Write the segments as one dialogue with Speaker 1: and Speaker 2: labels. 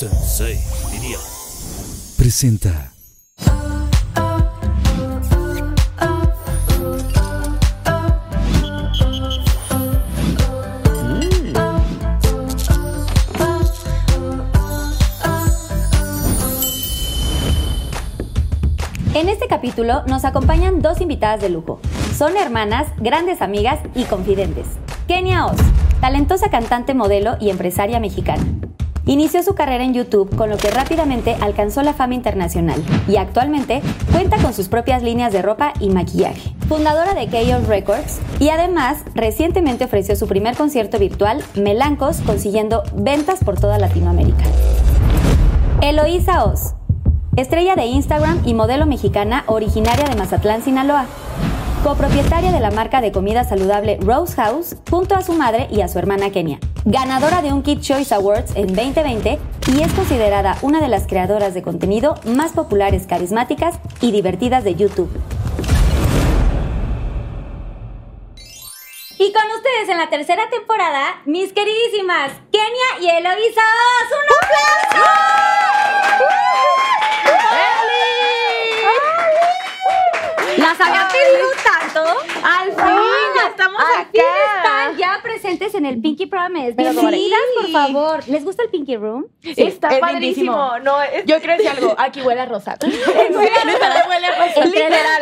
Speaker 1: Sensei diría. Presenta.
Speaker 2: En este capítulo nos acompañan dos invitadas de lujo. Son hermanas, grandes amigas y confidentes. Kenia Oz, talentosa cantante, modelo y empresaria mexicana. Inició su carrera en YouTube, con lo que rápidamente alcanzó la fama internacional y actualmente cuenta con sus propias líneas de ropa y maquillaje. Fundadora de Chaos Records y además recientemente ofreció su primer concierto virtual, Melancos, consiguiendo ventas por toda Latinoamérica. Eloísa Oz, estrella de Instagram y modelo mexicana originaria de Mazatlán, Sinaloa copropietaria de la marca de comida saludable Rose House, junto a su madre y a su hermana Kenia. Ganadora de un Kid Choice Awards en 2020 y es considerada una de las creadoras de contenido más populares, carismáticas y divertidas de YouTube. Y con ustedes en la tercera temporada, mis queridísimas Kenia y Eloisa Oz. ¡Un aplauso! Las había pedido tanto.
Speaker 3: Al fin, ya estamos
Speaker 2: Al
Speaker 3: aquí.
Speaker 2: fin Ah, están ya presentes en el Pinky Promise.
Speaker 3: Pero como eres-
Speaker 2: Bienvenidas, por favor. ¿Les gusta el Pinky Room?
Speaker 3: Está
Speaker 4: es
Speaker 3: padrísimo.
Speaker 4: lindísimo.
Speaker 3: No, es-
Speaker 4: Yo quiero decir algo. Aquí huele a rosa.
Speaker 3: literal,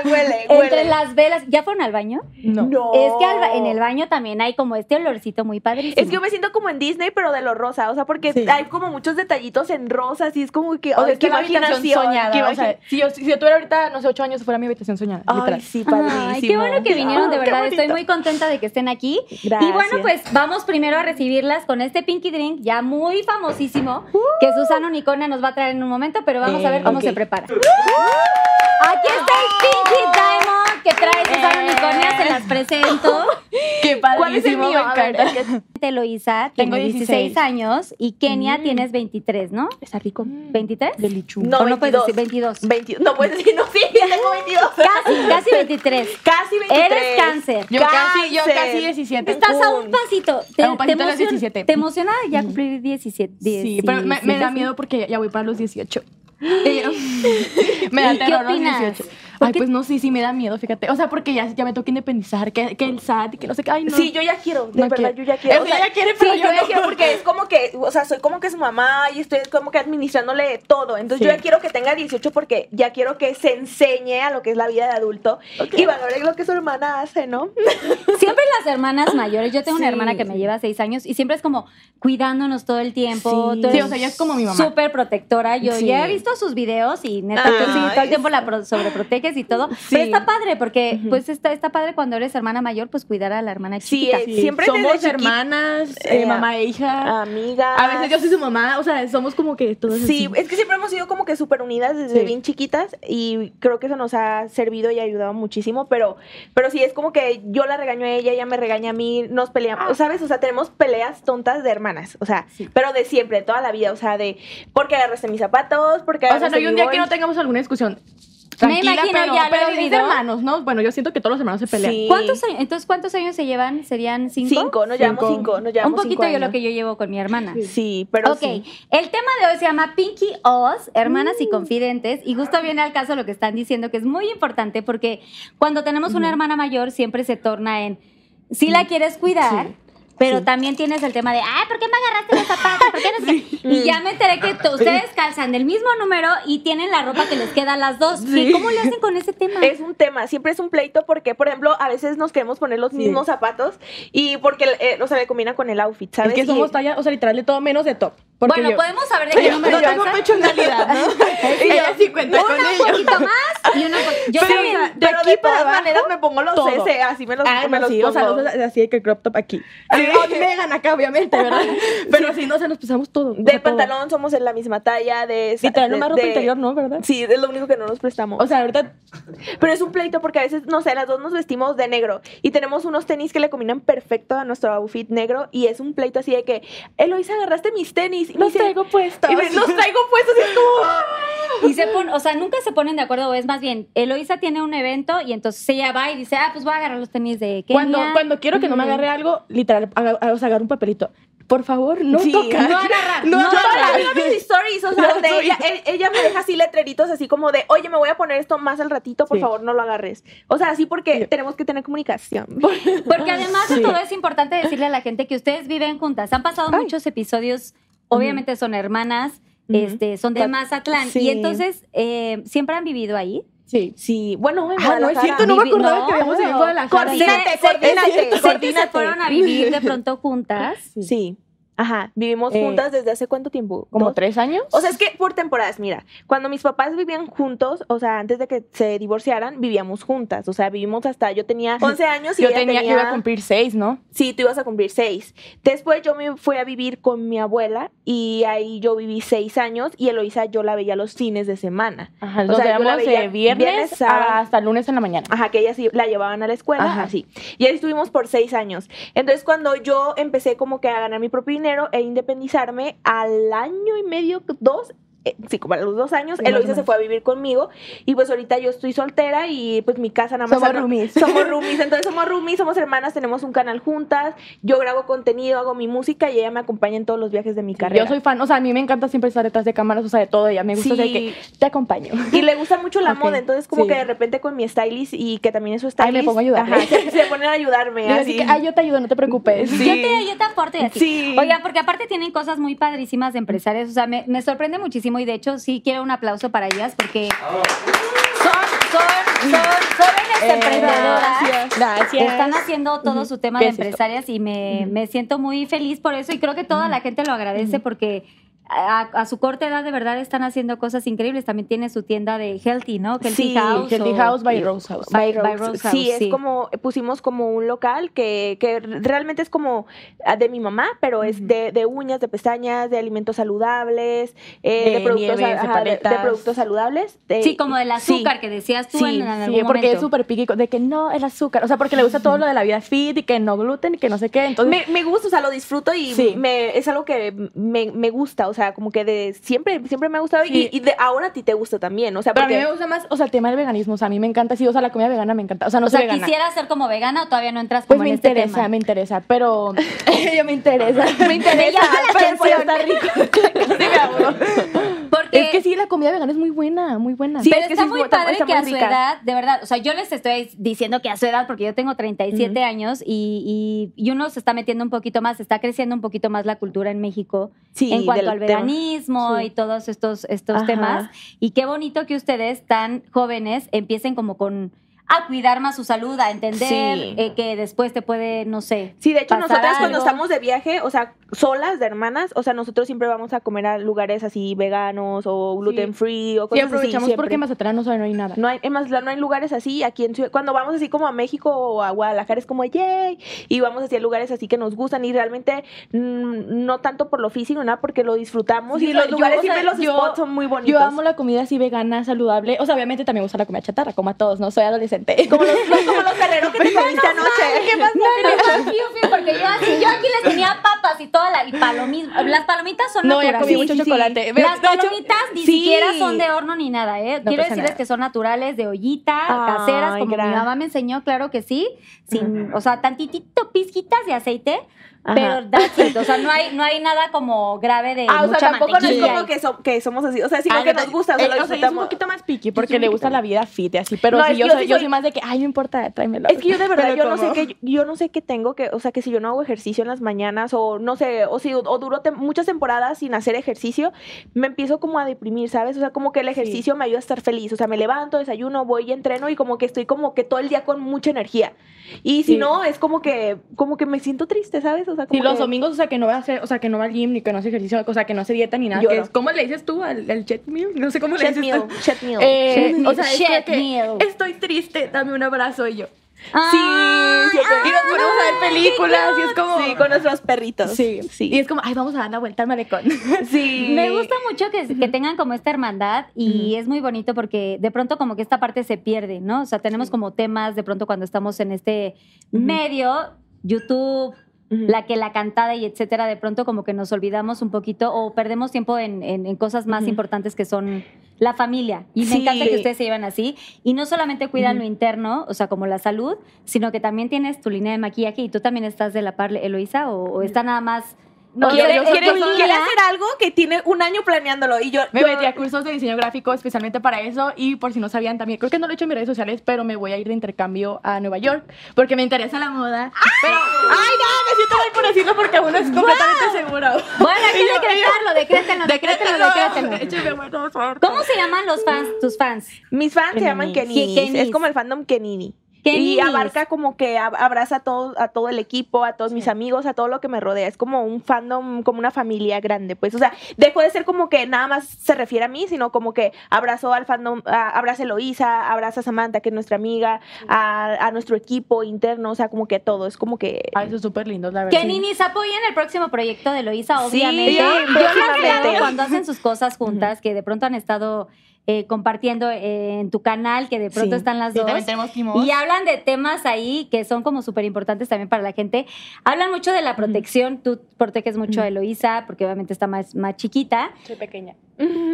Speaker 3: huele, huele.
Speaker 2: Entre las velas. ¿Ya fueron al baño?
Speaker 4: No.
Speaker 3: No.
Speaker 2: Es que al ba- en el baño también hay como este olorcito muy padrísimo.
Speaker 3: Es que yo me siento como en Disney, pero de lo rosa. O sea, porque
Speaker 4: Sí.
Speaker 3: hay como muchos detallitos en rosas y es como que.
Speaker 4: O sea,
Speaker 3: ay,
Speaker 4: es que
Speaker 3: qué
Speaker 4: imaginación soñada.
Speaker 3: qué
Speaker 4: o sea,
Speaker 3: imaginación.
Speaker 4: si yo, si yo tuviera ahorita, no sé, ocho años, fuera mi habitación soñada.
Speaker 3: Ay,
Speaker 4: literal.
Speaker 3: sí, padrísimo.
Speaker 2: Ay, qué bueno que vinieron, de
Speaker 3: Ay, qué
Speaker 2: verdad. Estoy
Speaker 3: bonito.
Speaker 2: muy contenta de que estén aquí. Y
Speaker 3: Gracias.
Speaker 2: bueno, pues vamos primero a recibirlas con este Pinky Drink, ya muy famosísimo, que Susana Unicona nos va a traer en un momento, pero vamos a ver
Speaker 4: Eh,
Speaker 2: cómo
Speaker 4: ok.
Speaker 2: se prepara. ¡Uh! Aquí está el Pinky Diamond que trae Susana Unicornia, se las presento.
Speaker 4: Qué padrísimo.
Speaker 3: ¿Cuál es el mío?
Speaker 4: Me
Speaker 3: A ver,
Speaker 4: encanta.
Speaker 3: es que-
Speaker 2: Eloisa tiene
Speaker 4: Tengo
Speaker 2: 16.
Speaker 4: 16
Speaker 2: años y Kenia tienes 23, ¿no?
Speaker 4: Está rico.
Speaker 2: ¿23?
Speaker 4: De lichu.
Speaker 3: No,
Speaker 2: ¿O no puedes
Speaker 3: 22.
Speaker 2: decir 22?
Speaker 3: 20 No puedes decir, no, sí, ya tengo 22.
Speaker 2: Casi, casi 23.
Speaker 3: Casi 23.
Speaker 2: Eres cáncer.
Speaker 4: Yo casi, yo
Speaker 3: Cáncer.
Speaker 4: casi 17.
Speaker 2: Estás a un pasito. Te,
Speaker 4: A un pasito
Speaker 2: te
Speaker 4: a los
Speaker 2: emociona-
Speaker 4: 17.
Speaker 2: ¿Te emociona ya cumplir 17?
Speaker 4: Sí, pero me, me da
Speaker 2: 17?
Speaker 4: miedo porque ya, ya voy para los 18. Y yo- me da
Speaker 2: ¿Y qué
Speaker 4: terror los
Speaker 2: opinas?
Speaker 4: 18.
Speaker 2: ¿Por
Speaker 4: Ay,
Speaker 2: qué-
Speaker 4: pues no, sí, sí me da miedo, fíjate. O sea, porque ya, ya me toca independizar, que, que el SAT, que no sé qué. Ay, no.
Speaker 3: Sí, yo ya quiero, de
Speaker 4: No
Speaker 3: verdad,
Speaker 4: quiero.
Speaker 3: yo ya quiero.
Speaker 4: Eso ella quiere, pero
Speaker 3: sí,
Speaker 4: yo
Speaker 3: ya
Speaker 4: no.
Speaker 3: quiero porque es como que, o sea, soy como que su mamá y estoy como que administrándole todo. Entonces
Speaker 4: Sí.
Speaker 3: yo ya quiero que tenga 18 porque ya quiero que se enseñe a lo que es la vida de adulto y valore lo que su hermana hace, ¿no?
Speaker 2: Siempre las hermanas mayores, yo tengo una
Speaker 4: Sí.
Speaker 2: hermana que me lleva seis años y siempre es como cuidándonos todo el tiempo.
Speaker 4: Sí.
Speaker 2: todo
Speaker 4: Sí, o sea, ella es como mi mamá.
Speaker 2: Súper protectora. Yo
Speaker 4: Sí.
Speaker 2: ya he visto sus videos y neta, tú sí, todo el tiempo la pro- sobreproteges y todo. Pero está padre porque pues está, está padre cuando eres hermana mayor pues cuidar a la hermana
Speaker 3: Sí,
Speaker 2: chiquita.
Speaker 3: es- siempre desde
Speaker 4: somos
Speaker 3: chiquita-
Speaker 4: hermanas, eh,
Speaker 3: Eh,
Speaker 4: mamá e hija.
Speaker 3: Amiga.
Speaker 4: A veces yo soy su mamá, o sea, somos como que todos
Speaker 3: Sí,
Speaker 4: así.
Speaker 3: es que siempre hemos sido como que súper unidas desde
Speaker 4: Sí.
Speaker 3: bien chiquitas y creo que eso nos ha servido y ayudado muchísimo, pero, pero sí, es como que yo la regaño a ella, ella me regaña a mí, nos
Speaker 4: Ah.
Speaker 3: peleamos, ¿sabes? O sea, tenemos peleas tontas de hermanas, o sea,
Speaker 2: Sí.
Speaker 3: pero de siempre, toda la vida, o sea, de por qué agarraste mis zapatos, porque
Speaker 4: O sea, no hay un día que no tengamos alguna discusión. Tranquila,
Speaker 2: imagino,
Speaker 4: pero,
Speaker 2: ya lo he
Speaker 4: pero es
Speaker 2: vivido.
Speaker 4: hermanos, ¿no? Bueno, yo siento que todos los hermanos se pelean.
Speaker 3: Sí.
Speaker 2: ¿Cuántos años- entonces, ¿cuántos años se llevan? ¿Serían cinco?
Speaker 3: Cinco, nos llevamos
Speaker 4: Cinco.
Speaker 3: cinco, nos llevamos
Speaker 2: Un poquito
Speaker 3: cinco
Speaker 2: yo lo
Speaker 3: años.
Speaker 2: que yo llevo con mi hermana.
Speaker 3: Sí, pero
Speaker 2: ok,
Speaker 3: sí.
Speaker 2: el tema de hoy se llama Pinky Oz, hermanas
Speaker 4: Mm.
Speaker 2: y confidentes, y justo viene al caso lo que están diciendo, que es muy importante porque cuando tenemos una hermana mayor siempre se torna en, si la quieres cuidar. Pero también tienes el tema de, ah, ¿por qué me agarraste los zapatos? ¿Por qué no sé qué?" Y ya me enteré que t- ustedes calzan del mismo número y tienen la ropa que les queda a las dos. ¿Qué- ¿Cómo le hacen con ese tema?
Speaker 3: Es un tema, siempre es un pleito porque, por ejemplo, a veces nos queremos poner los mismos zapatos y porque, eh, o sea, me combina con el outfit, ¿sabes?
Speaker 4: Es que
Speaker 3: Y-
Speaker 4: somos talla, o sea, literal de todo menos de top. Porque
Speaker 2: bueno,
Speaker 4: yo-
Speaker 2: podemos saber de qué
Speaker 4: yo
Speaker 2: número
Speaker 4: no tengo
Speaker 2: calzan?
Speaker 4: pecho en realidad, ¿no? Ella sí cuenta con
Speaker 2: Una un
Speaker 4: ello.
Speaker 2: poquito más y una un poquito... Yo
Speaker 4: Pero,
Speaker 2: también-
Speaker 4: o sea,
Speaker 3: Pero
Speaker 4: aquí
Speaker 3: de
Speaker 4: para
Speaker 3: todas
Speaker 4: abajo,
Speaker 3: maneras me pongo los
Speaker 4: todo.
Speaker 3: S, así me los,
Speaker 4: Ah,
Speaker 3: me
Speaker 4: no,
Speaker 3: los
Speaker 4: sí, o sea,
Speaker 3: pongo.
Speaker 4: los, así de que el crop top aquí. O me ganan acá, obviamente, ¿verdad? Pero sí, no, se nos pisamos todo. o sea,
Speaker 3: Del
Speaker 4: todo.
Speaker 3: pantalón somos en la misma talla, de...
Speaker 4: Literal, nomás ropa
Speaker 3: de-
Speaker 4: interior, ¿no? ¿Verdad?
Speaker 3: Sí, es lo único que no nos prestamos.
Speaker 4: O sea, ahorita
Speaker 3: pero es un pleito porque a veces, no sé, las dos nos vestimos de negro y tenemos unos tenis que le combinan perfecto a nuestro outfit negro y es un pleito así de que, Eloisa, agarraste mis tenis. Y me
Speaker 4: los
Speaker 3: dice-
Speaker 4: traigo puestos.
Speaker 3: Y me- los traigo puestos y es como...
Speaker 2: Y se pon, o sea, nunca se ponen de acuerdo, o es más bien, Eloisa tiene un evento y entonces ella va y dice, ah, pues voy a agarrar los tenis de Kenia.
Speaker 4: Cuando, cuando quiero que no me agarre algo, literal, haga- o sea, agarro un papelito. Por favor, no
Speaker 3: Sí,
Speaker 4: tocar.
Speaker 2: no agarrar,
Speaker 4: No,
Speaker 2: no
Speaker 4: tocar.
Speaker 3: Yo todavía miro mis stories donde ella, e- ella me deja así letreritos así como de, oye, me voy a poner esto más al ratito, por
Speaker 4: Sí.
Speaker 3: favor, no lo agarres. O sea, así porque tenemos que tener comunicación.
Speaker 2: Porque además de
Speaker 4: Sí.
Speaker 2: todo es importante decirle a la gente que ustedes viven juntas. Han pasado
Speaker 3: Ay.
Speaker 2: muchos episodios, obviamente son hermanas,
Speaker 3: Ujú.
Speaker 2: este, son de
Speaker 3: Cuat-
Speaker 2: Mazatlán.
Speaker 3: Sí.
Speaker 2: Y entonces, eh, ¿siempre han vivido ahí?
Speaker 4: Sí.
Speaker 3: Sí, bueno,
Speaker 4: Ah,
Speaker 3: en
Speaker 4: no es
Speaker 3: Guadalajara.
Speaker 4: cierto, no me
Speaker 2: Vivi-
Speaker 4: acordaba
Speaker 2: no,
Speaker 4: que habíamos ido a
Speaker 2: no.
Speaker 4: Guadalajara.
Speaker 2: Sé-
Speaker 3: Coordínate,
Speaker 2: sé que-
Speaker 3: coordínate,
Speaker 2: sé que se
Speaker 3: coordínate.
Speaker 2: fueron a vivir de pronto juntas.
Speaker 3: Sí. Ajá, vivimos
Speaker 4: Eh,
Speaker 3: juntas desde hace cuánto tiempo?
Speaker 4: ¿Como
Speaker 3: Dos-
Speaker 4: tres años?
Speaker 3: O sea, es que por temporadas, mira, cuando mis papás vivían juntos, o sea, antes de que se divorciaran, vivíamos juntas, o sea, vivimos hasta yo tenía 11 años y
Speaker 4: yo
Speaker 3: ella
Speaker 4: tenía, yo iba a cumplir seis, ¿no?
Speaker 3: Sí, tú ibas a cumplir seis. Después yo me fui a vivir con mi abuela y ahí yo viví seis años y Eloisa yo la veía los fines de semana.
Speaker 4: Ajá,
Speaker 3: O sea,
Speaker 4: nos
Speaker 3: yo la
Speaker 4: veíamos
Speaker 3: veía
Speaker 4: de viernes,
Speaker 3: viernes, sábado.
Speaker 4: hasta lunes en la mañana.
Speaker 3: Ajá, que ella sí la llevaban a la escuela,
Speaker 4: Ajá.
Speaker 3: así. Y ahí estuvimos por seis años. Entonces cuando yo empecé como que a ganar mi propio dinero e independizarme, al año y medio, dos... eh, Sí, como a los dos años,
Speaker 4: Sí, más o
Speaker 3: Eloisa se
Speaker 4: menos.
Speaker 3: fue a vivir conmigo y pues ahorita yo estoy soltera y pues mi casa nada más...
Speaker 4: Somos
Speaker 3: arro-
Speaker 4: roomies.
Speaker 3: Somos roomies, entonces somos roomies, somos hermanas, tenemos un canal juntas, yo grabo contenido, hago mi música y ella me acompaña en todos los viajes de mi carrera.
Speaker 4: Yo soy fan, o sea, a mí me encanta siempre estar detrás de cámaras, o sea, de todo ella. Me gusta
Speaker 3: Sí.
Speaker 4: o sea, que te acompaño.
Speaker 3: Y le gusta mucho la
Speaker 4: Ok,
Speaker 3: moda, entonces como
Speaker 4: sí.
Speaker 3: que de repente con mi stylist y que también es su
Speaker 4: Ay,
Speaker 3: stylist.
Speaker 4: me pongo a ayudarle.
Speaker 3: ajá, se, se ponen a ayudarme.
Speaker 4: Digo, así que, ay, yo te ayudo, no te preocupes.
Speaker 3: Eh, Sí.
Speaker 2: Yo, te, yo te aporto y así.
Speaker 3: Sí.
Speaker 2: Oigan, porque aparte tienen cosas muy padrísimas de empresarias. O sea, me, me sorprende muchísimo y de hecho sí quiero un aplauso para ellas porque son, son, son, jóvenes
Speaker 4: Eh,
Speaker 2: emprendedoras.
Speaker 4: Gracias. Gracias.
Speaker 2: Están haciendo todo
Speaker 4: Ujú.
Speaker 2: su tema
Speaker 4: ¿Qué
Speaker 2: de
Speaker 4: es esto?
Speaker 2: empresarias y me, me siento muy feliz por eso y creo que toda la gente lo agradece porque a, a su corta edad de verdad están haciendo cosas increíbles. También tiene su tienda de Healthy, ¿no? Healthy
Speaker 3: Sí,
Speaker 2: House.
Speaker 4: Healthy
Speaker 2: o-
Speaker 4: House by Rose House.
Speaker 2: By- by
Speaker 3: Rose.
Speaker 2: Rose
Speaker 3: sí,
Speaker 2: House,
Speaker 3: es
Speaker 2: sí.
Speaker 3: como, pusimos como un local que, que realmente es como ah, de mi mamá, pero es de, de uñas, de pestañas, de alimentos saludables, eh, de,
Speaker 4: De
Speaker 3: productos,
Speaker 4: nieves, de
Speaker 3: ajá, de- de
Speaker 4: paletas.
Speaker 3: productos saludables. de-
Speaker 2: Sí, como del
Speaker 3: sí.
Speaker 2: azúcar que decías tú
Speaker 4: Sí,
Speaker 2: en, en
Speaker 4: sí,
Speaker 2: algún
Speaker 4: porque es
Speaker 2: momento.
Speaker 4: súper piquico, de que no, el azúcar, o sea, porque le gusta todo lo de la vida fit y que no gluten y que no sé qué, entonces...
Speaker 3: Me, me gusta, o sea, lo disfruto y
Speaker 4: Sí.
Speaker 3: me, es algo que me, me gusta, o sea, como que de siempre, siempre me ha gustado
Speaker 4: Sí.
Speaker 3: y, y de, ahora a ti te gusta también, o sea,
Speaker 4: Pero a mí
Speaker 3: porque...
Speaker 4: me gusta más, o sea, el tema del veganismo, o sea, a mí me encanta, sí, o sea, la comida vegana me encanta, o sea, no
Speaker 2: O sea,
Speaker 4: soy vegana.
Speaker 2: quisiera ser como vegana o todavía no entras
Speaker 4: Pues
Speaker 2: como
Speaker 4: me
Speaker 2: en este
Speaker 4: interesa,
Speaker 2: tema?
Speaker 4: me interesa, pero... Yo me interesa. me
Speaker 2: Me
Speaker 4: interesa,
Speaker 2: llama la
Speaker 4: pero
Speaker 2: atención.
Speaker 4: está rico.
Speaker 2: Porque
Speaker 4: es que sí, la comida vegana es muy buena, muy buena.
Speaker 3: Sí,
Speaker 2: pero
Speaker 3: es que
Speaker 2: está
Speaker 3: sí es
Speaker 2: muy
Speaker 3: buena,
Speaker 2: padre
Speaker 3: está
Speaker 2: que
Speaker 3: muy
Speaker 2: a su
Speaker 3: rica.
Speaker 2: edad, de verdad, o sea, yo les estoy diciendo que a su edad, porque yo tengo 37 años y, y, y uno se está metiendo un poquito más, está creciendo un poquito más la cultura en México
Speaker 3: Sí,
Speaker 2: en cuanto
Speaker 3: del
Speaker 2: al
Speaker 3: tema.
Speaker 2: veganismo
Speaker 4: Sí.
Speaker 2: y todos estos, estos
Speaker 3: Ajá.
Speaker 2: temas. Y qué bonito que ustedes tan jóvenes empiecen como con a cuidar más su salud, a entender
Speaker 3: Sí.
Speaker 2: eh, que después te puede, no sé.
Speaker 3: Sí, de hecho,
Speaker 2: pasar
Speaker 3: nosotras cuando
Speaker 2: algo.
Speaker 3: estamos de viaje, o sea, solas de hermanas, o sea, nosotros siempre vamos a comer a lugares así veganos o gluten free o
Speaker 4: Sí,
Speaker 3: cosas así.
Speaker 4: aprovechamos
Speaker 3: siempre.
Speaker 4: porque en Mazatlán no, sabe, no hay nada.
Speaker 3: No hay, en Mazatlán no hay lugares así, aquí en Ciudad- cuando vamos así como a México o a Guadalajara es como yay, y vamos hacia lugares así que nos gustan y realmente mm, no tanto por lo físico, nada, porque lo disfrutamos
Speaker 4: Sí,
Speaker 3: y
Speaker 4: o sea,
Speaker 3: los lugares
Speaker 4: yo, o sea,
Speaker 3: siempre los
Speaker 4: yo-
Speaker 3: spots son muy bonitos.
Speaker 4: Yo amo la comida así vegana, saludable. O sea, obviamente también me gusta la comida chatarra, como a todos, ¿no? Soy adolescente.
Speaker 3: como los, los- como los caleros que te
Speaker 4: Pues,
Speaker 3: comiste anoche.
Speaker 2: ¿Qué pasó? Fiu, fiu, porque yo, así, yo aquí les tenía papas y toda la y palomitas. Las palomitas son
Speaker 4: No, ya
Speaker 2: naturales.
Speaker 4: comí
Speaker 3: Sí,
Speaker 4: mucho
Speaker 3: sí, sí.
Speaker 4: chocolate. Ve-
Speaker 2: Las
Speaker 4: de hecho-
Speaker 2: palomitas ni
Speaker 4: Sí.
Speaker 2: siquiera son de horno ni nada, ¿eh?
Speaker 4: No
Speaker 2: Quiero
Speaker 4: pasa
Speaker 2: decirles
Speaker 4: nada.
Speaker 2: que son naturales, de ollita,
Speaker 3: Ay,
Speaker 2: caseras, como
Speaker 3: gra-
Speaker 2: mi mamá me enseñó, claro que sí. Sin, O sea, tantitito pizquitas de aceite,
Speaker 3: Ajá.
Speaker 2: pero that's it. O sea, no hay, no hay nada como grave de
Speaker 3: Ah, o
Speaker 2: Eh, mucha
Speaker 3: sea, tampoco no es
Speaker 2: mantequilla
Speaker 3: como
Speaker 2: y-
Speaker 3: que, so- que somos así, o sea, sino
Speaker 4: Ah,
Speaker 3: que
Speaker 4: no,
Speaker 3: nos gusta, o sea,
Speaker 4: eh, o
Speaker 3: lo
Speaker 4: sea, yo soy un
Speaker 3: disfrutamos.
Speaker 4: poquito más picky
Speaker 3: soy
Speaker 4: porque
Speaker 3: un
Speaker 4: le
Speaker 3: poquito
Speaker 4: gusta la vida fit y así, pero
Speaker 3: No,
Speaker 4: sí,
Speaker 3: es
Speaker 4: yo,
Speaker 3: que yo
Speaker 4: soy,
Speaker 3: sí
Speaker 4: yo
Speaker 3: soy-
Speaker 4: soy más de que, ay, no importa, tráemelo.
Speaker 3: Es que yo de verdad,
Speaker 4: Me
Speaker 3: yo
Speaker 4: lo
Speaker 3: no sé
Speaker 4: como.
Speaker 3: qué, yo no sé qué tengo que, o sea, que si yo no hago ejercicio en las mañanas o no sé, o si o duró tem- muchas temporadas sin hacer ejercicio, me empiezo como a deprimir, ¿sabes? O sea, como que el ejercicio me ayuda a estar feliz, o sea, me levanto, desayuno, voy y entreno y como que estoy como que todo el día con mucha energía. Y si
Speaker 4: Sí.
Speaker 3: no, es como que como que me siento triste, ¿sabes? O sea, como
Speaker 4: Sí, los
Speaker 3: que-
Speaker 4: domingos, o sea, que no va a hacer, o sea, que no va al gym, ni que no hace ejercicio, o sea, que no hace dieta ni nada.
Speaker 3: Lloro.
Speaker 4: que es- ¿Cómo le dices tú al, al jet meal? No sé cómo le
Speaker 3: Shut
Speaker 4: dices
Speaker 3: meal,
Speaker 4: tú.
Speaker 3: shut meal.
Speaker 4: Eh,
Speaker 2: Shit
Speaker 4: o sea, es como
Speaker 2: meal.
Speaker 4: que
Speaker 2: Shit meal.
Speaker 4: estoy triste, dame un abrazo y yo.
Speaker 2: Ay,
Speaker 3: sí,
Speaker 4: Y nos ponemos a ver películas y es como...
Speaker 3: Sí, con nuestros perritos.
Speaker 4: Sí,
Speaker 3: sí.
Speaker 4: Y es como, ay, vamos a dar la vuelta al malecón.
Speaker 3: Sí.
Speaker 2: Me gusta mucho que, que tengan como esta hermandad y es muy bonito porque de pronto como que esta parte se pierde, ¿no? O sea, tenemos como temas de pronto cuando estamos en este medio, YouTube,
Speaker 3: Ujú.
Speaker 2: la que la cantada y etcétera, de pronto como que nos olvidamos un poquito o perdemos tiempo en, en- en cosas más importantes que son la familia. Y me
Speaker 3: Sí.
Speaker 2: encanta que ustedes se llevan así. Y no solamente cuidan lo interno, o sea, como la salud, sino que también tienes tu línea de maquillaje y tú también estás de la par, Eloisa, o, o está nada más No,
Speaker 3: Quiere,
Speaker 4: yo- yo-
Speaker 3: quiere-
Speaker 4: yo
Speaker 2: soy
Speaker 3: quiere
Speaker 2: la-
Speaker 3: hacer algo que tiene un año planeándolo y yo...
Speaker 4: Me
Speaker 3: yo-
Speaker 4: metí a cursos de diseño gráfico especialmente para eso y por si no sabían también, creo que no lo he hecho en mis redes sociales, pero me voy a ir de intercambio a Nueva York porque me interesa la moda. Pero, ay, no, me siento mal por decirlo porque uno es completamente seguro.
Speaker 2: Bueno, hay que decretarlo, decrétenlo, decrétenlo, decrétenlo.
Speaker 4: Écheme buena suerte.
Speaker 2: ¿Cómo se llaman los fans, tus fans?
Speaker 3: Mis fans se llaman
Speaker 2: Keninis.
Speaker 3: Keninis.
Speaker 2: Keninis.
Speaker 3: Es como el fandom Kenini.
Speaker 2: Keninis.
Speaker 3: Y abarca como que ab- abraza a todo, a todo el equipo, a todos mis amigos, a todo lo que me rodea. Es como un fandom, como una familia grande. Pues, o sea, dejó de ser como que nada más se refiere a mí, sino como que abrazó al fandom, a- abraza a Eloisa, abraza a Samantha, que es nuestra amiga, a, a nuestro equipo interno, o sea, como que todo. Es como que.
Speaker 4: Ay, Ah, eso es súper lindo, la verdad.
Speaker 2: Que ninis apoyen el próximo proyecto de Loisa,
Speaker 3: Sí,
Speaker 2: obviamente.
Speaker 3: sí,
Speaker 2: Yo lo
Speaker 3: próximamente.
Speaker 2: aclaro cuando hacen sus cosas juntas, que de pronto han estado eh, compartiendo eh, en tu canal, que de pronto
Speaker 3: Sí.
Speaker 2: están las
Speaker 4: Sí,
Speaker 2: dos.
Speaker 4: también tenemos Kimos.
Speaker 2: Y hablan de temas ahí que son como súper importantes también para la gente. Hablan mucho de la protección. Tú proteges mucho a Eloisa porque obviamente está más, más chiquita.
Speaker 4: Soy pequeña.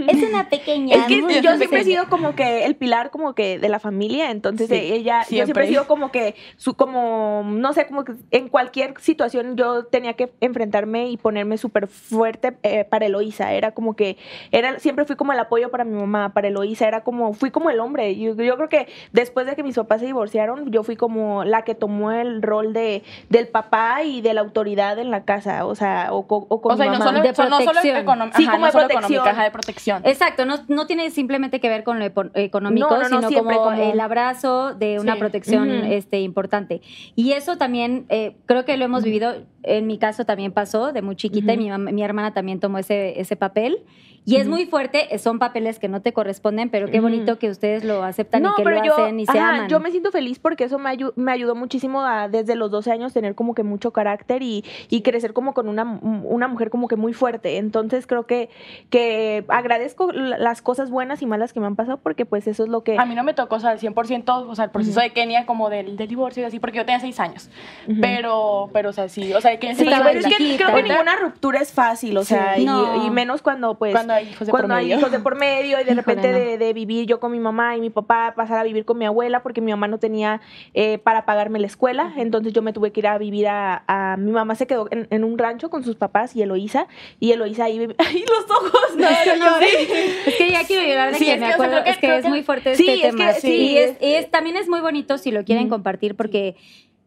Speaker 2: Es una pequeña.
Speaker 3: Es que
Speaker 2: muy
Speaker 3: yo siempre he
Speaker 2: pequeña.
Speaker 3: sido como que el pilar como que de la familia, entonces
Speaker 4: Sí,
Speaker 3: eh, ella yo siempre
Speaker 4: siempre.
Speaker 3: he sido como que su como no sé, como que en cualquier situación yo tenía que enfrentarme y ponerme súper fuerte eh, para Eloísa, era como que era siempre fui como el apoyo para mi mamá, para Eloísa, era como fui como el hombre. Yo, yo creo que después de que mis papás se divorciaron, yo fui como la que tomó el rol de del papá y de la autoridad en la casa, o sea, o, co- o con
Speaker 4: O sea, y
Speaker 3: mi
Speaker 4: no
Speaker 3: mamá.
Speaker 4: solo,
Speaker 2: De
Speaker 4: so- no solo
Speaker 2: protección.
Speaker 4: econom-
Speaker 3: Sí,
Speaker 4: ajá,
Speaker 3: como
Speaker 4: no
Speaker 3: de
Speaker 4: solo
Speaker 3: protección. Eh,
Speaker 4: económica, ajá, de protección.
Speaker 2: Exacto, no, no tiene simplemente que ver con lo epo- económico,
Speaker 3: No, no, no,
Speaker 2: sino
Speaker 3: siempre
Speaker 2: como,
Speaker 3: como-
Speaker 2: el abrazo de una
Speaker 4: Sí.
Speaker 2: protección
Speaker 3: Ujú.
Speaker 2: este, importante. Y eso también eh, creo que lo hemos vivido, en mi caso también pasó, de muy chiquita, y
Speaker 3: Ujú.
Speaker 2: mi, mam- mi hermana también tomó ese, ese papel. Y es muy fuerte, eh, son papeles que no te corresponden, pero qué
Speaker 3: Ujú.
Speaker 2: bonito que ustedes lo aceptan y que lo hacen y se
Speaker 3: ajá,
Speaker 2: aman.
Speaker 3: Yo me siento feliz porque eso me, ayu- me ayudó muchísimo a, desde los 12 años tener como que mucho carácter y, y crecer como con una, mu- una mujer como que muy fuerte. Entonces creo que, que agradezco la- las cosas buenas y malas que me han pasado porque pues eso es lo que...
Speaker 4: A mí no me tocó, o sea, al 100%, o sea, el proceso de Kenia como del, del divorcio y así, porque yo tenía 6 años.
Speaker 3: Ujú.
Speaker 4: Pero, pero, o sea, sí, o sea, Kenia
Speaker 3: Sí,
Speaker 4: se estaba
Speaker 2: estaba
Speaker 3: pero es que
Speaker 2: chiquita.
Speaker 3: creo que ninguna ruptura es fácil, o
Speaker 4: Sí.
Speaker 3: sea, y-
Speaker 2: No.
Speaker 3: y, menos cuando pues...
Speaker 4: cuando hay hijos de
Speaker 3: cuando
Speaker 4: por
Speaker 3: hay
Speaker 4: medio.
Speaker 3: hijos de por medio y de
Speaker 4: Híjole,
Speaker 3: repente
Speaker 4: no.
Speaker 3: de, de vivir yo con mi mamá y mi papá pasar a vivir con mi abuela porque mi mamá no tenía eh, para pagarme la escuela entonces yo me tuve que ir a vivir a, a- mi mamá se quedó en, en un rancho con sus papás y Eloísa y Eloísa ahí vivi- ¡Ay, los ojos no,
Speaker 2: Es que ya quiero llorar de
Speaker 4: Sí,
Speaker 2: que
Speaker 4: es
Speaker 2: me
Speaker 4: que, o sea,
Speaker 2: acuerdo,
Speaker 4: creo que-
Speaker 2: es que
Speaker 4: creo
Speaker 2: es
Speaker 4: que-
Speaker 2: muy fuerte
Speaker 3: Sí,
Speaker 2: este
Speaker 3: es
Speaker 2: tema. sí,
Speaker 3: que- sí,
Speaker 2: y es,
Speaker 3: es-
Speaker 2: y es- también es muy bonito si lo quieren
Speaker 3: Ujú.
Speaker 2: compartir porque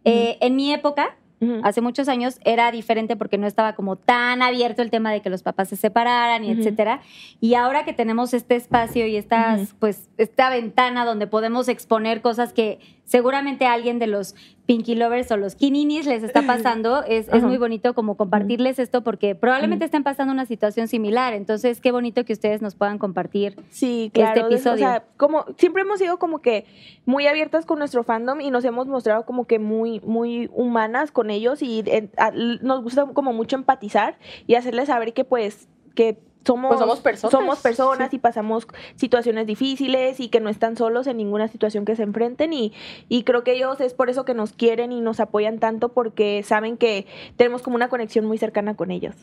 Speaker 2: eh, en mi época
Speaker 3: Ujú.
Speaker 2: hace muchos años era diferente porque no estaba como tan abierto el tema de que los papás se separaran y
Speaker 3: Ujú.
Speaker 2: etcétera. Y ahora que tenemos este espacio y estas, pues, esta ventana donde podemos exponer cosas que seguramente a alguien de los Pinky Lovers o los Kininis les está pasando, es, es
Speaker 3: Ajá.
Speaker 2: muy bonito como compartirles esto porque probablemente estén pasando una situación similar. Entonces, qué bonito que ustedes nos puedan compartir.
Speaker 3: Sí, claro.
Speaker 2: este
Speaker 3: des- O
Speaker 2: episodio.
Speaker 3: sea, como siempre hemos sido como que muy abiertas con nuestro fandom y nos hemos mostrado como que muy, muy humanas con ellos y eh, a- l- nos gusta como mucho empatizar y hacerles saber que pues que somos,
Speaker 4: Pues somos personas.
Speaker 3: somos personas y pasamos situaciones difíciles y que no están solos en ninguna situación que se enfrenten y, y creo que ellos es por eso que nos quieren y nos apoyan tanto porque saben que tenemos como una conexión muy cercana con ellos.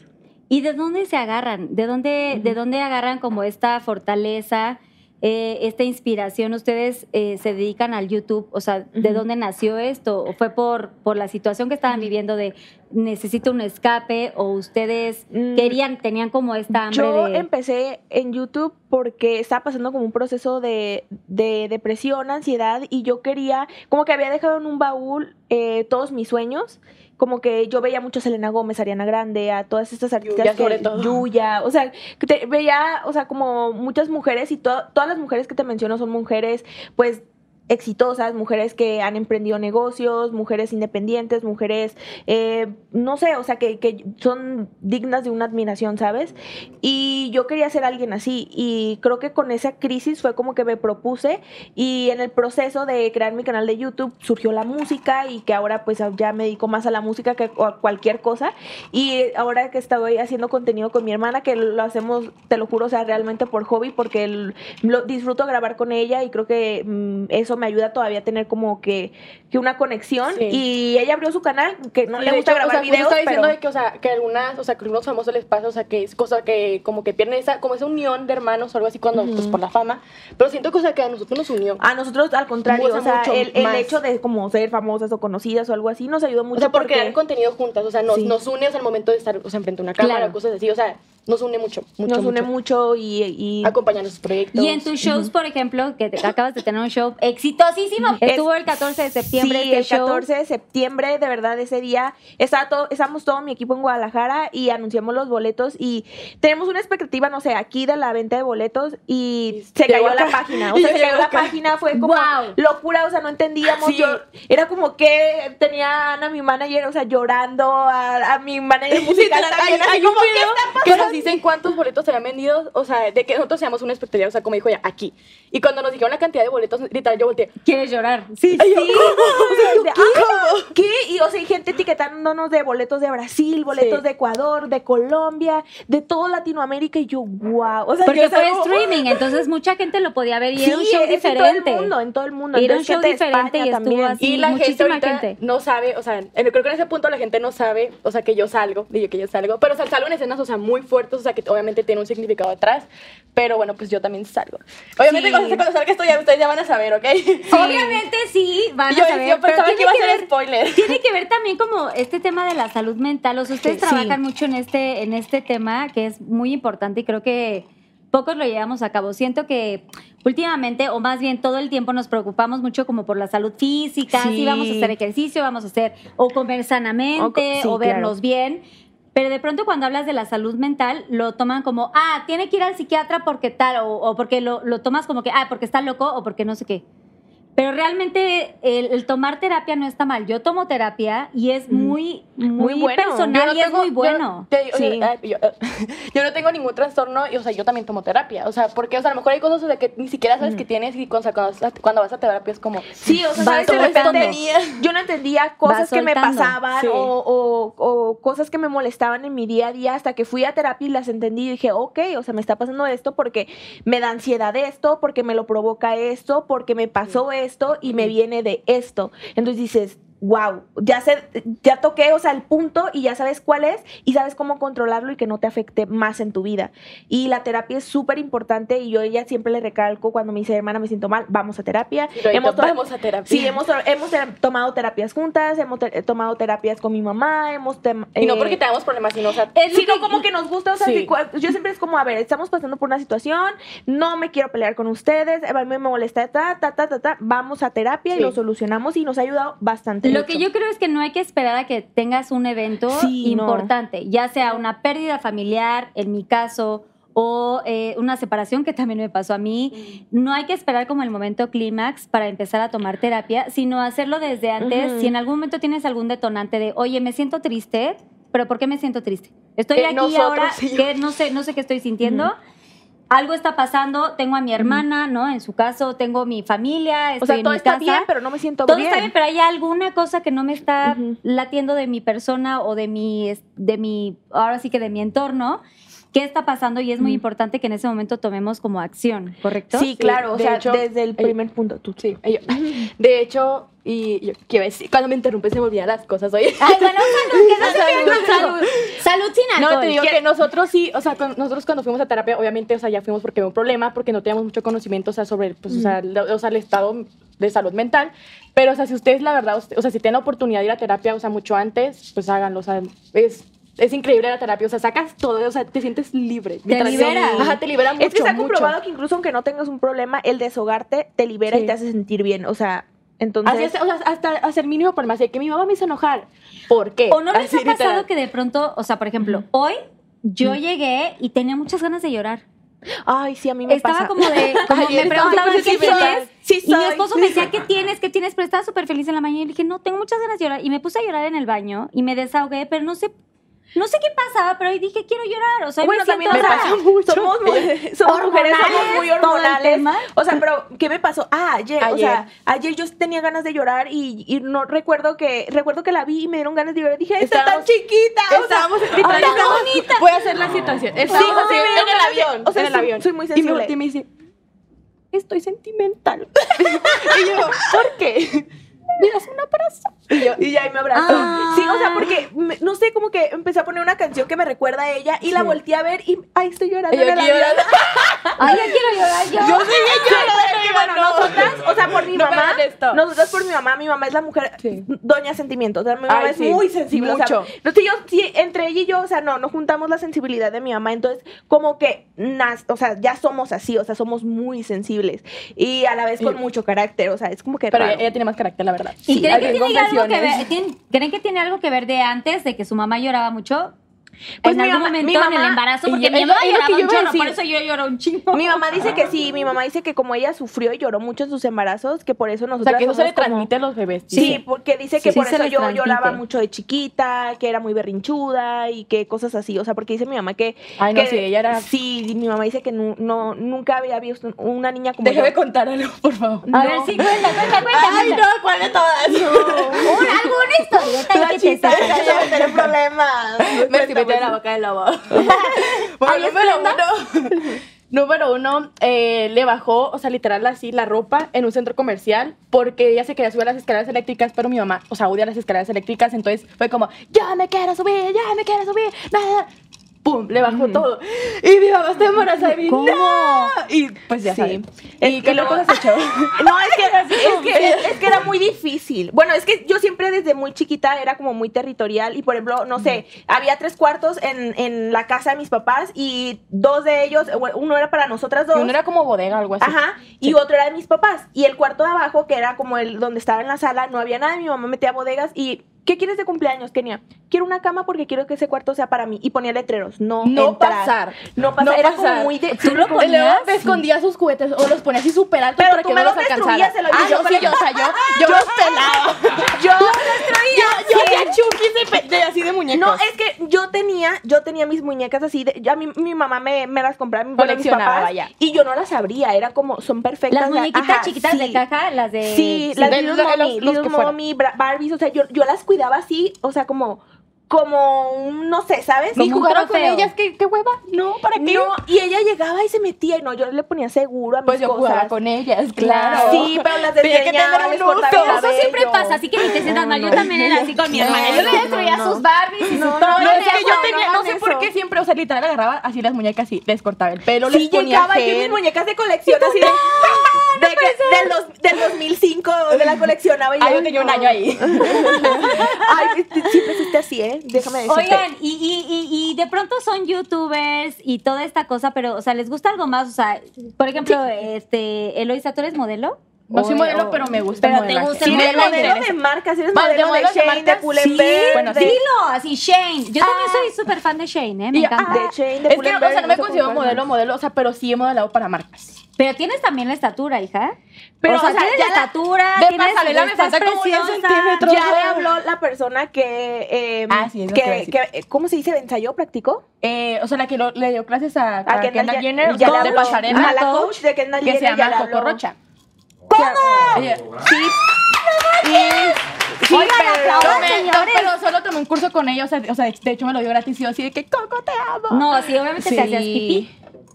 Speaker 2: ¿Y de dónde se agarran? ¿De dónde, de dónde agarran como esta fortaleza, eh, esta inspiración? ¿Ustedes eh, se dedican al YouTube? O sea, ¿de
Speaker 3: Ujú.
Speaker 2: dónde nació esto? ¿O fue por, por la situación que estaban viviendo de necesito un escape? ¿O ustedes
Speaker 3: Mm.
Speaker 2: querían, tenían como esta hambre
Speaker 3: Yo
Speaker 2: de...?
Speaker 3: empecé en YouTube porque estaba pasando como un proceso de, de depresión, ansiedad y yo quería, como que había dejado en un baúl eh, todos mis sueños, como que yo veía mucho a Selena Gómez, Ariana Grande, a todas estas artistas
Speaker 4: Yuya,
Speaker 3: que-
Speaker 4: sobre todo.
Speaker 3: Yuya, o sea, que te- veía, o sea, como muchas mujeres y to- todas las mujeres que te menciono son mujeres, pues exitosas, mujeres que han emprendido negocios, mujeres independientes, mujeres, eh, no sé, o sea, que, que son dignas de una admiración, ¿sabes? Y yo quería ser alguien así y creo que con esa crisis fue como que me propuse y en el proceso de crear mi canal de YouTube surgió la música y que ahora pues ya me dedico más a la música que a cualquier cosa y ahora que estoy haciendo contenido con mi hermana que lo hacemos, te lo juro, o sea, realmente por hobby porque el- lo disfruto grabar con ella y creo que mm, eso me ayuda todavía a tener como que, que una conexión.
Speaker 4: Sí.
Speaker 3: Y ella abrió su canal, que no
Speaker 4: Sí,
Speaker 3: le
Speaker 4: de
Speaker 3: gusta
Speaker 4: hecho,
Speaker 3: grabar
Speaker 4: o sea, justo
Speaker 3: videos,
Speaker 4: estaba diciendo
Speaker 3: pero...
Speaker 4: de que, o sea, que algunas, o sea, que algunos famosos les pasa, o sea, que es cosa que como que pierden esa, como esa unión de hermanos o algo así cuando, pues por la fama. Pero siento que, o sea, que a nosotros nos unió.
Speaker 3: A nosotros, al contrario,
Speaker 4: Mucho,
Speaker 3: o sea,
Speaker 4: mucho
Speaker 3: el, el
Speaker 4: más.
Speaker 3: hecho de como ser famosas o conocidas o algo así nos ayudó mucho
Speaker 4: o sea, por crear contenido juntas, o sea, nos,
Speaker 3: Sí.
Speaker 4: nos une o sea, al momento de estar, o sea, enfrente a una cámara,
Speaker 3: Claro.
Speaker 4: cosas así, o sea, nos une mucho, mucho,
Speaker 3: nos une
Speaker 4: mucho.
Speaker 3: mucho y, y
Speaker 4: Acompañar sus proyectos.
Speaker 2: Y en tus shows, por ejemplo, que te- acabas de tener un show exitosísimo. Estuvo el 14 de septiembre
Speaker 3: Sí,
Speaker 2: este
Speaker 3: el
Speaker 2: show.
Speaker 3: 14 de septiembre, de verdad, ese día estaba todo, estábamos todo mi equipo en Guadalajara y anunciamos los boletos y tenemos una expectativa, no sé, aquí de la venta de boletos y se
Speaker 4: Llegó
Speaker 3: cayó la
Speaker 4: acá.
Speaker 3: página. O
Speaker 4: Y
Speaker 3: sea, se
Speaker 4: llegó
Speaker 3: cayó la
Speaker 4: acá.
Speaker 3: página, fue como
Speaker 2: Guau.
Speaker 3: locura, o sea, no entendíamos.
Speaker 4: Sí.
Speaker 3: Yo, era como que tenía a Ana, mi manager, o sea, llorando, a, a mi manager musical
Speaker 4: Literal,
Speaker 3: también,
Speaker 4: hay,
Speaker 3: así
Speaker 4: hay un
Speaker 3: como, ¿qué
Speaker 4: video
Speaker 3: está
Speaker 4: que nos
Speaker 3: pasando?
Speaker 4: dicen cuántos boletos serán vendidos, o sea, de que nosotros seamos una expectativa, o sea, como dijo ella, aquí. Y cuando nos dijeron la cantidad de boletos, literal, yo volteé.
Speaker 2: ¿Quieres llorar? Sí.
Speaker 3: Sí, o sea, de, "Ah, ¿qué? Y, o sea, hay gente etiquetándonos de boletos de Brasil, boletos
Speaker 4: Sí.
Speaker 3: de Ecuador, de Colombia, de toda Latinoamérica. Y yo, wow. O sea, yo
Speaker 2: Porque fue
Speaker 3: estaba como,
Speaker 2: streaming, entonces mucha gente lo podía ver y
Speaker 3: Sí,
Speaker 2: era un show
Speaker 3: es En todo
Speaker 2: diferente.
Speaker 3: el mundo, en todo el mundo.
Speaker 2: Era un
Speaker 3: Entonces,
Speaker 2: show
Speaker 3: gente de
Speaker 2: diferente
Speaker 3: España
Speaker 2: y estuvo
Speaker 3: también.
Speaker 2: así.
Speaker 4: y la gente
Speaker 2: muchísima
Speaker 4: ahorita
Speaker 2: gente.
Speaker 4: no sabe, o sea, en- creo que en ese punto la gente no sabe, o sea, que yo salgo, digo que yo salgo, pero o sea, salgo en escenas, o sea, muy fuertes, o sea, que obviamente tiene un significado atrás, pero bueno, pues yo también salgo. Obviamente
Speaker 2: Sí.
Speaker 4: cuando, cuando salga esto ya ustedes ya van a saber, ¿ok?
Speaker 2: Obviamente sí, van
Speaker 4: Yo-
Speaker 2: a saber.
Speaker 4: yo pensaba
Speaker 2: tiene
Speaker 4: que iba a ser
Speaker 2: ver-
Speaker 4: spoiler.
Speaker 2: Tiene que ver también como este tema de la salud mental. O sea, ustedes
Speaker 4: Sí.
Speaker 2: trabajan mucho en este, en este tema que es muy importante y creo que pocos lo llevamos a cabo. Siento que últimamente, o más bien todo el tiempo, nos preocupamos mucho como por la salud física,
Speaker 4: Sí.
Speaker 2: si vamos a hacer ejercicio, vamos a hacer, o comer sanamente,
Speaker 3: O co- sí,
Speaker 2: o vernos
Speaker 3: claro.
Speaker 2: bien. Pero de pronto cuando hablas de la salud mental, lo toman como, ah, tiene que ir al psiquiatra porque tal, o, o porque lo, lo tomas como que, ah, porque está loco o porque no sé qué. Pero realmente el, el tomar terapia no está mal. Yo tomo terapia y es muy, muy,
Speaker 3: Muy bueno.
Speaker 2: personal y es muy
Speaker 4: yo-
Speaker 2: bueno.
Speaker 4: te digo,
Speaker 3: Sí.
Speaker 4: yo, ay, yo- eh, yo no tengo ningún trastorno y, o sea, yo también tomo terapia. O sea, porque, o sea, a lo mejor hay cosas de que ni siquiera
Speaker 2: Mm.
Speaker 4: sabes que tienes y cuando, cuando vas a- cuando vas a terapia es como...
Speaker 3: Sí, o sea,
Speaker 4: vas
Speaker 3: ¿sabes? de
Speaker 4: soltando.
Speaker 3: repente yo no entendía cosas que me
Speaker 2: soltando.
Speaker 3: pasaban
Speaker 4: Sí.
Speaker 3: o, o- o cosas que me molestaban en mi día a día hasta que fui a terapia y las entendí y dije, ok, o sea, me está pasando esto porque me da ansiedad esto, porque me lo provoca esto, porque me pasó esto y me viene de esto. Entonces dices, wow, ya sé, ya toqué, o sea, el punto y ya sabes cuál es y sabes cómo controlarlo y que no te afecte más en tu vida. Y la terapia es súper importante y yo ella siempre le recalco cuando me dice, hermana, me siento mal, vamos a terapia.
Speaker 4: Y ahorita
Speaker 3: Hemos to-
Speaker 4: vamos a terapia.
Speaker 3: Sí, hemos, hemos ter- tomado terapias juntas, hemos ter- eh, tomado terapias con mi mamá, hemos... tem-
Speaker 4: Y no
Speaker 3: eh,
Speaker 4: porque tengamos problemas, sino, o sea,
Speaker 2: Es lo
Speaker 3: sino
Speaker 2: que-
Speaker 3: como que nos gusta, o sea,
Speaker 4: Sí.
Speaker 3: que cua- yo siempre es como, a ver, estamos pasando por una situación, no me quiero pelear con ustedes, a mí me molesta, ta, ta, ta, ta, ta, vamos a terapia y
Speaker 4: Sí.
Speaker 3: lo solucionamos y nos ha ayudado bastante.
Speaker 2: Lo
Speaker 3: mucho.
Speaker 2: que yo creo es que no hay que esperar a que tengas un evento
Speaker 3: Sí, no.
Speaker 2: importante, ya sea una pérdida familiar, en mi caso, o eh, una separación que también me pasó a mí. No hay que esperar como el momento clímax para empezar a tomar terapia, sino hacerlo desde antes.
Speaker 3: Ujú.
Speaker 2: Si en algún momento tienes algún detonante de, oye, me siento triste, pero ¿por qué me siento triste? Estoy
Speaker 3: Eh,
Speaker 4: Que
Speaker 2: aquí
Speaker 4: nosotros
Speaker 2: ahora,
Speaker 4: y yo.
Speaker 2: que no sé, no sé qué estoy sintiendo. Algo está pasando, tengo a mi hermana, ¿no? En su caso, tengo mi familia,
Speaker 3: o
Speaker 2: estoy
Speaker 3: sea,
Speaker 2: en
Speaker 3: todo
Speaker 2: mi
Speaker 3: está
Speaker 2: casa.
Speaker 3: bien, pero no me siento
Speaker 2: Todo
Speaker 3: bien.
Speaker 2: está bien, pero hay alguna cosa que no me está
Speaker 3: Ujú.
Speaker 2: latiendo de mi persona o de mi, es- de mi, ahora sí que de mi entorno. ¿Qué está pasando? Y es muy importante que en ese momento tomemos como acción, ¿correcto?
Speaker 3: Sí, claro, o
Speaker 4: de
Speaker 3: sea,
Speaker 4: hecho,
Speaker 3: desde el
Speaker 4: el-
Speaker 3: primer punto. Tú.
Speaker 4: Sí, y yo- de hecho, y yo, ¿qué iba a decir? Cuando me interrumpes se me olvidan las cosas hoy.
Speaker 2: Ay, bueno, salud, que no se
Speaker 4: Salud,
Speaker 2: pierdan,
Speaker 4: salud.
Speaker 2: salud. Salud sin alcohol.
Speaker 4: Ah, No, te digo que nosotros sí, o sea, con- nosotros cuando fuimos a terapia, obviamente, o sea, ya fuimos porque había un problema, porque no teníamos mucho conocimiento, o sea, sobre, pues, o, sea, lo- o sea, el estado de salud mental. Pero, o sea, si ustedes, la verdad, usted- o sea, si tienen la oportunidad de ir a terapia, o sea, mucho antes, pues háganlo, o sea, es... Es increíble la terapia, o sea, sacas todo, o sea, te sientes libre. Literal,
Speaker 2: libera.
Speaker 4: Ajá, te libera mucho,
Speaker 3: es que se ha
Speaker 4: mucho.
Speaker 3: comprobado que incluso aunque no tengas un problema, el desahogarte te libera
Speaker 4: Sí.
Speaker 3: y te hace sentir bien, o sea, entonces...
Speaker 4: Así es, o sea, hasta hacer mínimo por más de que mi mamá me hizo enojar. ¿Por qué?
Speaker 2: ¿O no les
Speaker 4: Así,
Speaker 2: ha pasado
Speaker 4: literal.
Speaker 2: que de pronto, o sea, por ejemplo, hoy yo llegué y tenía muchas ganas de llorar?
Speaker 3: Ay, sí, a mí me
Speaker 2: Estaba
Speaker 3: pasa.
Speaker 2: como de, como
Speaker 4: Ayer
Speaker 2: me
Speaker 4: estaba
Speaker 2: preguntaban
Speaker 4: súper
Speaker 2: qué
Speaker 4: feliz.
Speaker 2: tienes.
Speaker 3: Sí
Speaker 2: y mi
Speaker 3: soy.
Speaker 2: esposo me decía, ¿qué tienes? ¿Qué tienes? Pero estaba súper feliz en la mañana y le dije, no, tengo muchas ganas de llorar. Y me puse a llorar en el baño y me desahogué, pero no sé, no sé qué pasaba, pero hoy dije, quiero llorar. O sea, hoy
Speaker 3: bueno,
Speaker 2: me siento,
Speaker 3: también
Speaker 2: o
Speaker 3: me
Speaker 2: sea,
Speaker 3: pasa mucho. Somos, mu- somos mujeres, somos muy
Speaker 2: Hormonales, todo el
Speaker 3: hormonales.
Speaker 2: tema.
Speaker 3: O sea, pero ¿qué me pasó? Ah, ayer, o
Speaker 4: Ayer.
Speaker 3: sea, ayer yo tenía ganas de llorar y, y no recuerdo que recuerdo que la vi y me dieron ganas de llorar. Dije, está tan
Speaker 4: Estábamos-
Speaker 3: chiquita, o sea,
Speaker 4: Estábamos
Speaker 3: ahora
Speaker 4: literal,
Speaker 3: estamos-
Speaker 4: bonita. Voy a hacer la situación. Estábamos
Speaker 3: sí,
Speaker 4: así,
Speaker 3: me dio
Speaker 4: en el
Speaker 3: ganas de-
Speaker 4: avión.
Speaker 3: o sea,
Speaker 4: en el
Speaker 3: soy-
Speaker 4: avión.
Speaker 3: soy muy
Speaker 4: Y me
Speaker 3: sensible.
Speaker 4: volteé y me dice,
Speaker 3: estoy sentimental. y yo, ¿por qué?
Speaker 4: Me das un abrazo.
Speaker 3: Y, yo, y ya y me abrazó.
Speaker 2: Ah.
Speaker 3: Sí, o sea, porque me- no sé, como que empecé a poner una canción que me recuerda a ella y la
Speaker 4: Sí.
Speaker 3: volteé a ver y ay, estoy llorando.
Speaker 4: Y yo
Speaker 3: en el
Speaker 4: aquí
Speaker 3: avión.
Speaker 4: llorando.
Speaker 2: Ay, yo quiero llorar yo.
Speaker 4: Yo seguí llorando.
Speaker 3: Es que,
Speaker 4: yo
Speaker 3: bueno,
Speaker 4: no.
Speaker 3: nosotras, o sea, por mi
Speaker 4: No,
Speaker 3: mamá,
Speaker 4: espérate, esto.
Speaker 3: nosotras por mi mamá, mi mamá es la mujer
Speaker 4: Sí.
Speaker 3: doña sentimiento, o sea, mi mamá
Speaker 4: Ay,
Speaker 3: es
Speaker 4: sí,
Speaker 3: muy sensible, o
Speaker 4: mucho.
Speaker 3: sea, no sé, yo, sí, entre ella y yo, o sea, no, no juntamos la sensibilidad de mi mamá, entonces, como que, nas- o sea, ya somos así, o sea, somos muy sensibles, y a la vez con
Speaker 4: Y-
Speaker 3: mucho carácter, o sea, es como que
Speaker 4: Pero
Speaker 3: raro.
Speaker 4: ella tiene más carácter, la verdad.
Speaker 2: ¿Y creen,
Speaker 4: Hay
Speaker 2: que
Speaker 4: bien
Speaker 2: tiene algo que ver,
Speaker 4: confesiones.
Speaker 2: tienen- ¿Creen que tiene algo que ver de antes, de que su mamá lloraba mucho?
Speaker 3: Pues
Speaker 2: en
Speaker 3: mi
Speaker 2: algún
Speaker 3: mamá- mi
Speaker 2: momento en
Speaker 3: mamá-
Speaker 2: el embarazo,
Speaker 4: y
Speaker 2: porque
Speaker 4: yo-
Speaker 2: mi
Speaker 4: es
Speaker 2: mamá
Speaker 4: lo- es lo que
Speaker 2: lloraba
Speaker 4: yo
Speaker 2: un
Speaker 4: iba a
Speaker 2: chorro, por eso
Speaker 4: decir.
Speaker 2: yo lloro un chingo.
Speaker 3: Mi mamá dice que sí, mi mamá dice que como ella sufrió y lloró mucho en sus embarazos, que por eso
Speaker 4: O
Speaker 3: nosotros
Speaker 4: sea, que eso se le transmite a los bebés.
Speaker 3: Sí, porque dice que
Speaker 2: Sí,
Speaker 3: por
Speaker 2: se
Speaker 3: eso
Speaker 2: les
Speaker 3: yo
Speaker 2: transmite.
Speaker 3: lloraba mucho de chiquita, que era muy berrinchuda y que cosas así. O sea, porque dice mi mamá que.
Speaker 4: Ay, no,
Speaker 3: que-
Speaker 4: sí, ella era-
Speaker 3: Sí, mi mamá dice que nu- no, nunca había visto una niña como.
Speaker 4: Déjame
Speaker 3: yo.
Speaker 4: contar algo, por favor.
Speaker 2: A ver, sí, cuenta, cuenta, cuenta.
Speaker 4: Ay, no,
Speaker 2: cuenta.
Speaker 4: ¿cuál de todas?
Speaker 2: Un- alguna historieta ahí
Speaker 4: La
Speaker 2: que te
Speaker 4: chita.
Speaker 2: saca.
Speaker 3: Ay, ya tener problemas.
Speaker 4: Me estoy metiendo en la boca del lobo.
Speaker 3: Ahí
Speaker 4: bueno, número
Speaker 3: está,
Speaker 4: uno. Número uno, eh, le bajó, o sea, literal así, la ropa en un centro comercial porque ella se quería subir a las escaleras eléctricas, pero mi mamá, o sea, odia las escaleras eléctricas, entonces fue como, ya me quiero subir, ya me quiero subir, nada. ¡Pum! Le bajó todo. Y mi mamá está embarazada y mi-
Speaker 2: ¿Cómo?
Speaker 4: ¡No! Y pues ya
Speaker 3: Sí.
Speaker 4: saben.
Speaker 3: Es
Speaker 4: ¿Y
Speaker 3: que
Speaker 4: qué otra
Speaker 3: luego-
Speaker 4: cosa has hecho?
Speaker 3: No, es que, es, que, es que era muy difícil. Bueno, es que yo siempre desde muy chiquita era como muy territorial y, por ejemplo, no sé, había tres cuartos en, en la casa de mis papás y dos de ellos, bueno, uno era para nosotras dos.
Speaker 4: Y uno era como bodega, algo así.
Speaker 3: Ajá, y otro era de mis papás. Y el cuarto de abajo, que era como el donde estaba en la sala, no había nada. Mi mamá metía bodegas y. ¿Qué quieres de cumpleaños, Kenia? Quiero una cama porque quiero que ese cuarto sea para mí. Y ponía letreros. No,
Speaker 4: No
Speaker 3: entrar.
Speaker 4: pasar.
Speaker 3: No pasar.
Speaker 4: No
Speaker 3: era como
Speaker 4: pasar.
Speaker 3: muy de.
Speaker 2: ¿Tú lo
Speaker 4: Y luego
Speaker 2: ponías?
Speaker 4: me escondía sus juguetes o los ponía así súper altos
Speaker 3: Pero
Speaker 4: para
Speaker 3: tú
Speaker 4: que
Speaker 3: me
Speaker 4: no los
Speaker 3: los
Speaker 4: alcanzara.
Speaker 3: destruías, se los
Speaker 4: ah, yo
Speaker 3: yo
Speaker 4: sí,
Speaker 3: con el-
Speaker 4: yo, o sea, yo, yo los pelaba.
Speaker 3: Yo
Speaker 4: Yo, yo hacía chukis de, pe- de así de muñecos.
Speaker 3: No, es que yo tenía, yo tenía mis muñecas así, de, ya mi, mi mamá me, me las compraba, mi bueno, mis
Speaker 4: Coleccionaba,
Speaker 3: papás,
Speaker 4: vaya.
Speaker 3: y yo no las abría, era como, son perfectas.
Speaker 2: Las
Speaker 3: la-
Speaker 2: muñequitas
Speaker 3: ajá,
Speaker 2: chiquitas de
Speaker 3: sí.
Speaker 2: caja, las de...
Speaker 3: Sí,
Speaker 4: sí,
Speaker 3: las
Speaker 4: de-
Speaker 3: Little
Speaker 4: de- de
Speaker 3: Mommy,
Speaker 4: los- los
Speaker 3: Little
Speaker 4: que fueran.
Speaker 3: Mommy, Bra- Barbies, o sea, yo, yo las cuidaba así, o sea, como, como, un- no sé, ¿sabes?
Speaker 2: Como
Speaker 4: Ni
Speaker 2: un
Speaker 4: jugaron con
Speaker 2: trofeo.
Speaker 4: ellas, ¿qué, qué hueva? No, ¿para qué?
Speaker 3: No, y ella llegaba y se metía, y no, yo le ponía seguro a mis
Speaker 4: Pues yo jugaba
Speaker 3: cosas.
Speaker 4: con ellas, claro.
Speaker 2: Claro.
Speaker 3: Sí, pero las
Speaker 4: Tenía que
Speaker 3: desgreñaba,
Speaker 4: tener
Speaker 3: les
Speaker 4: un uso.
Speaker 3: cortaba
Speaker 2: Pero
Speaker 3: el
Speaker 2: eso siempre
Speaker 3: cabello.
Speaker 2: pasa, así que ni te sientas mal. Yo también era así con mi hermana.
Speaker 4: Eh,
Speaker 2: Yo le
Speaker 3: no,
Speaker 2: destruía
Speaker 3: no.
Speaker 2: sus Barbies y sus todo.
Speaker 4: No, es
Speaker 3: no,
Speaker 4: que yo
Speaker 3: no,
Speaker 4: tenía,
Speaker 3: no
Speaker 4: no
Speaker 3: hagan
Speaker 4: sé por
Speaker 3: eso.
Speaker 4: qué siempre, o sea, literal agarraba así las muñecas y les cortaba el pelo, les
Speaker 3: Sí,
Speaker 4: ponía
Speaker 3: llegaba yo
Speaker 4: gel.
Speaker 3: mis muñecas de colección así de, de que- de los, del 2005, de la coleccionaba. y
Speaker 4: Ah, yo tenía un
Speaker 3: no.
Speaker 4: año ahí.
Speaker 3: Ay, t- siempre fuiste así, ¿eh? Déjame decirte.
Speaker 2: Oigan, y, y, y, y de pronto son youtubers y toda esta cosa, pero, o sea, ¿les gusta algo más? O sea, por ejemplo, este, Eloisa, ¿tú eres modelo?
Speaker 4: No soy
Speaker 2: O-
Speaker 4: modelo,
Speaker 2: o-
Speaker 4: pero me gusta
Speaker 2: Pero
Speaker 4: el
Speaker 2: te
Speaker 4: modelaje.
Speaker 2: gusta
Speaker 3: si
Speaker 2: el
Speaker 4: Sí,
Speaker 3: eres
Speaker 4: me
Speaker 3: modelo
Speaker 4: interesa.
Speaker 3: de marcas, si eres
Speaker 4: Vale,
Speaker 3: modelo de
Speaker 4: modelos de
Speaker 3: Shane, de
Speaker 4: marcas,
Speaker 3: Pull&Bear,
Speaker 4: Bueno,
Speaker 3: de-
Speaker 4: sí.
Speaker 2: Dilo, así, Shane. Yo también soy súper fan de Shane, ¿eh? Me
Speaker 4: Ah. Y-
Speaker 2: encanta.
Speaker 3: ah, de Shane,
Speaker 4: Es
Speaker 3: de
Speaker 4: que,
Speaker 3: Pull&Bear,
Speaker 4: o sea, no me
Speaker 3: sé cómo
Speaker 4: considero
Speaker 3: se
Speaker 4: modelo,
Speaker 3: llama.
Speaker 4: modelo, o sea, pero sí he modelado para marcas.
Speaker 2: Pero tienes también la estatura, hija.
Speaker 3: Pero,
Speaker 2: o sea,
Speaker 3: o sea,
Speaker 2: tienes
Speaker 3: ya
Speaker 2: la
Speaker 3: la-
Speaker 2: estatura.
Speaker 4: de
Speaker 2: tienes,
Speaker 4: pasarela me
Speaker 2: estás
Speaker 4: falta como 10
Speaker 2: preciosa.
Speaker 4: centímetros.
Speaker 3: Ya le habló la persona que, eh,
Speaker 4: Ah, sí, es lo que iba a
Speaker 3: que,
Speaker 4: decir.
Speaker 3: que- ¿cómo se dice? ¿Ensayó? ¿Practicó?
Speaker 4: Eh, o sea, la que lo- le dio clases a, a
Speaker 3: A
Speaker 4: Kendall,
Speaker 3: Kendall
Speaker 4: Jenner
Speaker 3: ya le
Speaker 4: de
Speaker 3: habló.
Speaker 4: pasarela
Speaker 3: A la coach de Kendall
Speaker 4: que se
Speaker 3: Jenner ya le
Speaker 4: llama
Speaker 3: habló.
Speaker 4: Coco Rocha. Ella-
Speaker 3: Sí. Y- sí,
Speaker 4: Oye,
Speaker 3: pero-
Speaker 4: pero, tomé-
Speaker 2: señores.
Speaker 4: no, pero solo tomé un curso con ella, o sea, o sea, de hecho me lo dio gratis y yo así de que Coco te amo.
Speaker 2: No, sí, obviamente te hacías pipí.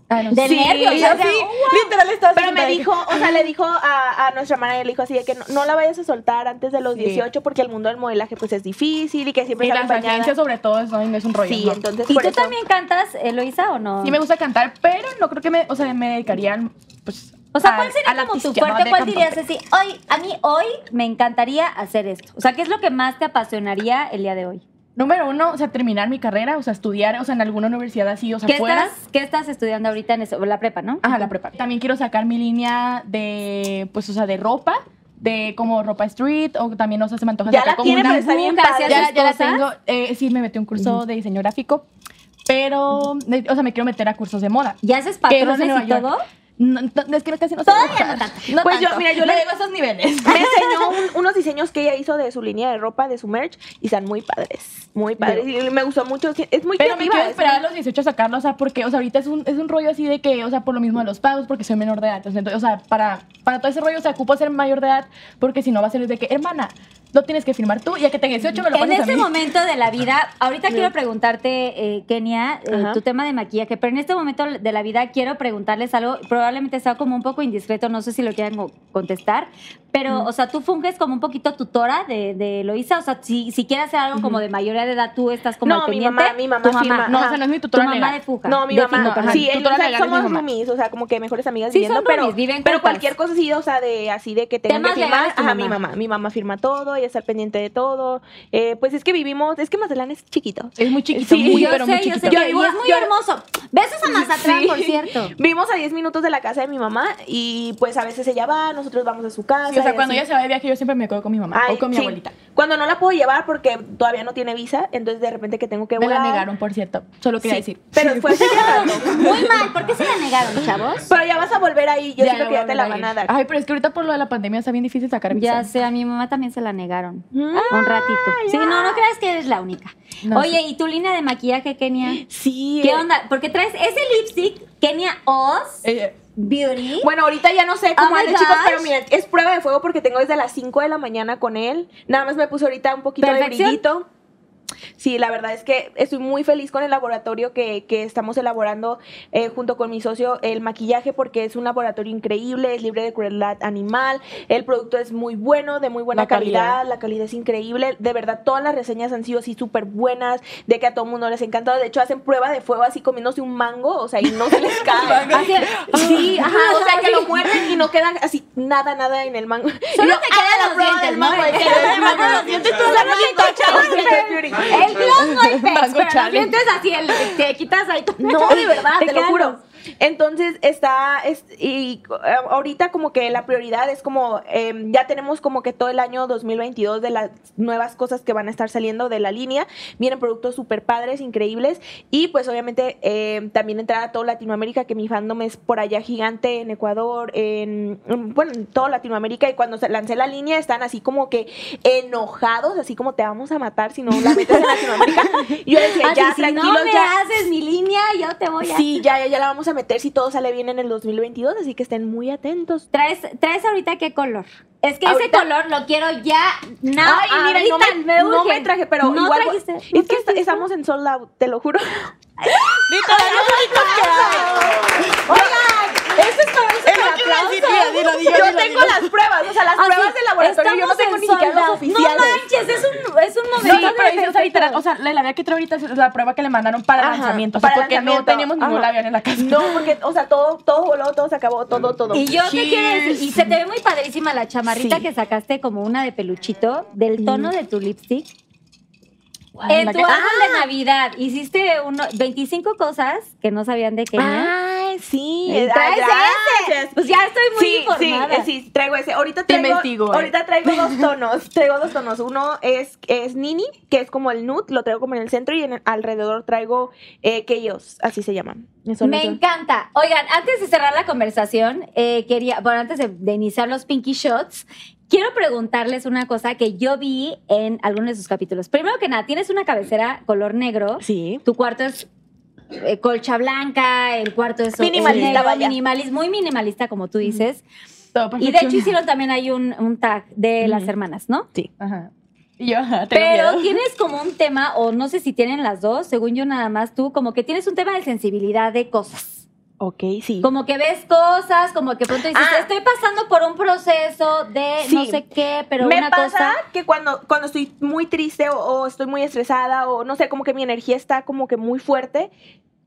Speaker 4: Ah, no,
Speaker 2: Del
Speaker 4: sí.
Speaker 2: nervio,
Speaker 4: Y
Speaker 2: ya
Speaker 4: así,
Speaker 2: sea, ¡guau!
Speaker 4: literal estaba
Speaker 3: Oh, Pero
Speaker 4: sentada
Speaker 3: me
Speaker 4: de que-
Speaker 3: dijo, o sea, le dijo a, a nuestra hermana, le dijo así de que no, no la vayas a soltar antes de los
Speaker 4: Sí.
Speaker 3: 18 porque el mundo del modelaje pues es difícil y que siempre
Speaker 4: Y
Speaker 3: está
Speaker 4: las
Speaker 3: pues, acompañada.
Speaker 4: agencias sobre todo eso, ay, no es un rollo.
Speaker 3: Sí,
Speaker 4: ¿no?
Speaker 3: entonces
Speaker 2: ¿Y
Speaker 3: por
Speaker 2: tú
Speaker 3: eso-
Speaker 2: también cantas, Eloisa, o no?
Speaker 4: Sí me gusta cantar, pero no creo que me, o sea, me dedicaría al- pues
Speaker 2: O sea,
Speaker 4: al-
Speaker 2: ¿cuál
Speaker 4: al
Speaker 2: sería como tu
Speaker 4: artista,
Speaker 2: fuerte?
Speaker 4: ¿no? De
Speaker 2: ¿Cuál dirías
Speaker 4: cantante.
Speaker 2: así? Hoy, a mí hoy me encantaría hacer esto. O sea, ¿qué es lo que más te apasionaría el día de hoy?
Speaker 4: Número uno, o sea, terminar mi carrera, o sea, estudiar, o sea, en alguna universidad así, o sea,
Speaker 2: ¿Qué
Speaker 4: fuera. Ah,
Speaker 2: estás, ¿Qué estás estudiando ahorita en eso? La prepa, ¿no?
Speaker 4: Ajá, la prepa. También quiero sacar mi línea de, pues, o sea, de ropa, de como ropa street, o también, o sea, se me antoja
Speaker 3: Ya
Speaker 4: sacar
Speaker 3: la
Speaker 4: como
Speaker 3: tiene,
Speaker 4: una-
Speaker 3: pero está bien
Speaker 2: Nunca
Speaker 3: padre.
Speaker 2: hacías
Speaker 4: ya, ya la
Speaker 2: tus cosas.
Speaker 4: tengo. eh, sí, me metí a un curso de diseño gráfico, pero, eh, o sea, me quiero meter a cursos de moda.
Speaker 2: ¿Ya haces
Speaker 4: Que no sé,
Speaker 2: patrones y
Speaker 4: Nueva York.
Speaker 2: todo?
Speaker 4: No, no, es que casi no sé
Speaker 2: Todavía
Speaker 4: dibujar.
Speaker 2: no tanto, no
Speaker 4: pues
Speaker 2: tanto.
Speaker 4: yo, mira, yo
Speaker 3: No
Speaker 4: le
Speaker 3: llego
Speaker 4: digo esos niveles.
Speaker 3: Me enseñó un- unos diseños que ella hizo de su línea de ropa, de su merch, y están muy padres. Muy padres. Y me gustó mucho. sí, Es muy
Speaker 4: Pero me
Speaker 3: creativa.
Speaker 4: quiero
Speaker 3: es-
Speaker 4: esperar a los 18 a sacarlo, o sea, porque, o sea, ahorita es un, es un rollo así de que, o sea, por lo mismo de los pagos, porque soy menor de edad. Entonces, o sea, para, para todo ese rollo, o sea, ocupo ser mayor de edad, porque si no va a ser de que, hermana, lo tienes que firmar tú y a que te 18 me lo
Speaker 2: En
Speaker 4: pones a
Speaker 2: este
Speaker 4: mí.
Speaker 2: momento de la vida, ahorita quiero preguntarte, eh, Kenia, eh,
Speaker 3: Ajá.
Speaker 2: tu tema de maquillaje, pero en este momento de la vida quiero preguntarles algo, probablemente sea como un poco indiscreto, no sé si lo quieran co- contestar, pero, o sea, tú funges como un poquito tutora de, de Loisa, o sea, si, si quieres hacer algo como de mayoría de edad, tú estás como
Speaker 3: No,
Speaker 2: al
Speaker 3: mi
Speaker 2: pendiente.
Speaker 3: mamá- mi mamá
Speaker 2: Tu
Speaker 3: firma.
Speaker 4: No,
Speaker 3: Ajá.
Speaker 4: o sea, no es mi
Speaker 2: Tu
Speaker 4: tutora
Speaker 2: mamá
Speaker 4: legal.
Speaker 2: de fuga.
Speaker 3: No, mi
Speaker 4: De
Speaker 3: mamá.
Speaker 4: Finca, ajá.
Speaker 3: sí, ellos,
Speaker 4: Tutora
Speaker 3: o sea,
Speaker 4: legal es mi
Speaker 3: somos
Speaker 4: mamá.
Speaker 3: roomies, o sea, como que mejores amigas
Speaker 2: Sí,
Speaker 3: viviendo,
Speaker 2: son
Speaker 3: pero,
Speaker 2: roomies, viven
Speaker 3: pero
Speaker 2: juntas.
Speaker 3: cualquier cosa sí, o sea, de así de que tengan
Speaker 2: Temas
Speaker 3: que firmar,
Speaker 2: legales, tu
Speaker 3: ajá, mi
Speaker 2: mamá.
Speaker 3: mamá, mi mamá firma todo, ella está al pendiente de todo. Eh, pues es que vivimos, es que Mazatlán es chiquito.
Speaker 4: Es muy chiquito,
Speaker 3: Sí,
Speaker 4: muy,
Speaker 2: yo
Speaker 4: pero
Speaker 2: sé,
Speaker 4: muy
Speaker 2: yo
Speaker 4: chiquito.
Speaker 2: sé,
Speaker 3: Yo
Speaker 2: que, y
Speaker 3: vivo-
Speaker 2: es muy
Speaker 3: yo-
Speaker 2: hermoso. Besos a Mazatlán,
Speaker 3: Sí.
Speaker 2: por cierto.
Speaker 3: Vivimos a 10 minutos de la casa de mi mamá y pues a veces ella va, nosotros vamos a su casa.
Speaker 4: Sí, o sea,
Speaker 3: y
Speaker 4: cuando
Speaker 3: así.
Speaker 4: ella se va de viaje, yo siempre me quedo con mi mamá
Speaker 3: Ay,
Speaker 4: o con mi
Speaker 3: sí.
Speaker 4: abuelita.
Speaker 3: Cuando no la puedo llevar porque todavía no tiene visa, entonces de repente que tengo que
Speaker 4: Me
Speaker 3: volar.
Speaker 4: la negaron, por cierto. Solo quería
Speaker 3: Sí,
Speaker 4: decir.
Speaker 3: Pero fue hace rato.
Speaker 2: Muy mal, ¿por qué se la negaron, chavos?
Speaker 3: Pero ya vas a volver ahí, yo siento
Speaker 4: no
Speaker 3: que ya
Speaker 4: voy
Speaker 3: te la
Speaker 4: volver
Speaker 3: van a
Speaker 4: ir.
Speaker 3: dar.
Speaker 4: Ay, pero es que ahorita por lo de la pandemia está bien difícil sacar visa.
Speaker 2: Ya sé, a mi mamá también se la negaron.
Speaker 3: Mm.
Speaker 2: un ratito. Sí, no, no creas que eres la única.
Speaker 4: No,
Speaker 2: Oye, ¿y tu línea de maquillaje, Kenia?
Speaker 3: Sí.
Speaker 2: ¿Qué
Speaker 3: eh,
Speaker 2: onda? Porque traes ese lipstick, Kenia Oz
Speaker 4: Ella-
Speaker 2: Beauty.
Speaker 3: Bueno, ahorita ya no sé cómo
Speaker 2: Oh my
Speaker 3: andan, chicos,
Speaker 2: gosh.
Speaker 3: pero miren, es prueba de fuego porque tengo desde las 5 de la mañana con él. Nada más me puse ahorita un poquito
Speaker 2: Perfección.
Speaker 3: de brillito. Sí, la verdad es que estoy muy feliz con el laboratorio que, que estamos elaborando eh, junto con mi socio, el maquillaje, porque es un laboratorio increíble, es libre de crueldad animal, el producto es muy bueno, de muy buena
Speaker 4: La calidad.
Speaker 3: calidad, la calidad es increíble, de verdad todas las reseñas han sido así súper buenas, de que a todo el mundo les ha encantado, de hecho hacen prueba de fuego así comiéndose un mango, o sea, y no se les cae.
Speaker 2: Así- Ah, sí, ajá,
Speaker 3: Ajá, o sea, que lo
Speaker 2: sí.
Speaker 3: muerden y no queda así nada, nada en el mango.
Speaker 2: Solo
Speaker 3: Y
Speaker 2: te
Speaker 3: haga
Speaker 2: quedan
Speaker 3: la
Speaker 2: los
Speaker 3: prueba
Speaker 2: dientes,
Speaker 3: del
Speaker 2: ah, ¿no?
Speaker 3: mango,
Speaker 2: Porque-
Speaker 3: y queda el mango, los dientes, tú la
Speaker 2: El gloss no
Speaker 4: Mango challenge.
Speaker 2: Entonces así, el, te quitas ahí.
Speaker 3: No, de verdad, te, lo
Speaker 2: quedan
Speaker 3: juro. Entonces está, es- y eh, ahorita como que la prioridad es como, eh, ya tenemos como que todo el año 2022 de las nuevas cosas que van a estar saliendo de la línea, vienen productos súper padres, increíbles, y pues obviamente eh, también entrar a toda Latinoamérica, que mi fandom es por allá gigante, en Ecuador, en, en, bueno, en toda Latinoamérica, y cuando se lancé la línea están así como que enojados, así como te vamos a matar si no la metes en Latinoamérica. Y yo decía,
Speaker 2: Así,
Speaker 3: ya,
Speaker 2: si
Speaker 3: tranquilos,
Speaker 2: Ah, no me
Speaker 3: ya.
Speaker 2: haces mi línea, yo te voy a...
Speaker 3: Sí, ya, ya, ya la vamos a meter si todo sale bien en el 2022, así que estén muy atentos.
Speaker 2: ¿Traes, ¿Traes ahorita qué color? Es que ese
Speaker 3: Ahorita-
Speaker 2: color lo quiero ya. No,
Speaker 3: Ay, mira, no
Speaker 2: ahorita,
Speaker 3: me, no
Speaker 2: urge.
Speaker 3: me traje, pero
Speaker 2: no
Speaker 3: igual.
Speaker 2: Trajiste,
Speaker 3: es
Speaker 2: no
Speaker 3: que
Speaker 2: trajiste.
Speaker 3: esta- estamos en sold out, te lo juro. Oigan, eso es todo, eso es el aplauso. Yo tengo las pruebas, o sea, las
Speaker 2: Así,
Speaker 3: pruebas del laboratorio, yo no
Speaker 2: Ah, estamos
Speaker 3: tengo
Speaker 2: en
Speaker 3: ni siquiera
Speaker 2: soldado.
Speaker 3: los oficiales.
Speaker 2: No manches, es un, es un
Speaker 4: No,
Speaker 2: momento.
Speaker 4: no, pero dice, o sea, literal,
Speaker 2: perfecto.
Speaker 4: o sea, la, la que trae ahorita es la prueba que le mandaron para
Speaker 3: Ajá,
Speaker 4: lanzamiento, o sea,
Speaker 3: para
Speaker 4: porque no
Speaker 3: lanzamiento.
Speaker 4: teníamos ningún
Speaker 3: Ajá.
Speaker 4: labial en la casa.
Speaker 3: No, porque, o sea, todo, todo voló, todo se acabó, todo, todo.
Speaker 2: y yo te quiero
Speaker 4: Cheers.
Speaker 2: decir, y se te ve muy padrísima la chamarrita
Speaker 3: Sí. Mm.
Speaker 2: que sacaste como una de peluchito del tono de tu lipstick. en
Speaker 4: la
Speaker 2: tu
Speaker 4: que-
Speaker 2: árbol
Speaker 3: Ah.
Speaker 2: de Navidad hiciste uno, 25 cosas que no sabían de
Speaker 3: ¿Eh?
Speaker 2: Kenia.
Speaker 3: Ay, sí.
Speaker 2: Y
Speaker 3: Ah, ay,
Speaker 2: traes
Speaker 3: gracias.
Speaker 2: Ah, ese. Pues ya estoy muy
Speaker 3: sí,
Speaker 2: informada.
Speaker 3: Sí, sí, traigo ese. Ahorita
Speaker 4: Te
Speaker 3: traigo,
Speaker 4: investigo, eh.
Speaker 3: ahorita traigo dos tonos. Traigo dos tonos. Uno es, es Nini, que es como el nude, lo traigo como en el centro y en el- alrededor traigo eh, ellos así se llaman. Son
Speaker 2: Me
Speaker 3: esos.
Speaker 2: encanta. Oigan, antes de cerrar la conversación, eh, quería, bueno, antes de, de iniciar los Pinky Shots, quiero preguntarles una cosa que yo vi en algunos de sus capítulos. Primero que nada, tienes una cabecera color negro,
Speaker 3: Sí.
Speaker 2: tu cuarto es eh, colcha blanca, el cuarto es
Speaker 3: Minimalista,
Speaker 2: es negro,
Speaker 3: vaya.
Speaker 2: minimalis- muy minimalista como tú dices.
Speaker 4: Todo
Speaker 2: Y de
Speaker 4: perfeccionado.
Speaker 2: hecho hicieron también hay un, un tag de las
Speaker 3: Ujú.
Speaker 2: hermanas, ¿no?
Speaker 4: Ajá. Y yo, ajá, tengo
Speaker 2: Pero
Speaker 4: miedo.
Speaker 2: tienes como un tema, o no sé si tienen las dos, según yo nada más tú, como que tienes un tema de sensibilidad de cosas.
Speaker 3: Ok, sí.
Speaker 2: Como que ves cosas, como que pronto dices,
Speaker 3: Ah.
Speaker 2: estoy pasando por un proceso de no
Speaker 3: Sí.
Speaker 2: sé qué, pero
Speaker 3: me
Speaker 2: una
Speaker 3: pasa
Speaker 2: cosa.
Speaker 3: que cuando, cuando estoy muy triste o, o estoy muy estresada o no sé, como que mi energía está como que muy fuerte,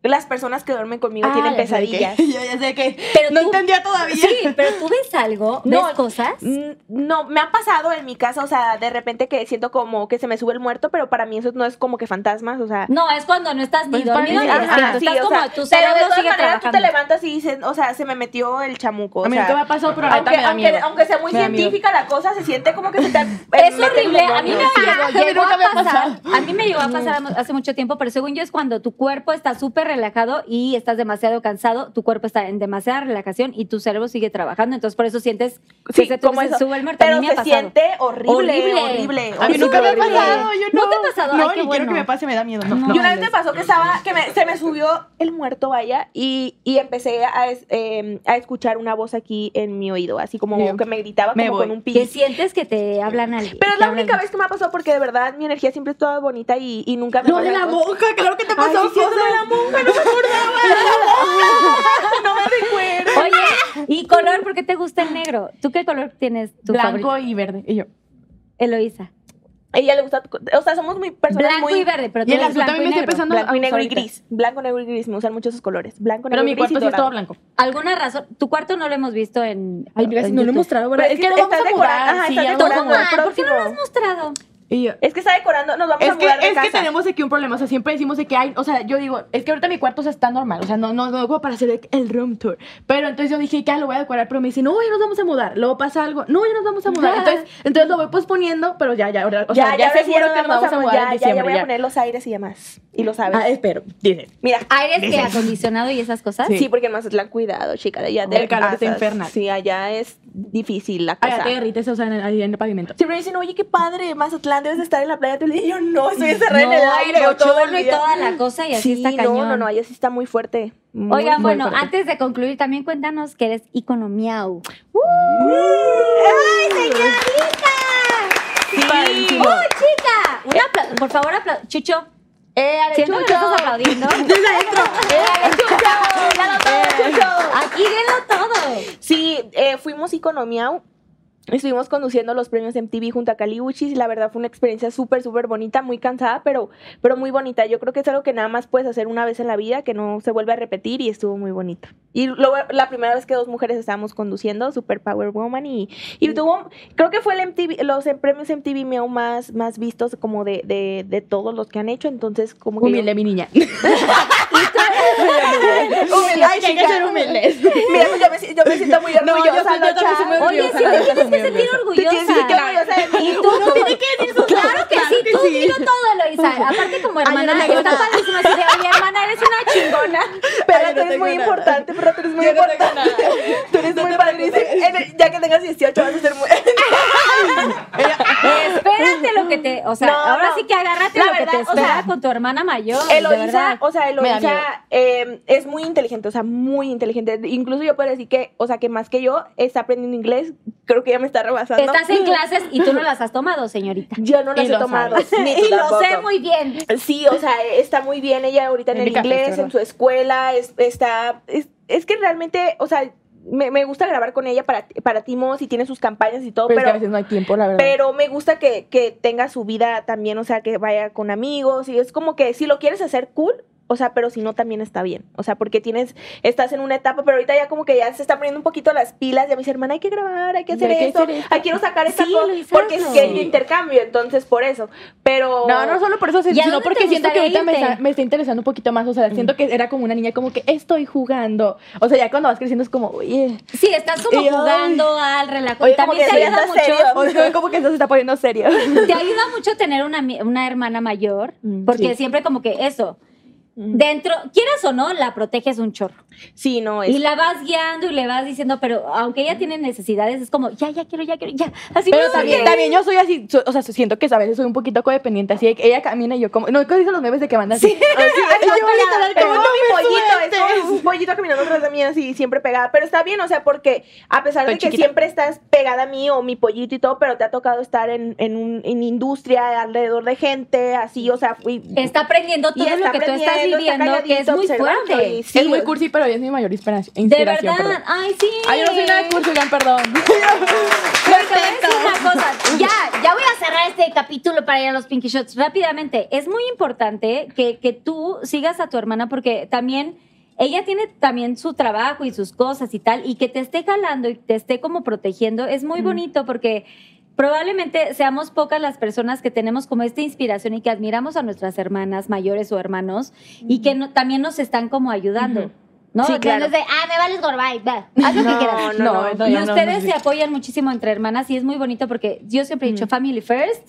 Speaker 3: las personas que duermen conmigo
Speaker 2: Ah,
Speaker 3: tienen
Speaker 2: ya sé de qué.
Speaker 3: pesadillas.
Speaker 4: Yo ya sé que
Speaker 2: Pero
Speaker 4: no
Speaker 2: tú-
Speaker 4: entendía todavía.
Speaker 2: Sí, pero tú ves algo,
Speaker 3: No,
Speaker 2: ves cosas.
Speaker 3: Mm, No, me ha pasado en mi casa, o sea, de repente que siento como que se me sube el muerto, pero para mí eso no es como que fantasmas, o sea.
Speaker 2: No, es cuando no estás ni
Speaker 4: Pues para
Speaker 2: dormido
Speaker 4: mí
Speaker 2: ni
Speaker 4: sí, ajá,
Speaker 2: despierto.
Speaker 3: sí,
Speaker 2: Estás
Speaker 3: o
Speaker 2: como
Speaker 3: sea,
Speaker 2: tu
Speaker 3: pero de
Speaker 2: cerebro
Speaker 3: todas
Speaker 2: sigue
Speaker 3: maneras tú
Speaker 2: trabajando.
Speaker 3: te levantas y dices, o sea, se me metió el chamuco.
Speaker 4: A
Speaker 3: O
Speaker 4: mí nunca me
Speaker 3: sea,
Speaker 4: ha pasado, pero ahorita
Speaker 3: aunque,
Speaker 4: me da
Speaker 3: aunque,
Speaker 4: miedo.
Speaker 3: aunque sea muy
Speaker 4: Me da miedo.
Speaker 3: científica la cosa, se siente como que se te. eh,
Speaker 2: Es
Speaker 3: mete el
Speaker 2: horrible, a mí me
Speaker 3: demonio.
Speaker 2: llegó,
Speaker 4: A mí
Speaker 2: llegó
Speaker 4: nunca me
Speaker 2: a
Speaker 4: ha
Speaker 2: pasar,
Speaker 4: pasado.
Speaker 2: a mí me llegó a pasar hace mucho tiempo, pero según yo es cuando tu cuerpo está súper relajado y estás demasiado cansado, tu cuerpo está en demasiada relajación y tu cerebro sigue trabajando, entonces por eso sientes que
Speaker 3: Sí,
Speaker 2: se, te
Speaker 3: como eso.
Speaker 2: sube el muerto. A
Speaker 3: Pero
Speaker 2: mí me ha
Speaker 3: se
Speaker 2: pasado.
Speaker 3: siente horrible,
Speaker 2: Horrible.
Speaker 3: horrible.
Speaker 4: A mí
Speaker 3: horrible.
Speaker 4: nunca me ha
Speaker 2: horrible.
Speaker 4: pasado, yo no.
Speaker 2: ¿No te ha pasado?
Speaker 4: No,
Speaker 2: Ay, qué
Speaker 4: ni quiero
Speaker 2: bueno.
Speaker 4: que me pase, me da miedo. No,
Speaker 2: No.
Speaker 4: no.
Speaker 3: Y una vez me pasó que estaba, que me- se me subió el muerto, vaya, y, y empecé a, es- eh, a escuchar una voz aquí en mi oído, así como
Speaker 4: Bien.
Speaker 3: que me gritaba
Speaker 4: Me
Speaker 3: como
Speaker 4: voy.
Speaker 3: con un
Speaker 2: Que
Speaker 3: pis.
Speaker 2: sientes que te hablan alguien.
Speaker 3: Pero es
Speaker 2: te
Speaker 3: la
Speaker 2: hablan
Speaker 3: única
Speaker 2: alguien.
Speaker 3: vez que me ha pasado porque de verdad mi energía siempre es toda bonita y, y nunca me
Speaker 4: Lo
Speaker 3: pasa
Speaker 4: de la
Speaker 3: algo.
Speaker 4: monja, claro que te
Speaker 3: Ay,
Speaker 4: pasó
Speaker 3: sí, siento lo de la monja, no me acordaba de la monja. No me recuerdo.
Speaker 2: Oye, ¿y color? ¿Por qué te gusta el negro? ¿Tú qué color tienes tu
Speaker 4: Blanco
Speaker 2: favorito?
Speaker 4: y verde. Y yo.
Speaker 2: Eloisa.
Speaker 3: A ella le gusta, o sea, somos muy personas
Speaker 2: Blanco
Speaker 3: muy
Speaker 2: y verde, pero tú
Speaker 4: Y el
Speaker 2: eres
Speaker 4: azul
Speaker 2: blanco
Speaker 4: también me
Speaker 2: y
Speaker 4: estoy
Speaker 2: negro.
Speaker 4: pensando.
Speaker 3: blanco y
Speaker 4: ah,
Speaker 3: negro y
Speaker 4: ahorita.
Speaker 3: gris, blanco, negro y gris, me usan mucho esos colores, blanco,
Speaker 4: Pero
Speaker 3: negro,
Speaker 4: mi
Speaker 3: gris y
Speaker 4: cuarto sí es todo
Speaker 3: dorado.
Speaker 4: blanco.
Speaker 2: Alguna razón, tu cuarto no lo hemos visto en
Speaker 4: Ay, mira,
Speaker 2: en
Speaker 4: si no lo he
Speaker 2: YouTube.
Speaker 4: mostrado, ¿verdad?
Speaker 3: Pero
Speaker 4: Es que no vamos
Speaker 3: estás
Speaker 4: a
Speaker 3: decorando, ajá,
Speaker 4: mudar. sí,
Speaker 3: estás
Speaker 4: ya
Speaker 2: Todo
Speaker 4: vamos a
Speaker 3: decorando
Speaker 4: mudar.
Speaker 3: el
Speaker 2: mal, ¿por qué no lo has
Speaker 3: próximo.
Speaker 2: mostrado?
Speaker 4: Y yo,
Speaker 3: Es que está decorando, nos vamos
Speaker 4: Es
Speaker 3: a
Speaker 4: que,
Speaker 3: mudar de
Speaker 4: es que
Speaker 3: casa.
Speaker 4: tenemos aquí un problema, o sea, siempre decimos de que hay, o sea, yo digo, es que ahorita mi cuarto o sea, está normal, o sea, no, no, no como para hacer el room tour, pero entonces yo dije, ya lo voy a decorar, pero me dicen, no, ya nos vamos a mudar, luego pasa algo, no, ya nos vamos a mudar, entonces, entonces lo voy posponiendo, pero ya, ya, ahora- o sea, ya,
Speaker 3: ahora sí
Speaker 4: seguro
Speaker 3: nos
Speaker 4: que nos vamos a mudar en
Speaker 3: ya, ya, ya
Speaker 4: diciembre,
Speaker 3: voy
Speaker 4: ya.
Speaker 3: a poner los aires y demás. Y lo sabes.
Speaker 4: Ah, espero, Ah, dicen.
Speaker 3: Mira,
Speaker 2: ¿Aires que acondicionado y esas cosas?
Speaker 3: sí, porque en Mazatlán, cuidado, chica, allá
Speaker 4: El
Speaker 3: te
Speaker 4: calor está
Speaker 3: pasas.
Speaker 4: infernal.
Speaker 3: Sí, allá es difícil la
Speaker 4: Ay,
Speaker 3: cosa.
Speaker 4: te derrites, o sea, en el, ahí en el pavimento.
Speaker 3: Siempre me dicen, oye, qué padre, Mazatlán, debes de estar en la playa. Y yo, no, estoy encerrada
Speaker 2: No,
Speaker 3: en el aire.
Speaker 2: el
Speaker 3: todo el
Speaker 2: bochorno y
Speaker 3: día.
Speaker 2: toda la cosa y así
Speaker 3: sí,
Speaker 2: está
Speaker 3: No,
Speaker 2: cañón.
Speaker 3: no, no, allá sí está muy fuerte. Muy,
Speaker 2: Oigan,
Speaker 3: muy
Speaker 2: bueno,
Speaker 3: fuerte.
Speaker 2: antes de concluir, también cuéntanos que eres ícono miau.
Speaker 3: ¡Ay,
Speaker 4: Sí,
Speaker 2: ¡Oh, chica! Un apla- por favor, apla- Chucho.
Speaker 3: ¡Eh, Ale,
Speaker 2: Siento que tú estás aplaudiendo.
Speaker 3: ¡Desde adentro! ¡Eh, Ale, Chucho! Eh, ¡Dalo todo, Chucho!
Speaker 2: Aquí denlo todo.
Speaker 3: Sí, eh, fuimos Economiau. Estuvimos conduciendo los premios MTV junto a Cali Uchis y la verdad fue una experiencia súper, súper bonita, muy cansada, pero, pero muy bonita. Yo creo que es algo que nada más puedes hacer una vez en la vida, que no se vuelve a repetir y estuvo muy bonita. Y luego la primera vez que dos mujeres estábamos conduciendo, Super Power Woman, y, y tuvo, creo que fue el MTV, los premios MTV Miau más, más vistos como de, de, de todos los que han hecho, entonces como que... yo-
Speaker 4: Humilde, mi niña.
Speaker 3: Humilde, ay,
Speaker 4: Hay que
Speaker 3: chica.
Speaker 4: ser humildes.
Speaker 3: Mira, yo me, si- yo me siento muy
Speaker 4: No, yo
Speaker 3: orgullosa,
Speaker 4: soy- yo
Speaker 3: Nacha.
Speaker 4: también soy muy
Speaker 2: Oye,
Speaker 4: orgullosa, la
Speaker 2: sí te
Speaker 4: neta,
Speaker 2: tienes que
Speaker 4: muy
Speaker 2: sentir
Speaker 4: orgullosa.
Speaker 3: Te tienes que sentir
Speaker 2: orgullosa.
Speaker 3: orgullosa de mí.
Speaker 2: Tú tienes que decir Claro que sí, tú dilo todo, Eloisa. Aparte, como hermana,
Speaker 4: no tengo
Speaker 2: está
Speaker 4: nada.
Speaker 2: padrísima. así de, Oye, hermana, eres una chingona.
Speaker 3: Pero
Speaker 4: Ay, yo no
Speaker 3: tú eres
Speaker 4: tengo
Speaker 3: muy
Speaker 4: nada.
Speaker 3: importante, pero tú eres muy
Speaker 4: Yo no tengo
Speaker 3: importante.
Speaker 4: nada.
Speaker 3: Tú eres
Speaker 4: No
Speaker 3: muy
Speaker 4: te
Speaker 3: padrísima.
Speaker 4: preocupes.
Speaker 3: En el- Ya que tengas 18 vas a ser muy...
Speaker 2: Espérate lo que te. O sea,
Speaker 3: No,
Speaker 2: ahora
Speaker 3: no.
Speaker 2: sí que agárrate
Speaker 3: La
Speaker 2: lo que
Speaker 3: verdad,
Speaker 2: te
Speaker 3: o
Speaker 2: espera
Speaker 3: sea,
Speaker 2: con tu hermana mayor. de
Speaker 3: Eloisa,
Speaker 2: verdad.
Speaker 3: o sea,
Speaker 4: da miedo.
Speaker 3: Eloisa eh, es muy inteligente, o sea, muy inteligente. Incluso yo puedo decir que, o sea, que más que yo está aprendiendo inglés. Creo que ya me está rebasando.
Speaker 2: Estás en clases y tú no las has tomado, señorita.
Speaker 3: Yo no
Speaker 4: Y
Speaker 3: las he
Speaker 4: lo
Speaker 3: tomado.
Speaker 4: sabes.
Speaker 3: ni tú
Speaker 2: Y lo
Speaker 3: tampoco.
Speaker 2: sé muy bien.
Speaker 3: Sí, o sea, está muy bien ella ahorita en el
Speaker 4: Erika
Speaker 3: inglés,
Speaker 4: Castro.
Speaker 3: en su escuela, es- está... Es, es que realmente, o sea, me, me gusta grabar con ella para, para Timos y tiene sus campañas y todo,
Speaker 4: Pero es que a
Speaker 3: pero...
Speaker 4: veces no hay tiempo, la Pues, verdad.
Speaker 3: Pero me gusta que, que tenga su vida también, o sea, que vaya con amigos y es como que si lo quieres hacer cool, o sea, pero si no también está bien, o sea, porque tienes, estás en una etapa, pero ahorita ya como que ya se están poniendo un poquito las pilas, ya me dice, hermana, hay que grabar, hay que
Speaker 4: Ya
Speaker 3: hacer
Speaker 4: hay que
Speaker 3: esto,
Speaker 4: hacer esto".
Speaker 3: hay quiero sacar esta
Speaker 2: Sí,
Speaker 3: cosa,
Speaker 2: Luisa,
Speaker 3: porque es
Speaker 2: hazlo.
Speaker 3: que hay intercambio, entonces por eso, pero...
Speaker 4: No, no solo por eso,
Speaker 2: ¿Y a
Speaker 4: sino
Speaker 2: dónde te
Speaker 4: porque siento que
Speaker 2: gustaría
Speaker 4: ahorita me
Speaker 2: irte?
Speaker 4: está, me está interesando un poquito más. O sea, siento que era como una niña como que estoy jugando. O sea, ya cuando vas creciendo es como, oye.
Speaker 2: Sí, estás como
Speaker 4: Y, ay.
Speaker 2: jugando al relajo.
Speaker 4: Oye,
Speaker 2: Y también
Speaker 4: como
Speaker 2: te
Speaker 4: que
Speaker 2: ayuda
Speaker 3: soy hasta
Speaker 2: mucho.
Speaker 3: serio.
Speaker 4: O sea, como que esto se está poniendo serio.
Speaker 2: Te ayuda mucho tener una, ami- una hermana mayor,
Speaker 4: Mm,
Speaker 2: porque
Speaker 4: sí.
Speaker 2: siempre como que eso,
Speaker 3: Mm.
Speaker 2: dentro, quieras o no, la proteges un chorro.
Speaker 3: Pues Sí, no, es...
Speaker 2: Y la vas guiando y le vas diciendo, pero aunque ella tiene necesidades, es como, ya, ya quiero, ya quiero, ya. Así
Speaker 4: Pero
Speaker 2: no,
Speaker 4: también,
Speaker 2: porque-
Speaker 4: también yo soy así, so- o sea, siento que a veces soy un poquito codependiente. Así de que ella camina y yo como. No, ¿qué dicen los memes de que van así?
Speaker 3: Sí, es
Speaker 4: yo
Speaker 3: más pegada,
Speaker 4: literal
Speaker 3: es
Speaker 4: como,
Speaker 3: como
Speaker 4: "No
Speaker 3: mi
Speaker 4: me
Speaker 3: pollito, es
Speaker 4: sueltes".
Speaker 3: como un pollito caminando atrás de mí así, siempre pegada. Pero está bien, o sea, porque a pesar de
Speaker 4: Estoy
Speaker 3: que
Speaker 4: chiquita.
Speaker 3: siempre estás pegada a mí o mi pollito y todo, pero te ha tocado estar en, en, un- en industria, alrededor de gente, así, o sea, fui...
Speaker 2: Está aprendiendo todo lo que tú estás
Speaker 3: aprendiendo, está
Speaker 2: viviendo, que es
Speaker 3: calladito,
Speaker 2: muy
Speaker 3: observando,
Speaker 2: fuerte.
Speaker 3: y sí,
Speaker 4: es muy cursi, pero ella es mi mayor inspira-
Speaker 2: De
Speaker 4: inspiración.
Speaker 2: verdad,
Speaker 4: perdón.
Speaker 2: ay, sí.
Speaker 4: Ay, yo no soy nada de cursi, oigan, perdón.
Speaker 2: Pero te voy a decir una cosa. Ya, ya voy a cerrar este capítulo para ir a los Pinky Shots rápidamente. Es muy importante que, que tú sigas a tu hermana porque también ella tiene también su trabajo y sus cosas y tal, y que te esté jalando y te esté como protegiendo es muy bonito porque probablemente seamos pocas las personas que tenemos como esta inspiración y que admiramos a nuestras hermanas mayores o hermanos y que no- también nos están como ayudando.
Speaker 4: Ujú.
Speaker 2: ¿No?
Speaker 3: Sí,
Speaker 2: O sea,
Speaker 3: claro.
Speaker 2: no es de, ah, me vales gorbay, va, haz lo que quieras.
Speaker 3: No, no,
Speaker 4: No,
Speaker 3: no.
Speaker 4: no.
Speaker 2: Y
Speaker 4: ya
Speaker 2: ustedes
Speaker 4: no,
Speaker 2: se apoyan muchísimo entre hermanas y es muy bonito porque yo siempre he dicho family first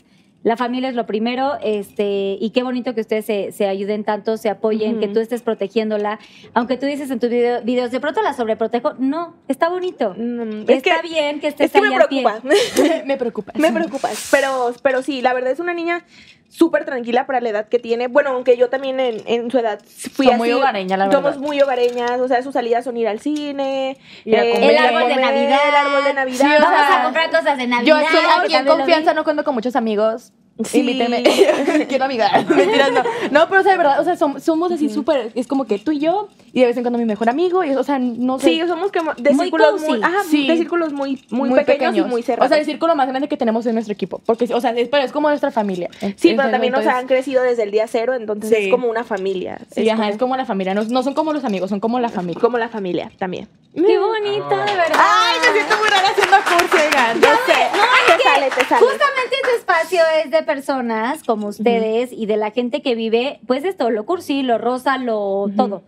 Speaker 2: La familia es lo primero, este, y qué bonito que ustedes se, se ayuden tanto, se apoyen,
Speaker 4: Ujú.
Speaker 2: que tú estés protegiéndola. Aunque tú dices en tus video- videos, de pronto la sobreprotejo. No, está bonito.
Speaker 3: Mm, es que-
Speaker 2: está bien que estés
Speaker 3: es que
Speaker 2: ahí
Speaker 3: me
Speaker 2: al pie.
Speaker 3: preocupa.
Speaker 4: me preocupa.
Speaker 3: me preocupas. Pero, pero sí, la verdad es una niña súper tranquila para la edad que tiene. Bueno, aunque yo también en, en su edad fui
Speaker 4: Son
Speaker 3: así.
Speaker 4: muy hogareña, la
Speaker 3: Somos
Speaker 4: verdad.
Speaker 3: muy hogareñas. O sea, sus salidas son ir al cine. eh,
Speaker 4: Ir a comer.
Speaker 2: El árbol de Navidad.
Speaker 3: El árbol de Navidad.
Speaker 4: Sí, o
Speaker 2: Vamos
Speaker 4: sea,
Speaker 2: a comprar cosas de
Speaker 4: Yo
Speaker 2: Navidad.
Speaker 4: solo
Speaker 2: que
Speaker 4: aquí en
Speaker 2: también lo vi.
Speaker 4: confianza no cuento con muchos amigos.
Speaker 3: Sí.
Speaker 4: Invíteme. Quiero amigas. Mentiras, no. No, pero o sea, de verdad, o sea, som- somos así súper. Es como que tú y yo, y de vez en cuando mi mejor amigo, y o sea, no sé.
Speaker 3: Sí, somos como de
Speaker 2: Muy
Speaker 3: círculos muy,
Speaker 2: cozy.
Speaker 3: ajá,
Speaker 4: Sí.
Speaker 3: de círculos muy, muy, pequeños, y muy cerrados.
Speaker 4: O sea, el círculo más grande que tenemos en nuestro equipo. Porque, o sea, es, pero es como nuestra familia.
Speaker 3: sí, pero
Speaker 4: Entonces,
Speaker 3: también nos
Speaker 4: entonces-
Speaker 3: han crecido desde el día cero, entonces
Speaker 4: pues Sí.
Speaker 3: es como una familia.
Speaker 4: Sí, ajá, es como la familia. No, no son como los amigos, son como la familia.
Speaker 3: como la familia también.
Speaker 2: Qué bonito, de verdad.
Speaker 4: siento muy rara haciendo curso, oigan.
Speaker 3: Yo sé,
Speaker 2: No,
Speaker 3: te
Speaker 2: es que
Speaker 3: sale, te sale.
Speaker 2: Justamente este espacio es de personas como ustedes y de la gente que vive, pues esto, lo cursi, lo rosa, lo todo.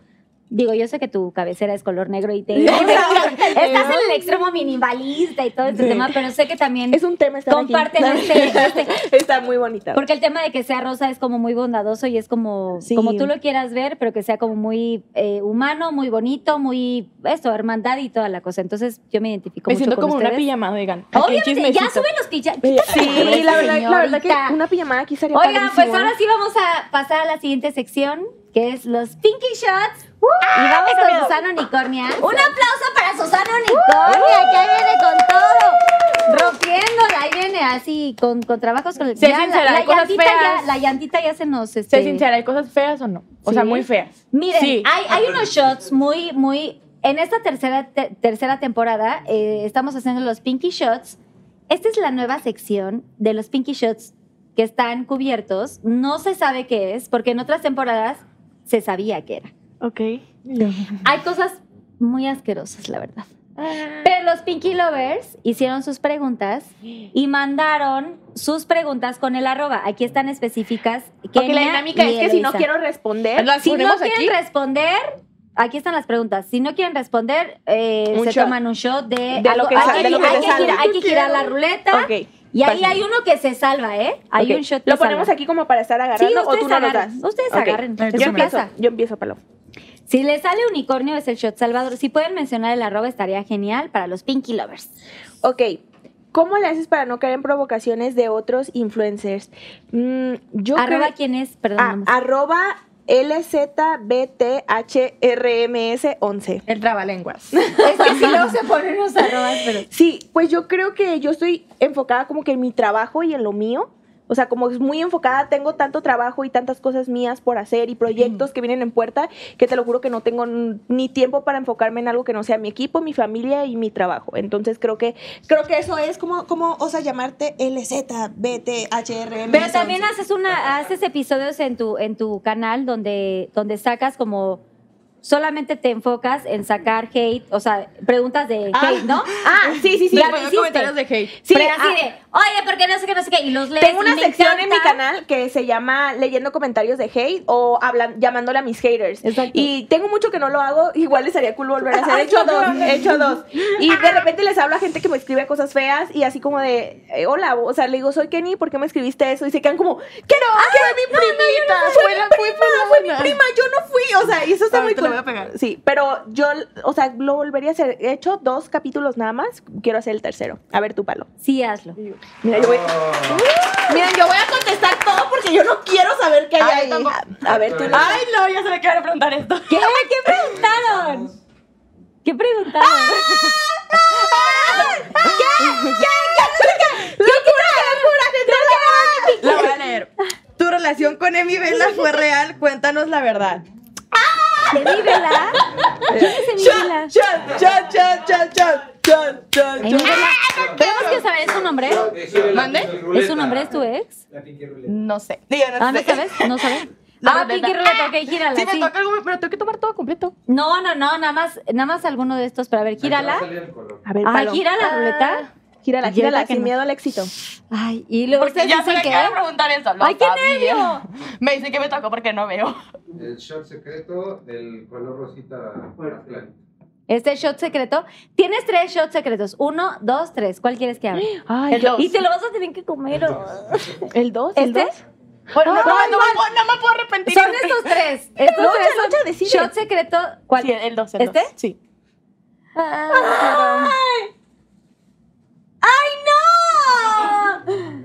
Speaker 2: Digo, yo sé que tu cabecera es color negro y te... estás en el extremo minimalista y todo este
Speaker 4: Sí.
Speaker 2: tema, pero sé que también...
Speaker 3: Es un tema estar aquí.
Speaker 2: Comparten este- este-
Speaker 3: Está muy bonita.
Speaker 2: Porque el tema de que sea rosa es como muy bondadoso y es como,
Speaker 3: Sí.
Speaker 2: como tú lo quieras ver, pero que sea como muy eh, humano, muy bonito, muy esto, hermandad y toda la cosa. Entonces yo me identifico
Speaker 4: Me
Speaker 2: mucho
Speaker 4: siento
Speaker 2: con
Speaker 4: como una
Speaker 2: ustedes.
Speaker 4: pijamada, oigan. Aquí hay
Speaker 2: Obviamente, ya
Speaker 4: chismecito.
Speaker 2: suben los pijamas.
Speaker 3: Sí, la verdad, la verdad
Speaker 2: Señorita.
Speaker 3: que una pijamada aquí sería
Speaker 2: Oigan, pues
Speaker 3: padrísimo. ¿eh?
Speaker 2: ahora
Speaker 4: ¿eh?
Speaker 2: sí vamos a pasar a la siguiente sección, que es los Pinky Shots.
Speaker 4: ¡Uh!
Speaker 2: y vamos
Speaker 3: tengo
Speaker 2: con
Speaker 3: miedo.
Speaker 2: Susana Unicornia. Un aplauso para Susana
Speaker 4: ¡Uh!
Speaker 2: Unicornia, que ahí viene con todo. Rompiéndola, ahí viene así, con, con trabajos con el
Speaker 4: Sé
Speaker 2: ya la-
Speaker 4: sincera,
Speaker 2: la,
Speaker 4: hay cosas
Speaker 2: llantita ya,
Speaker 4: feas.
Speaker 2: la llantita ya se nos. Este,
Speaker 4: Sé sincera, ¿hay cosas feas o no? O sea,
Speaker 2: Sí.
Speaker 4: muy feas.
Speaker 2: Miren,
Speaker 4: Sí.
Speaker 2: hay, hay unos shots muy, muy. En esta tercera, te- tercera temporada eh, estamos haciendo los Pinky Shots. Esta es la nueva sección de los Pinky Shots que están cubiertos. No se sabe qué es, porque en otras temporadas se sabía qué era.
Speaker 3: Ok.
Speaker 2: Hay cosas muy asquerosas, la verdad.
Speaker 3: Ah.
Speaker 2: Pero los Pinky Lovers hicieron sus preguntas y mandaron sus preguntas con el arroba. Aquí están específicas.
Speaker 3: Porque la
Speaker 2: Kenia
Speaker 3: dinámica
Speaker 2: y
Speaker 3: es que si no
Speaker 2: Eloisa.
Speaker 3: quiero responder,
Speaker 4: ¿Las
Speaker 2: Si no
Speaker 4: ponemos
Speaker 2: quieren
Speaker 4: aquí?
Speaker 2: responder, aquí están las preguntas. Si no quieren responder, eh,
Speaker 4: Un
Speaker 2: se
Speaker 4: shot.
Speaker 2: toman un shot de,
Speaker 3: De lo que
Speaker 2: hay
Speaker 3: sa- de lo que
Speaker 2: hay
Speaker 3: te salga.
Speaker 2: girar, hay que girar la ruleta.
Speaker 3: Ok,
Speaker 2: Y ahí
Speaker 3: pásame.
Speaker 2: hay uno que se salva, ¿eh? Hay
Speaker 3: Ok.
Speaker 2: un shot que
Speaker 3: ¿Lo ponemos
Speaker 2: salva.
Speaker 3: aquí como para estar
Speaker 2: Sí,
Speaker 3: agarrando o
Speaker 2: ustedes
Speaker 3: tú no lo das?
Speaker 2: agarren. Ustedes
Speaker 3: Ok.
Speaker 2: agarren.
Speaker 4: Ahí tú
Speaker 2: Es
Speaker 3: Yo
Speaker 2: su
Speaker 4: primero.
Speaker 2: casa.
Speaker 3: empiezo, yo empiezo, Palo.
Speaker 2: Si les sale unicornio es el shot salvador. Si pueden mencionar el arroba estaría genial para los Pinky Lovers.
Speaker 3: Ok. ¿Cómo le haces para no caer en provocaciones de otros influencers? Mm, yo
Speaker 2: arroba
Speaker 3: creo-
Speaker 2: quién es, perdón.
Speaker 3: Ah,
Speaker 2: nomás.
Speaker 3: arroba LZBTHRMS11.
Speaker 4: El trabalenguas.
Speaker 2: es que si luego se ponen unos arrobas, pero...
Speaker 3: Sí, pues yo creo que yo estoy enfocada como que en mi trabajo y en lo mío. O sea, como es muy enfocada, tengo tanto trabajo y tantas cosas mías por hacer y proyectos que vienen en puerta que te lo juro que no tengo n- ni tiempo para enfocarme en algo que no sea mi equipo, mi familia y mi trabajo. Entonces creo que creo que eso es como como osa llamarte LZBTHRM.
Speaker 2: Pero también haces una, haces episodios en tu, en tu canal donde, donde sacas como solamente te enfocas en sacar hate, o sea, preguntas de hate, ¿no?
Speaker 3: Ah, sí, sí, sí.
Speaker 2: Ya lo
Speaker 4: Pongo
Speaker 2: hiciste.
Speaker 4: comentarios de hate.
Speaker 3: Sí,
Speaker 2: Pero así
Speaker 3: ah.
Speaker 2: de, oye, porque no sé qué, no sé qué, y los lees.
Speaker 3: Tengo una
Speaker 2: y me
Speaker 3: sección en mi
Speaker 2: encanta.
Speaker 3: canal que se llama Leyendo comentarios de hate o hablan, llamándole a mis haters.
Speaker 2: Exacto.
Speaker 3: Y tengo mucho que no lo hago, igual les haría cool volver a hacer. He hecho
Speaker 4: no,
Speaker 3: dos,
Speaker 4: no.
Speaker 3: he hecho dos. Y de repente les hablo a gente que me escribe cosas feas y así como de, eh, hola, o sea, le digo, soy Kenny, ¿por qué me escribiste eso? Y se quedan como, que no,
Speaker 4: Ah,
Speaker 3: que fue mi primita, fue mi prima, fue mi prima, yo no fui. O sea, y eso está
Speaker 4: Ah,
Speaker 3: muy
Speaker 4: te lo
Speaker 3: cool.
Speaker 4: voy a pegar.
Speaker 3: Sí, pero yo, o sea, lo volvería a hacer. He hecho dos capítulos nada más, quiero hacer el tercero. A ver tu palo.
Speaker 2: Sí, hazlo.
Speaker 3: Mira, yo voy. Miren, yo voy a contestar todo porque yo no quiero saber qué hay
Speaker 4: Ay,
Speaker 3: ahí.
Speaker 4: tampoco.
Speaker 3: A ver, tú.
Speaker 4: Ay, no, ya se me quedaron a preguntar esto.
Speaker 2: ¿Qué? ¿Qué preguntaron? ¿Qué preguntaron?
Speaker 3: Ah,
Speaker 5: La voy a leer. Tu relación con Emi Vela fue real, cuéntanos la verdad.
Speaker 2: ¿De mi vela? ¿Quién es mi vela?
Speaker 5: Chan, chan, chan, chan, chan, chan, chan,
Speaker 2: Emi
Speaker 5: chan.
Speaker 2: Vela.
Speaker 3: Ah,
Speaker 2: Tenemos que saber, ¿es un hombre?
Speaker 4: ¿Mande?
Speaker 2: ¿Es un hombre? ¿Es tu ex?
Speaker 4: No sé.
Speaker 5: Diga, no
Speaker 2: Ah, ¿no
Speaker 5: sé.
Speaker 2: sabes? ¿No sabes?
Speaker 4: La
Speaker 2: ah,
Speaker 4: ruleta.
Speaker 2: Pinky Ruleta, ok, gírala,
Speaker 4: Si me
Speaker 2: sí.
Speaker 4: toca algo, pero tengo que tomar todo completo.
Speaker 2: No, no, no, nada más, nada más alguno de estos. Pero a ver, gírala.
Speaker 3: A ver,
Speaker 2: Ah,
Speaker 3: palo. Ah,
Speaker 2: gira la ruleta.
Speaker 3: Gírala,
Speaker 2: Yo
Speaker 3: gírala,
Speaker 2: creo que
Speaker 3: sin
Speaker 2: no.
Speaker 3: miedo al éxito.
Speaker 2: Ay, y luego
Speaker 4: Porque
Speaker 2: ustedes
Speaker 4: ya se
Speaker 2: dicen
Speaker 4: me
Speaker 2: que.
Speaker 4: quedaron a preguntar eso. lo
Speaker 2: ¡Ay, qué
Speaker 4: sabía.
Speaker 2: nervio!
Speaker 4: Me dicen que me tocó porque no veo.
Speaker 6: El shot secreto del color rosita. Bueno,
Speaker 2: ¿El Este shot secreto. Tienes tres shots secretos. Uno, dos, tres. ¿Cuál quieres que abra?
Speaker 3: Ay,
Speaker 2: El- Y te lo vas a tener que comer. ¿o?
Speaker 3: ¿El 2? ¿El
Speaker 2: ¿Este?
Speaker 3: 2?
Speaker 4: Bueno, no,
Speaker 2: Ay,
Speaker 4: no me puedo- no me puedo arrepentir.
Speaker 2: Son estos tres. Estos
Speaker 3: Lucha,
Speaker 2: tres son
Speaker 3: lucha, decide.
Speaker 2: Shot secreto. ¿Cuál?
Speaker 4: Sí, el 2.
Speaker 2: ¿Este?
Speaker 4: Sí.
Speaker 2: Ah,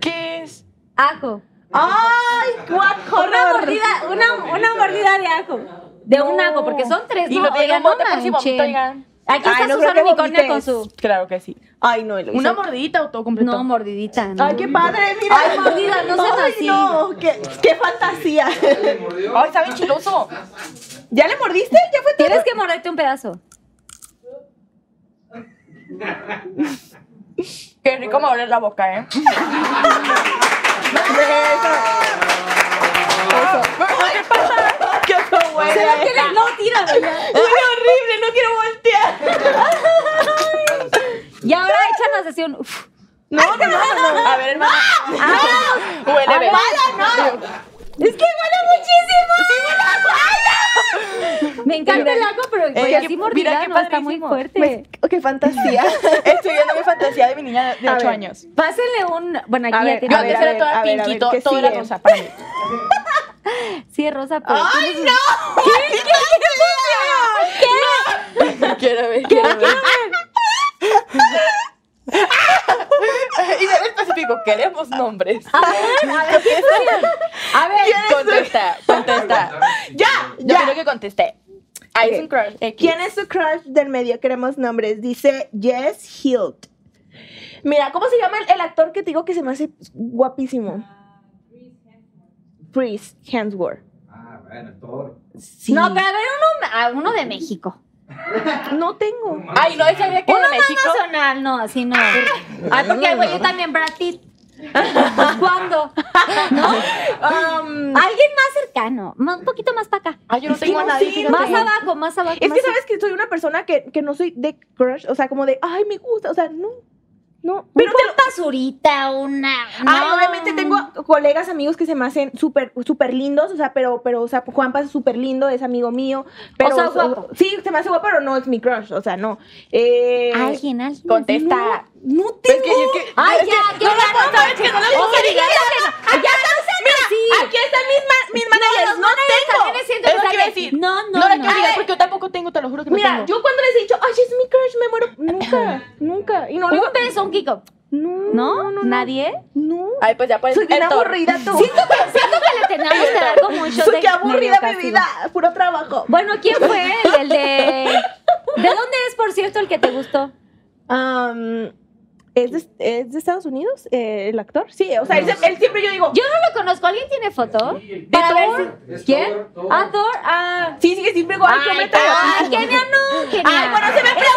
Speaker 4: ¿Qué es?
Speaker 2: Ajo.
Speaker 3: ¡Ay, what
Speaker 2: Una mordida, una, una mordida de ajo. De un ajo, porque son tres.
Speaker 4: Y
Speaker 2: no,
Speaker 4: me pega
Speaker 2: oigan,
Speaker 4: un bote
Speaker 2: no
Speaker 4: por si vomito,
Speaker 2: manchen.
Speaker 4: oigan.
Speaker 2: Aquí
Speaker 5: Ay,
Speaker 2: está
Speaker 5: no creo
Speaker 2: Susana
Speaker 5: que
Speaker 2: Unicornia con
Speaker 5: vomites.
Speaker 2: su.
Speaker 4: Claro que sí.
Speaker 5: Ay, no, Eloisa.
Speaker 4: Una mordidita o todo completo.
Speaker 2: No, mordidita. No.
Speaker 3: ¡Ay, qué padre! Mira.
Speaker 2: Ay, mordida, no sean
Speaker 3: Ay,
Speaker 2: así.
Speaker 3: no, qué, qué fantasía.
Speaker 4: Ay, sabe chiloso.
Speaker 5: ¿Ya le mordiste? ¿Ya fue
Speaker 2: Tienes que morderte un pedazo.
Speaker 4: Qué rico me abres la boca, ¿eh?
Speaker 5: ¡Qué bueno!
Speaker 2: No, tíralo ya.
Speaker 5: ¡Uy, horrible! ¡No quiero voltear!
Speaker 2: Y ahora échanos así un. uf.
Speaker 5: No, no, no, no.
Speaker 4: A ver, hermano. Huele, ve.
Speaker 2: Ah. Es que huele muchísimo. Me encanta el ajo, pero porque
Speaker 4: mira
Speaker 2: así
Speaker 4: qué
Speaker 2: mordida no está muy
Speaker 4: padrísimo.
Speaker 2: fuerte.
Speaker 5: ¡Qué fantasía!
Speaker 4: Estoy viendo mi fantasía de mi niña de 8 años.
Speaker 2: Pásenle un. Bueno, aquí
Speaker 5: A
Speaker 2: ya
Speaker 5: ver,
Speaker 2: tiene.
Speaker 4: Yo
Speaker 5: a ver,
Speaker 4: antes
Speaker 5: a
Speaker 4: era
Speaker 5: ver,
Speaker 4: toda
Speaker 5: a ver, a
Speaker 4: pinky,
Speaker 5: ver,
Speaker 4: to-
Speaker 5: ¿qué
Speaker 4: todo era
Speaker 5: sigue?
Speaker 4: rosa para mí.
Speaker 2: Sí, es rosa, pero.
Speaker 5: ¡Ay,
Speaker 2: tienes- ¿Qué? ¿Qué?
Speaker 4: Quiero ver, quiero ver. Y ser específico, queremos nombres.
Speaker 2: A ver, a ver, ¿qué pusieron? A ver,
Speaker 4: Contesta, contesta.
Speaker 5: ¡Ya!
Speaker 4: Yo
Speaker 5: ¡Ya!
Speaker 4: quiero que contesté. Ahí es un crush.
Speaker 5: ¿Quién es su crush del medio? Queremos nombres. Dice Jess Hilt.
Speaker 3: Mira, ¿cómo se llama el, el actor que te digo que se me hace guapísimo? Chris Hemsworth.
Speaker 6: Ah, bueno, Thor.
Speaker 2: No, pero a ver, uno, a uno de México.
Speaker 3: No tengo.
Speaker 4: Ay, no, esa idea que
Speaker 2: Uno
Speaker 4: era de
Speaker 2: más
Speaker 4: México.
Speaker 2: nacional, no, así no. Ay, porque güey, yo también, Brad Pitt. ¿Cuándo? ¿No? Alguien
Speaker 3: Mm.
Speaker 2: más cercano, más- un poquito más para acá.
Speaker 4: Ay, Ah, yo no tengo a
Speaker 3: no
Speaker 4: nadie.
Speaker 3: sé,
Speaker 4: fíjate.
Speaker 2: Más abajo, más abajo.
Speaker 3: Es
Speaker 2: más
Speaker 3: que sabes que soy una persona que, que no soy de crush, o sea, como de, ay, me gusta, o sea, no. No,
Speaker 2: Pero
Speaker 3: pero te
Speaker 2: una basurita, una.
Speaker 3: Ay,
Speaker 2: no.
Speaker 3: obviamente tengo colegas, amigos que se me hacen súper, súper lindos, o sea, pero, pero, o sea, Juanpa es súper lindo, es amigo mío.
Speaker 2: O
Speaker 3: Pero,
Speaker 2: sea, guapo.
Speaker 3: Sí, se me hace guapo, pero no es mi crush, o sea, no. Eh,
Speaker 2: Alguien, alguien.
Speaker 4: Contesta.
Speaker 3: No
Speaker 4: Es
Speaker 3: tengo.
Speaker 4: que, es que,
Speaker 2: Ay,
Speaker 4: es
Speaker 2: ya,
Speaker 4: que-
Speaker 2: que
Speaker 4: no,
Speaker 2: ya,
Speaker 4: la-
Speaker 2: no,
Speaker 4: sabes que no la
Speaker 2: Oye,
Speaker 4: conseguí.
Speaker 2: ya, ya, ya, ya, no sean así.
Speaker 3: Aquí están mis, ma- mis managers,
Speaker 2: los
Speaker 3: no
Speaker 2: managers
Speaker 3: tengo.
Speaker 2: también siento
Speaker 4: Es lo que
Speaker 2: que
Speaker 4: iba a
Speaker 2: salen-
Speaker 4: decir.
Speaker 2: No, no,
Speaker 4: No la
Speaker 2: no.
Speaker 4: quiero olvidar porque yo tampoco tengo, te lo juro que no
Speaker 3: Mira,
Speaker 4: tengo.
Speaker 3: yo cuando les he dicho, ay, es mi crush, me muero. Nunca, nunca. Y no,
Speaker 2: Un
Speaker 3: digo,
Speaker 2: beso, un kiko.
Speaker 3: no,
Speaker 2: ¿No? ¿Nadie?
Speaker 3: no.
Speaker 4: Ay, pues ya puedes
Speaker 3: Soy bien aburrida tú.
Speaker 2: Siento que, siento que le teníamos que dar como un shot
Speaker 3: Soy
Speaker 2: de
Speaker 3: que
Speaker 2: medio
Speaker 3: aburrida mi
Speaker 2: castigo.
Speaker 3: vida, puro trabajo.
Speaker 2: Bueno, ¿quién fue el, el de... ¿De dónde es, por cierto, el que te gustó?
Speaker 3: Am, ¿es, de, es de Estados Unidos eh, el actor? Sí, o sea, él, se- él siempre yo digo.
Speaker 2: Yo no lo conozco. ¿Alguien tiene foto? Para ver si-
Speaker 6: Es
Speaker 2: ¿Quién?
Speaker 6: Thor, Thor.
Speaker 2: Ah, Thor. Ah.
Speaker 3: Sí, sí, que siempre digo, ay, yo me traigo.
Speaker 2: Ay, Kenia no, Kenia.
Speaker 3: Ay, bueno, se me pregunta.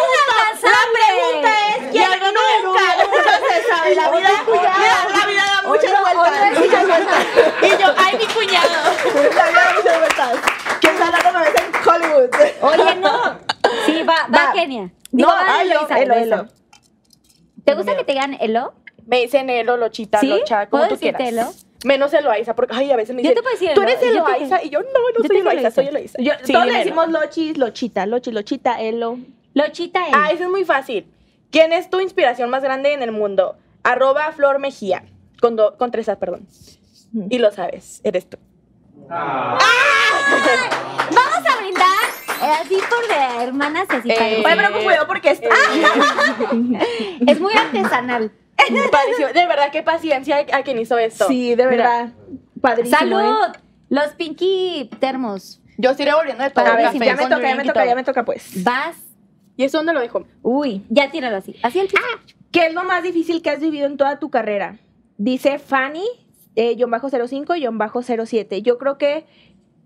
Speaker 3: La pregunta es quién nunca, nunca se sabe. La vida, mira, la vida da muchas vueltas.
Speaker 2: Muchas vueltas.
Speaker 3: Y yo, ay, mi cuñado. La vida da muchas vueltas. Que está dando me ves en Hollywood.
Speaker 2: Oye, no. Sí, va, va,
Speaker 3: Va.
Speaker 2: Kenia. Digo,
Speaker 3: No,
Speaker 2: va,
Speaker 3: ay,
Speaker 2: Eloisa,
Speaker 3: Elo,
Speaker 2: Eloisa.
Speaker 3: Elo.
Speaker 2: ¿Te gusta que te digan Elo?
Speaker 4: Me dicen Elo, Lochita,
Speaker 2: ¿Sí?
Speaker 4: Locha, como
Speaker 2: ¿Puedo
Speaker 4: tú
Speaker 2: decirte
Speaker 4: quieras.
Speaker 2: Elo?
Speaker 4: Menos Eloaiza, porque ay, a veces me
Speaker 2: Yo
Speaker 4: dicen,
Speaker 2: te puedo decir
Speaker 4: tú
Speaker 2: Elo,
Speaker 4: eres
Speaker 2: yo te-
Speaker 4: Eloaiza, y yo, no,
Speaker 2: yo
Speaker 4: no
Speaker 2: te
Speaker 4: soy
Speaker 2: digo
Speaker 4: Eloaiza,
Speaker 2: Eloaiza.
Speaker 4: soy Eloaiza.
Speaker 3: Yo-
Speaker 4: Sí,
Speaker 3: todos
Speaker 4: dime
Speaker 3: le
Speaker 4: Elo.
Speaker 3: decimos lochis, lochita, lochi, lochita, elo.
Speaker 2: Lochita Elo.
Speaker 4: Ah, eso es muy fácil. ¿Quién es tu inspiración más grande en el mundo? Arroba Flor Mejía. Con, do- con tres A, perdón.
Speaker 2: Mm.
Speaker 4: Y lo sabes, eres tú.
Speaker 6: Ah.
Speaker 2: Vamos a brindar eh, así por de hermanas y así
Speaker 4: Eh,
Speaker 2: padrísimo.
Speaker 3: Oye, pero con cuidado porque es.
Speaker 2: Es muy artesanal.
Speaker 4: Pareció- de verdad, qué paciencia a quien hizo esto.
Speaker 3: Sí, de verdad. Padrísimo. ¿eh?
Speaker 2: ¡Salud! Los pinky termos.
Speaker 4: Yo estoy revolviendo de todo.
Speaker 3: A
Speaker 4: el
Speaker 2: Para
Speaker 3: ver,
Speaker 2: Café
Speaker 3: sí, ya me
Speaker 4: con
Speaker 3: toca, ya
Speaker 4: drink
Speaker 3: me
Speaker 4: y
Speaker 3: toca,
Speaker 4: todo.
Speaker 3: ya me toca, pues.
Speaker 2: Vas.
Speaker 4: ¿Y eso dónde lo dejo?
Speaker 2: Uy, ya tíralo así. Así el piso.
Speaker 3: ¿Qué es lo más difícil que has vivido en toda tu carrera? Dice Fanny, eh, guión bajo 05, guión bajo 07. Yo creo que...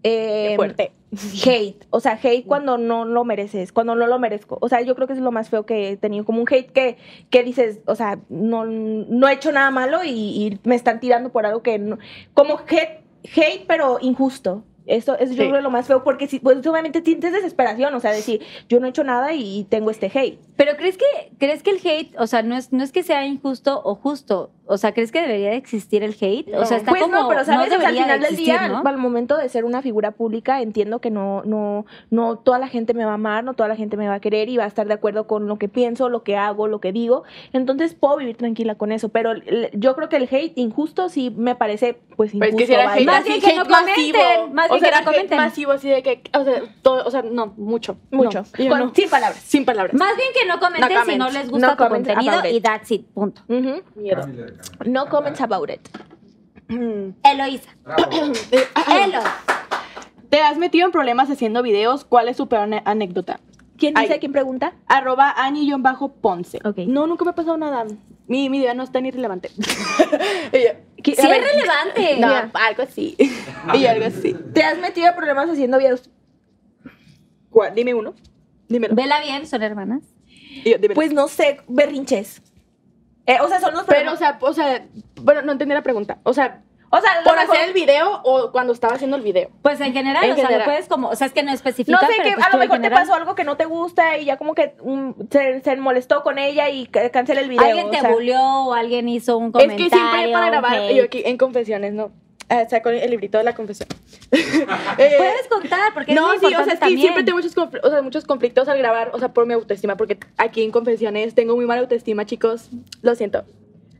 Speaker 3: eh,
Speaker 4: Qué fuerte.
Speaker 3: Hate, o sea, hate cuando no lo mereces, cuando no lo merezco. O sea, yo creo que es lo más feo que he tenido, como un hate que, que dices, o sea, no, no he hecho nada malo y, y me están tirando por algo que no... Como hate, hate pero injusto. Eso es yo
Speaker 4: Sí.
Speaker 3: creo lo más feo porque si, pues, obviamente sientes desesperación, o sea, decir, yo no he hecho nada y tengo este hate.
Speaker 2: Pero crees que, crees que el hate, o sea, no es, no es que sea injusto o justo. O sea, ¿crees que debería de existir el hate? O sea, está
Speaker 3: pues
Speaker 2: como
Speaker 3: no, pero sabes, O sea, al
Speaker 2: debería de
Speaker 3: final del
Speaker 2: existir,
Speaker 3: día,
Speaker 2: ¿no?
Speaker 3: al momento de ser una figura pública, entiendo que no, no, no toda la gente me va a amar, no toda la gente me va a querer y va a estar de acuerdo con lo que pienso, lo que hago, lo que digo. Entonces puedo vivir tranquila con eso. Pero el- yo creo que el hate injusto sí me parece, pues
Speaker 4: Pero
Speaker 3: injusto.
Speaker 4: es que si era
Speaker 3: vaya.
Speaker 4: hate,
Speaker 2: Más
Speaker 4: así,
Speaker 2: bien que
Speaker 4: hate
Speaker 2: no
Speaker 4: masivo.
Speaker 2: comenten, más
Speaker 4: o sea,
Speaker 2: bien que no
Speaker 4: era hate
Speaker 2: comenten.
Speaker 4: masivo, así de que, o sea, todo, o sea, no, mucho.
Speaker 3: Mucho.
Speaker 4: no. Yo
Speaker 3: Con-
Speaker 4: no.
Speaker 3: Sin palabras.
Speaker 4: Sin palabras.
Speaker 2: Más bien que no comenten
Speaker 4: No
Speaker 2: si no
Speaker 4: comment.
Speaker 2: les gusta
Speaker 3: No ah,
Speaker 2: tu
Speaker 3: comment
Speaker 2: contenido
Speaker 3: about it.
Speaker 2: y that's it, punto.
Speaker 3: Ujú.
Speaker 4: miedo.
Speaker 3: No comments about it.
Speaker 4: Mm.
Speaker 2: Eloísa.
Speaker 6: Bravo.
Speaker 4: Eh, ah, ah,
Speaker 2: Elo.
Speaker 4: ¿Te has metido en problemas haciendo videos? ¿Cuál es tu peor ane- anécdota?
Speaker 3: ¿Quién dice?
Speaker 4: Ay.
Speaker 3: ¿Quién pregunta?
Speaker 4: Arroba Ani-Ponce.
Speaker 3: Ok.
Speaker 4: No, nunca me ha pasado nada. Mi, mi vida no es tan irrelevante. Ella, ¿qué?
Speaker 2: Sí
Speaker 4: A ver,
Speaker 2: es relevante.
Speaker 4: No, algo así. y algo así.
Speaker 3: ¿Te has metido en problemas haciendo videos?
Speaker 4: ¿Cuál? Dime uno. Dímelo.
Speaker 2: Vela bien, son hermanas.
Speaker 4: Y yo, dímelo.
Speaker 3: Pues no sé, berrinches. Eh, o sea, son los
Speaker 4: pero, o
Speaker 3: problemas.
Speaker 4: sea, o sea, bueno, no entendí la pregunta. O sea,
Speaker 3: o sea, a lo
Speaker 4: ¿por
Speaker 3: mejor-
Speaker 4: hacer el video o cuando estaba haciendo el video?
Speaker 2: Pues en general,
Speaker 4: En
Speaker 2: o sea,
Speaker 4: general.
Speaker 2: lo puedes como, o sea, es que no especifica.
Speaker 3: No sé,
Speaker 2: pero
Speaker 3: que
Speaker 2: pues
Speaker 3: a
Speaker 2: tú
Speaker 3: lo
Speaker 2: en
Speaker 3: mejor te
Speaker 2: general.
Speaker 3: pasó algo que no te gusta y ya como que mm, se, se molestó con ella y ca- cancela el video.
Speaker 2: Alguien
Speaker 3: o
Speaker 2: te
Speaker 3: sea.
Speaker 2: buleó o alguien hizo un comentario.
Speaker 4: Es que siempre para grabar,
Speaker 2: un hate.
Speaker 4: yo aquí en confesiones, no. Ah, saco el librito de la confesión. Eh,
Speaker 2: Puedes contar, porque
Speaker 4: no,
Speaker 2: es
Speaker 4: sí,
Speaker 2: muy
Speaker 4: o sea, es que
Speaker 2: importante también.
Speaker 4: siempre tengo muchos, confl- o sea, muchos conflictos al grabar, o sea, por mi autoestima, porque aquí en confesiones tengo muy mala autoestima, chicos. Lo siento.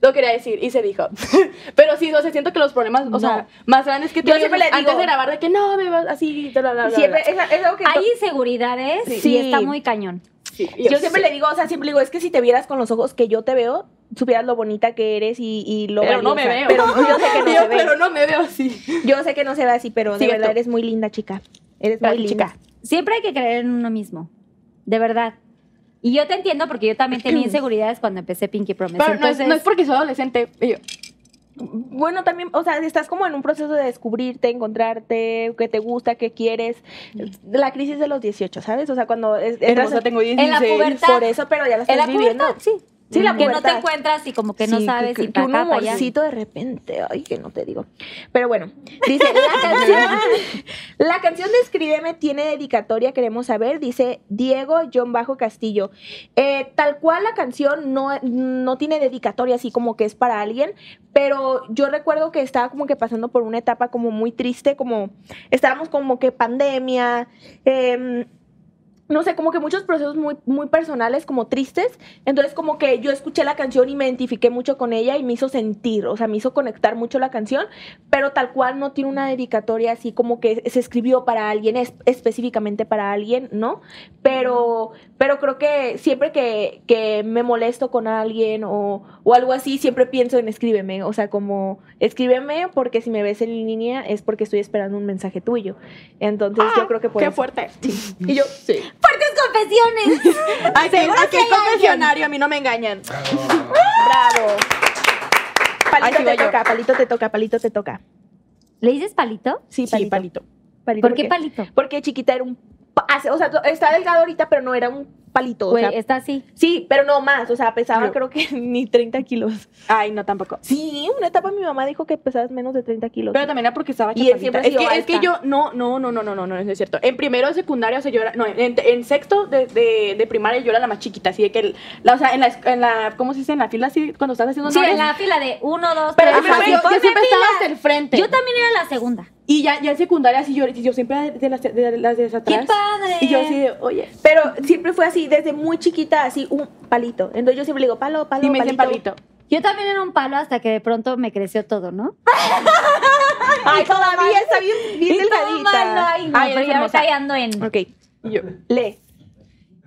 Speaker 4: Lo quería decir y se dijo. Pero sí, o sea, siento que los problemas, o sea, más grandes que
Speaker 3: Yo
Speaker 4: tengo
Speaker 3: siempre le digo-
Speaker 4: antes de grabar, de que no, me vas así, bla, bla, bla. bla,
Speaker 3: Siempre,
Speaker 4: bla.
Speaker 3: es, es algo que
Speaker 2: Hay inseguridades y
Speaker 3: Sí.
Speaker 2: está muy cañón.
Speaker 4: Sí, y
Speaker 3: eh, yo siempre le digo, o sea, siempre le digo, es que si te vieras con los ojos que yo te veo, supieras lo bonita que eres y, y lo
Speaker 4: Pero no me
Speaker 3: valiosa.
Speaker 4: veo.
Speaker 3: Pero yo sé que no
Speaker 4: Yo,
Speaker 3: se ve.
Speaker 4: Pero no me veo así.
Speaker 3: Yo sé que no se ve así, pero de
Speaker 4: Cierto.
Speaker 3: verdad eres muy linda, chica. Eres muy
Speaker 4: Gracias,
Speaker 3: linda.
Speaker 4: chica.
Speaker 2: Siempre hay que creer en uno mismo. De verdad. Y yo te entiendo porque yo también tenía inseguridades cuando empecé Pinky Promise.
Speaker 4: Pero no, es,
Speaker 2: Entonces,
Speaker 4: no es porque soy adolescente. y yo,
Speaker 3: Bueno, también, o sea, estás como en un proceso de descubrirte, encontrarte, qué te gusta, qué quieres. La crisis de los 18, ¿sabes? O sea, cuando es, entras
Speaker 4: hermosa,
Speaker 3: en-
Speaker 4: tengo 10
Speaker 2: en la pubertad.
Speaker 3: por eso, pero ya la
Speaker 2: en
Speaker 3: estás
Speaker 2: la
Speaker 3: viviendo.
Speaker 2: pubertad, sí.
Speaker 3: Sí, la
Speaker 2: que no te
Speaker 3: pubertad.
Speaker 2: encuentras y como que no
Speaker 3: Sí,
Speaker 2: sabes
Speaker 3: que,
Speaker 2: y
Speaker 3: que
Speaker 2: para
Speaker 3: un
Speaker 2: acá, para allá.
Speaker 3: humorcito de repente, ay, que no te digo. Pero bueno, dice, la canción, la canción de Escríbeme tiene dedicatoria, queremos saber, dice Diego John Bajo Castillo. Eh, tal cual la canción no, no tiene dedicatoria, así como que es para alguien, pero yo recuerdo que estaba como que pasando por una etapa como muy triste, como estábamos como que pandemia, em, no sé, como que muchos procesos muy, muy personales, como tristes. Entonces, como que yo escuché la canción y me identifiqué mucho con ella y me hizo sentir, o sea, me hizo conectar mucho la canción, pero tal cual no tiene una dedicatoria así como que se escribió para alguien, es- específicamente para alguien, ¿no? Pero, pero creo que siempre que, que me molesto con alguien o, o algo así, siempre pienso en escríbeme, o sea, como escríbeme porque si me ves en línea es porque estoy esperando un mensaje tuyo. Entonces, yo creo que por
Speaker 4: Ah, Qué
Speaker 3: eso-
Speaker 4: fuerte. Y yo, sí.
Speaker 2: ¡Fuertes confesiones!
Speaker 4: Aquí, aquí es confesionario, a mí no me engañan.
Speaker 3: Bravo. Palito
Speaker 4: Ahí sigo
Speaker 3: te
Speaker 4: yo.
Speaker 3: toca, palito te toca, palito te toca.
Speaker 2: ¿Le dices palito?
Speaker 3: Sí, palito. Palito,
Speaker 2: ¿Por qué
Speaker 3: porque-
Speaker 2: palito?
Speaker 3: Porque chiquita era un. pa- hace- O sea, to- está delgado ahorita, pero no era un palito. o
Speaker 2: Güey,
Speaker 3: sea,
Speaker 2: está así.
Speaker 3: sí, pero no más. O sea, pesaba
Speaker 4: Yo-
Speaker 3: creo que ni 30 kilos.
Speaker 4: Ay, no, tampoco.
Speaker 3: Sí, una etapa mi mamá dijo que pesabas menos de 30 kilos.
Speaker 4: Pero también era porque estaba
Speaker 3: Y
Speaker 4: chaparrita.
Speaker 3: él siempre ha
Speaker 4: Es
Speaker 3: sido
Speaker 4: que, es que
Speaker 3: alta.
Speaker 4: yo, no, no, no, no, no, no, no, no es cierto. En primero de secundaria, o sea, yo era, no, en, en sexto de, de, de primaria yo era la más chiquita, así de que, el- la, o sea, en la, es- en la, ¿cómo se dice? En la fila, así, cuando estás haciendo
Speaker 2: Sí,
Speaker 4: honores.
Speaker 2: en la fila de uno, dos,
Speaker 4: Pero
Speaker 2: tres,
Speaker 4: siempre
Speaker 2: cuatro,
Speaker 4: fui- yo,
Speaker 2: cinco.
Speaker 4: yo siempre
Speaker 2: ¡Ponme
Speaker 4: estaba
Speaker 2: fila!
Speaker 4: hasta el frente.
Speaker 2: Yo también era la segunda.
Speaker 4: Y ya, ya en secundaria, así yo, yo siempre era de las de, las de atrás.
Speaker 2: ¡Qué padre!
Speaker 4: Y yo así de, oye.
Speaker 3: Pero siempre fue así, desde muy chiquita, así un palito. Entonces yo siempre le digo, palo, palo,
Speaker 4: Y me dicen palito.
Speaker 2: Yo también era un palo hasta que de pronto me creció todo, ¿no?
Speaker 3: Ay, todavía está bien, bien
Speaker 2: Y todo malo,
Speaker 3: delgadita.
Speaker 2: ay, no,
Speaker 4: Ay,
Speaker 2: pero
Speaker 4: eres
Speaker 2: ya me
Speaker 4: hermosa.
Speaker 2: caí ando en...
Speaker 3: Ok,
Speaker 4: Y yo,
Speaker 3: lee.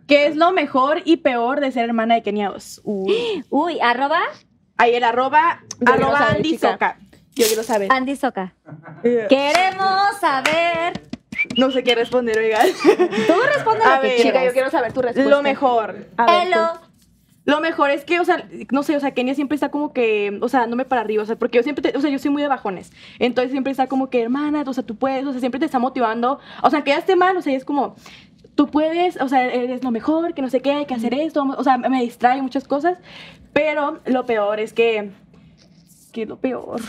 Speaker 4: ¿qué es lo mejor y peor de ser hermana de Kenia Os? Uy.
Speaker 2: Uy, arroba
Speaker 4: Ahí el arroba,
Speaker 3: Yo quiero
Speaker 4: arroba
Speaker 3: saber,
Speaker 4: Andy
Speaker 3: chica.
Speaker 4: Soca.
Speaker 3: Yo quiero saber.
Speaker 2: Andy Soca. Queremos saber.
Speaker 4: No sé qué responder, oigan.
Speaker 2: Tú responde
Speaker 4: A
Speaker 2: lo que
Speaker 4: ver,
Speaker 2: quieras.
Speaker 3: Chica, yo quiero saber tu respuesta.
Speaker 4: Lo mejor.
Speaker 3: A ver,
Speaker 2: Hello.
Speaker 3: tú.
Speaker 4: Lo mejor es que, o sea, no sé, o sea, Kenia siempre está como que, o sea, dándome para arriba, o sea, porque yo siempre, te- o sea, yo soy muy de bajones. Entonces siempre está como que, hermana, o sea, tú puedes, o sea, siempre te está motivando. O sea, que ya esté mal, o sea, es como, tú puedes, o sea, eres lo mejor, que no sé qué, hay que hacer esto, o sea, me distrae muchas cosas. Pero lo peor es que, que es lo peor.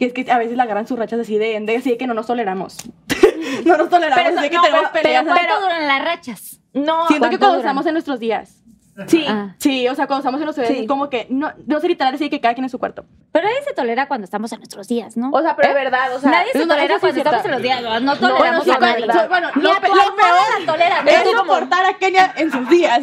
Speaker 4: Que es que a veces la agarran sus rachas así de, de- así de que no nos toleramos. no nos toleramos,
Speaker 3: Pero,
Speaker 4: así de que
Speaker 3: no,
Speaker 4: tenemos
Speaker 3: pero-
Speaker 4: peleas.
Speaker 2: ¿Cuánto duran las rachas?
Speaker 3: No,
Speaker 4: Siento que
Speaker 2: ¿cuánto
Speaker 4: cuando
Speaker 2: duran?
Speaker 4: estamos en nuestros días. Sí,
Speaker 2: Ah.
Speaker 4: sí, o sea, cuando estamos en los eventos,
Speaker 3: Sí.
Speaker 4: es como que no, no sé literal decir que cada quien en su cuarto.
Speaker 2: Pero nadie se tolera cuando estamos en nuestros días, ¿no?
Speaker 3: O sea, pero de verdad, o sea,
Speaker 2: nadie se
Speaker 4: eso no- eso
Speaker 2: tolera
Speaker 4: sí
Speaker 2: cuando
Speaker 4: es cierto.
Speaker 2: estamos en los días, no, no
Speaker 4: No,
Speaker 2: toleramos
Speaker 4: sí,
Speaker 2: a nadie.
Speaker 4: cuando- bueno,
Speaker 2: ni
Speaker 4: lo
Speaker 2: a
Speaker 4: pe-
Speaker 2: tu
Speaker 4: lo
Speaker 2: almohada la toleras,
Speaker 4: Es
Speaker 2: ni tu-
Speaker 4: soportar a Kenia en sus días.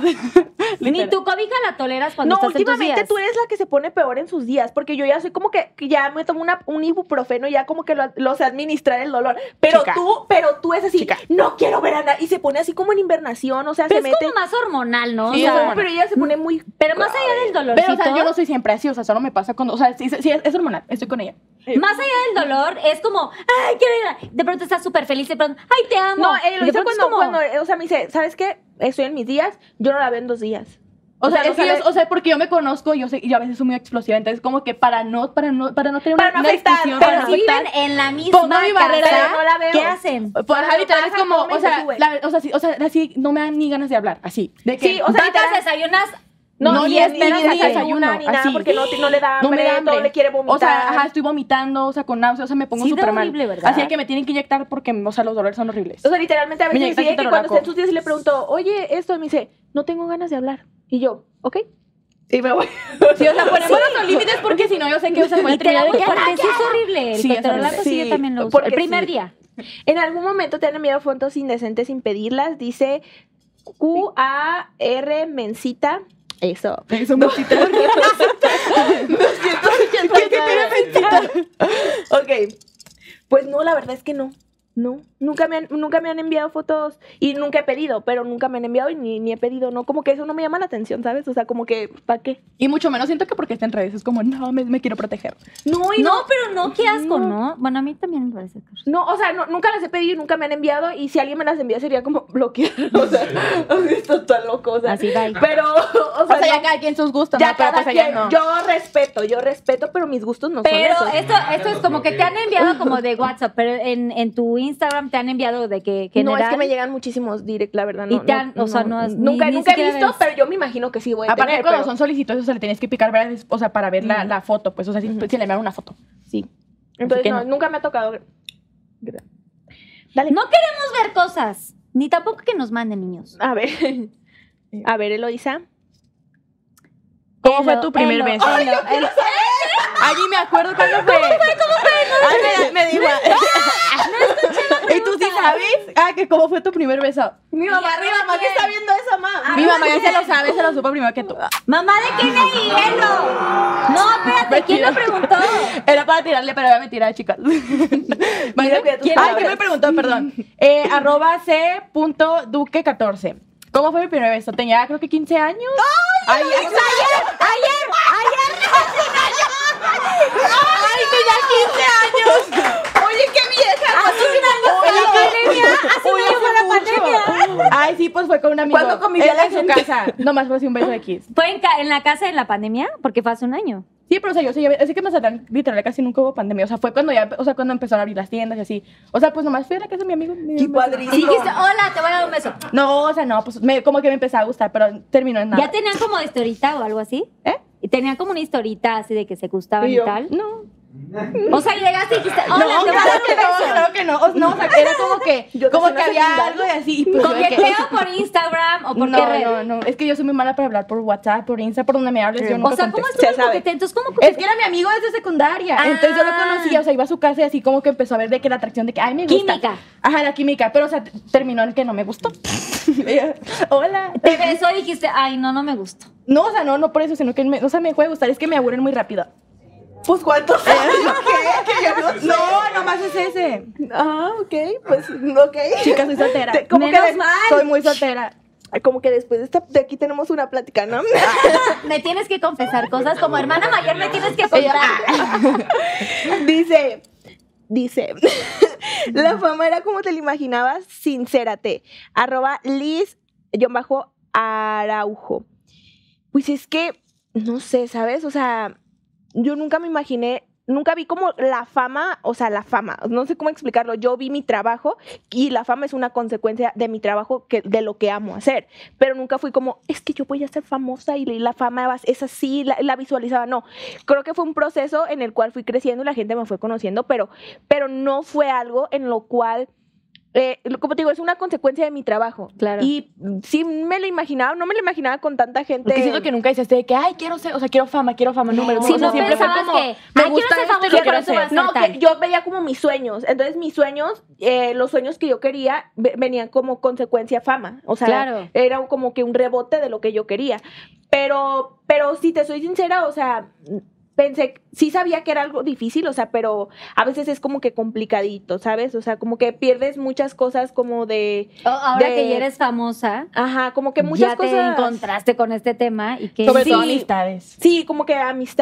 Speaker 2: ni
Speaker 4: Literal.
Speaker 2: tu cobija la toleras cuando
Speaker 3: No,
Speaker 2: estás en tus
Speaker 3: últimamente
Speaker 2: días.
Speaker 3: tú eres la que se pone peor en sus días, porque yo ya soy como que que ya me tomo una, un ibuprofeno y ya como que lo, lo sé administrar el dolor. Pero
Speaker 4: Chica.
Speaker 3: tú, pero tú es así,
Speaker 4: Chica.
Speaker 3: no quiero ver a nadie. Y se pone así como en invernación, o sea,
Speaker 2: Pero
Speaker 3: se
Speaker 2: es
Speaker 3: mete.
Speaker 2: como más hormonal, ¿no?
Speaker 4: Sí,
Speaker 2: O sea,
Speaker 4: hormonal.
Speaker 3: pero ella se pone muy.
Speaker 2: pero más allá del dolorcito,
Speaker 4: Pero, o sea, yo no soy siempre así, o sea, solo me pasa cuando, o sea, sí, sí, es, es hormonal, estoy con ella.
Speaker 2: más allá del dolor, es como, ay, quiero ir a-". De pronto estás súper feliz, de pronto, ay, te amo.
Speaker 3: No, eh, lo
Speaker 2: De
Speaker 3: hizo
Speaker 2: pronto es
Speaker 3: cuando,
Speaker 2: como-
Speaker 3: cuando, eh, o sea, me dice, ¿sabes qué? Estoy en mis días, yo no la veo en dos días.
Speaker 4: O sea,
Speaker 3: sea, no
Speaker 4: es que yo-
Speaker 3: sabe-
Speaker 4: o sea, porque yo me conozco, yo sé, y yo a veces soy muy explosiva, entonces como que para no, para no, para no tener
Speaker 3: Para
Speaker 4: una,
Speaker 3: no
Speaker 4: una
Speaker 3: afectar,
Speaker 4: discusión,
Speaker 3: pero
Speaker 4: para no
Speaker 2: Pero si
Speaker 4: afectar,
Speaker 2: viven en la misma
Speaker 4: Pongo mi
Speaker 2: casa,
Speaker 4: barrera de-
Speaker 3: Pero no la veo.
Speaker 2: ¿qué hacen?
Speaker 4: Pues ajá,
Speaker 3: Cuando
Speaker 4: literal es
Speaker 3: pasa,
Speaker 4: como,
Speaker 3: come y
Speaker 4: o sea,
Speaker 3: se sube.
Speaker 4: la- o sea, sí, o sea, así, no me dan ni ganas de hablar, así. De que,
Speaker 3: Sí, o sea,
Speaker 2: Sacas,
Speaker 3: literal-
Speaker 2: desayunas,
Speaker 4: no,
Speaker 3: No,
Speaker 4: ni
Speaker 3: ni
Speaker 4: es
Speaker 3: ni
Speaker 4: ni
Speaker 3: ganas de
Speaker 4: desayuno,
Speaker 3: desayunar, ni nada,
Speaker 4: así.
Speaker 3: porque no te- no le da
Speaker 4: No me
Speaker 3: hambre,
Speaker 4: da hambre.
Speaker 3: todo le quiere
Speaker 4: O sea,
Speaker 3: vomitar.
Speaker 4: ajá, estoy vomitando, o sea, con náuseas, o sea, me pongo
Speaker 2: Sí, da
Speaker 4: súper mal.
Speaker 2: horrible, ¿verdad?
Speaker 4: Así que me tienen que inyectar porque, o sea, los dolores son horribles.
Speaker 3: O sea, literalmente a veces
Speaker 4: Mira,
Speaker 3: decide
Speaker 4: aquí te
Speaker 3: que
Speaker 4: lo
Speaker 3: cuando
Speaker 4: naco.
Speaker 3: está en sus días y le pregunto, oye, esto, y me dice, no tengo ganas de hablar. Y yo, ok.
Speaker 5: Y me voy.
Speaker 4: sí, o sea, ponemos los límites porque si no, yo sé que, o sea, voy a
Speaker 2: y te
Speaker 4: terminar
Speaker 2: la
Speaker 4: de
Speaker 2: voy
Speaker 4: que,
Speaker 2: a sí es horrible. El
Speaker 4: Sí, es
Speaker 2: controlar
Speaker 4: horrible.
Speaker 2: la sí, yo
Speaker 3: Sí,
Speaker 2: también lo uso.
Speaker 3: porque
Speaker 2: El primer
Speaker 3: sí.
Speaker 2: día.
Speaker 3: En algún momento te han enviado fotos indecentes sin pedirlas. Dice Q-A-R mencita. Eso.
Speaker 5: Eso me quita.
Speaker 3: ¿Qué tiene mencita? Pues ok. Pues no, la verdad es que no. No, nunca me, han, nunca me han enviado fotos y nunca he pedido, pero nunca me han enviado y ni, ni he pedido, ¿no? Como que eso no me llama la atención, ¿sabes? O sea, como que, ¿para qué?
Speaker 4: Y mucho menos siento que porque está en redes, es como, no, me, me quiero proteger.
Speaker 3: No, y
Speaker 2: No,
Speaker 3: no,
Speaker 2: pero no, qué asco, ¿no? Bueno, a mí también me parece que-
Speaker 3: No, o sea, no- nunca las he pedido y nunca me han enviado. Y si alguien me las envía sería como bloquear. O sea, esto está loco. O sea,
Speaker 2: Así, bye.
Speaker 3: Pero, o sea,
Speaker 4: O sea, ya
Speaker 3: no-
Speaker 4: cada quien sus gustos,
Speaker 3: ya
Speaker 4: ¿no? Pero
Speaker 3: cada
Speaker 4: pues allá
Speaker 3: quien.
Speaker 4: no.
Speaker 3: Yo respeto, yo respeto, pero mis gustos no
Speaker 2: Pero
Speaker 3: son esos.
Speaker 2: esto, esto es como que te han enviado como de WhatsApp, pero en, en tu Instagram te han enviado de que
Speaker 3: No,
Speaker 2: general.
Speaker 3: es que me llegan muchísimos direct, la verdad.
Speaker 2: Y
Speaker 3: No,
Speaker 2: te han-
Speaker 3: no,
Speaker 2: o sea, no has- ni-
Speaker 3: nunca,
Speaker 2: ni
Speaker 3: nunca he
Speaker 2: siquiera
Speaker 3: visto,
Speaker 2: ves.
Speaker 3: pero yo me imagino que sí voy a
Speaker 4: Aparte,
Speaker 3: tener.
Speaker 4: cuando
Speaker 3: pero-
Speaker 4: son solicitudes, o sea, le tenías que picar, ¿verdad? o sea, para ver la, la foto, pues, o sea, si, si le enviaron una foto.
Speaker 3: Sí. Entonces,
Speaker 4: que
Speaker 3: no,
Speaker 4: no.
Speaker 3: nunca me ha tocado. Dale.
Speaker 2: No queremos ver cosas, ni tampoco que nos manden niños.
Speaker 3: A ver. A ver, Eloisa.
Speaker 4: ¿Cómo
Speaker 2: Elo,
Speaker 4: fue tu primer
Speaker 2: elo,
Speaker 4: beso?
Speaker 2: elo, elo.
Speaker 4: Allí me acuerdo cuándo fue. ¿Cómo fue? ¿Cómo fue? me, da igual. ¿Y tú sí sabes? Ah, que cómo fue tu primer beso.
Speaker 3: Mi
Speaker 2: mamá, mi mamá, ¿qué está
Speaker 3: viendo esa mamá?
Speaker 4: Mi mamá ya se lo sabe, se lo supo primero que tú.
Speaker 2: Mamá de Kennedy, velo. No, espérate, ¿quién lo preguntó?
Speaker 4: Era para tirarle, pero era mentira, chicas. Imagina-
Speaker 3: cuida tus
Speaker 4: ¿Quién- Ay,
Speaker 3: palabras.
Speaker 4: ¿qué me preguntó? Perdón. Eh, arroba c.duque14. ¿Cómo fue mi primer beso? Tenía creo que 15 años. ¡Ay, ay, ay!
Speaker 3: Ah,
Speaker 4: Ay, sí, pues ffue con una amigo.
Speaker 3: ¿Cuándo convivió
Speaker 4: Él
Speaker 3: la
Speaker 4: en su casa. Nomás fue así un beso de kiss.
Speaker 2: Fue en, ca- en la casa de la pandemia, porque fue hace un año.
Speaker 4: Sí, pero o sea, yo sé, ya ve- es que Mazatlán literal casi nunca hubo pandemia. O sea, fue cuando ya, o sea, cuando empezaron a abrir las tiendas y así. O sea, pues nomás fui a la casa de mi amigo. mi- mi-
Speaker 2: Y dijiste, hola, te voy a dar un beso.
Speaker 4: No, o sea, no, pues me- como que me empezaba a gustar, pero terminó en nada.
Speaker 2: ¿Ya tenían como historita o algo así?
Speaker 4: ¿Eh?
Speaker 2: Y Tenían como una historita así de que se gustaban
Speaker 4: Y
Speaker 2: y,
Speaker 4: yo,
Speaker 2: tal.
Speaker 4: No.
Speaker 2: O sea, llegaste y dijiste, hola,
Speaker 4: no,
Speaker 2: te voy a
Speaker 4: claro
Speaker 2: dar
Speaker 4: que
Speaker 2: un
Speaker 4: no,
Speaker 2: beso.
Speaker 4: claro que no. O, no, o sea, era como que,
Speaker 3: Yo
Speaker 4: como
Speaker 3: nací
Speaker 4: que
Speaker 3: en la
Speaker 4: había algo
Speaker 3: secundaria.
Speaker 4: y así. Pues, yo de que-
Speaker 2: Coqueteo por Instagram o por qué
Speaker 4: no,
Speaker 2: red.
Speaker 4: no, no. Es que yo soy muy mala para hablar por WhatsApp, por Insta, por donde me hables. Yo nunca
Speaker 2: Eh, O sea,
Speaker 4: contesto.
Speaker 2: ¿cómo estuvo
Speaker 3: Se
Speaker 2: el
Speaker 3: sabe.
Speaker 2: coqueteo? Entonces, ¿cómo
Speaker 4: Es que era mi amigo desde secundaria.
Speaker 2: Ah.
Speaker 4: Entonces yo lo conocía, o sea, iba a su casa y así como que empezó a ver de que la atracción de que, ay, me gusta.
Speaker 2: Química.
Speaker 4: Ajá, la química. Pero, o sea, t- terminó en que no me gustó. Hola.
Speaker 2: te besó y dijiste, ay, no, no me gustó?
Speaker 4: No, o sea, no, no por eso, sino que, me, o sea, me dejó de gustar. Es que me aburren muy rápido. Eh,
Speaker 5: Pues cuántos años. ¿Qué? Que yo no sé.
Speaker 4: No, nomás es ese.
Speaker 3: Ah, ok, pues, ok.
Speaker 4: Chicas, soy soltera.
Speaker 3: Te- ¿Cómo
Speaker 2: Menos
Speaker 3: que de-
Speaker 2: mal.
Speaker 4: Soy muy soltera.
Speaker 3: Ay, Como que después de, esta, de aquí tenemos una plática, ¿no?
Speaker 2: Me tienes que confesar cosas. Como hermana mayor me tienes que contar.
Speaker 3: dice, dice, la fama era como te la imaginabas, sincérate. Arroba Liz, yo bajo Araujo. Pues es que, no sé, ¿sabes? O sea, yo nunca me imaginé, nunca vi como la fama, o sea, la fama, no sé cómo explicarlo, yo vi mi trabajo y la fama es una consecuencia de mi trabajo, que, de lo que amo hacer, pero nunca fui como, es que yo voy a ser famosa y la fama va- es así, la, la visualizaba, no, creo que fue un proceso en el cual fui creciendo y la gente me fue conociendo, pero, pero no fue algo en lo cual eh, lo- como te digo, es una consecuencia de mi trabajo.
Speaker 4: Claro.
Speaker 3: Y mm, sí me lo imaginaba, no me lo imaginaba con tanta gente.
Speaker 4: Porque siento que nunca dices de que, ay, quiero ser, o sea, quiero fama, quiero fama, número.
Speaker 2: Si
Speaker 4: o sea,
Speaker 2: no
Speaker 4: siempre fue
Speaker 2: pensabas
Speaker 4: como,
Speaker 2: que,
Speaker 4: me
Speaker 2: "Ay, quiero
Speaker 4: gusta esto
Speaker 2: ser
Speaker 4: y lo
Speaker 2: famosa,
Speaker 4: quiero
Speaker 2: por eso voy a
Speaker 4: hacer".
Speaker 2: ser
Speaker 3: No,
Speaker 2: tal.
Speaker 3: que yo veía como mis sueños. Entonces, mis sueños, eh, los sueños que yo quería, ve- venían como consecuencia fama. O sea,
Speaker 2: Claro.
Speaker 3: era como que un rebote de lo que yo quería. Pero, pero si te soy sincera, o sea, pensé, sí sabía que era algo difícil, o sea, pero a veces es como que complicadito, ¿sabes? O sea, como que pierdes muchas cosas como de.
Speaker 2: O- ahora
Speaker 3: de-
Speaker 2: que ya eres famosa,
Speaker 3: Ajá, como que muchas
Speaker 2: ya
Speaker 3: cosas.
Speaker 2: te encontraste con este tema y que
Speaker 4: Sobre
Speaker 3: Sí.
Speaker 4: todo amistades.
Speaker 3: Sí, como que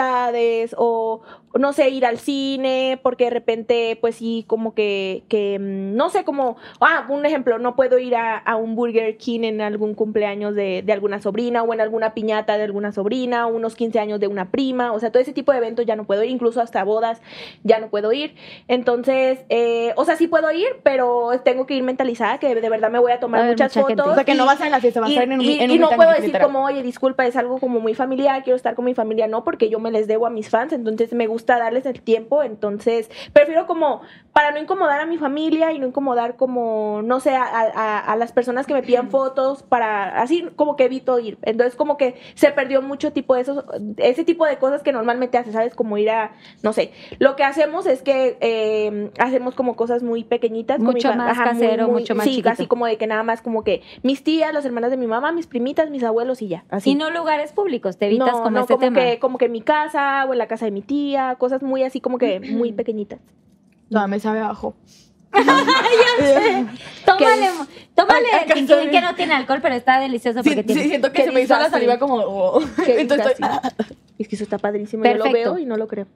Speaker 3: amistades o no sé, ir al cine, porque de repente, pues sí, como que, que mm, no sé, como, ah, un ejemplo, no puedo ir a, a un Burger King en algún cumpleaños de, de alguna sobrina o en alguna piñata de alguna sobrina, o unos 15 años de una prima, o sea, todo ese tipo de eventos ya no puedo ir, incluso hasta bodas ya no puedo ir. Entonces, eh, o sea, sí puedo ir, pero tengo que ir mentalizada que de verdad me voy a tomar
Speaker 2: Va a haber
Speaker 3: muchas
Speaker 2: mucha gente.
Speaker 3: fotos.
Speaker 4: O sea, que no
Speaker 3: y-
Speaker 4: vas a ir en la fiesta, vas a
Speaker 3: y,
Speaker 4: ir en un,
Speaker 3: y-
Speaker 4: en
Speaker 3: y
Speaker 4: un
Speaker 3: no
Speaker 4: meet and
Speaker 3: puedo
Speaker 4: greet,
Speaker 3: decir
Speaker 4: literal.
Speaker 3: como, oye, disculpa, es algo como muy familiar, quiero estar con mi familia, no, porque yo me les debo a mis fans, entonces me gusta darles el tiempo, entonces prefiero como, para no incomodar a mi familia y no incomodar como, no sé, a, a- a- a las personas que me pidan fotos, para, así como que evito ir. Entonces como que se perdió mucho tipo de esos, ese tipo de cosas que normalmente haces, ¿sabes? Como ir a, no sé, lo que hacemos es que eh, hacemos como cosas muy pequeñitas. con mi
Speaker 2: Mucho
Speaker 3: fa-
Speaker 2: más casero, mucho más
Speaker 3: sí,
Speaker 2: chiquito.
Speaker 3: así como de que nada más como que mis tías, las hermanas de mi mamá, mis primitas, mis abuelos y ya. Así.
Speaker 2: y no lugares públicos, te evitas
Speaker 3: No,
Speaker 2: como
Speaker 3: no,
Speaker 2: este tema.
Speaker 3: que como que en mi casa o en la casa de mi tía, cosas muy así como que
Speaker 2: Mm.
Speaker 3: muy pequeñitas.
Speaker 4: No, me sabe abajo.
Speaker 2: Tómale, tómale
Speaker 4: Ay, acá
Speaker 2: el
Speaker 4: estoy.
Speaker 2: que, que no tiene alcohol, pero está delicioso porque
Speaker 4: Sí,
Speaker 2: tiene.
Speaker 4: sí, siento que
Speaker 3: qué
Speaker 4: se me hizo la
Speaker 3: disfraz,
Speaker 4: saliva
Speaker 3: sí.
Speaker 4: como. oh.
Speaker 3: Que
Speaker 4: Entonces
Speaker 3: dices
Speaker 4: estoy-
Speaker 3: así, Es que eso está padrísimo, yo lo
Speaker 2: Perfecto.
Speaker 3: veo y no lo creo.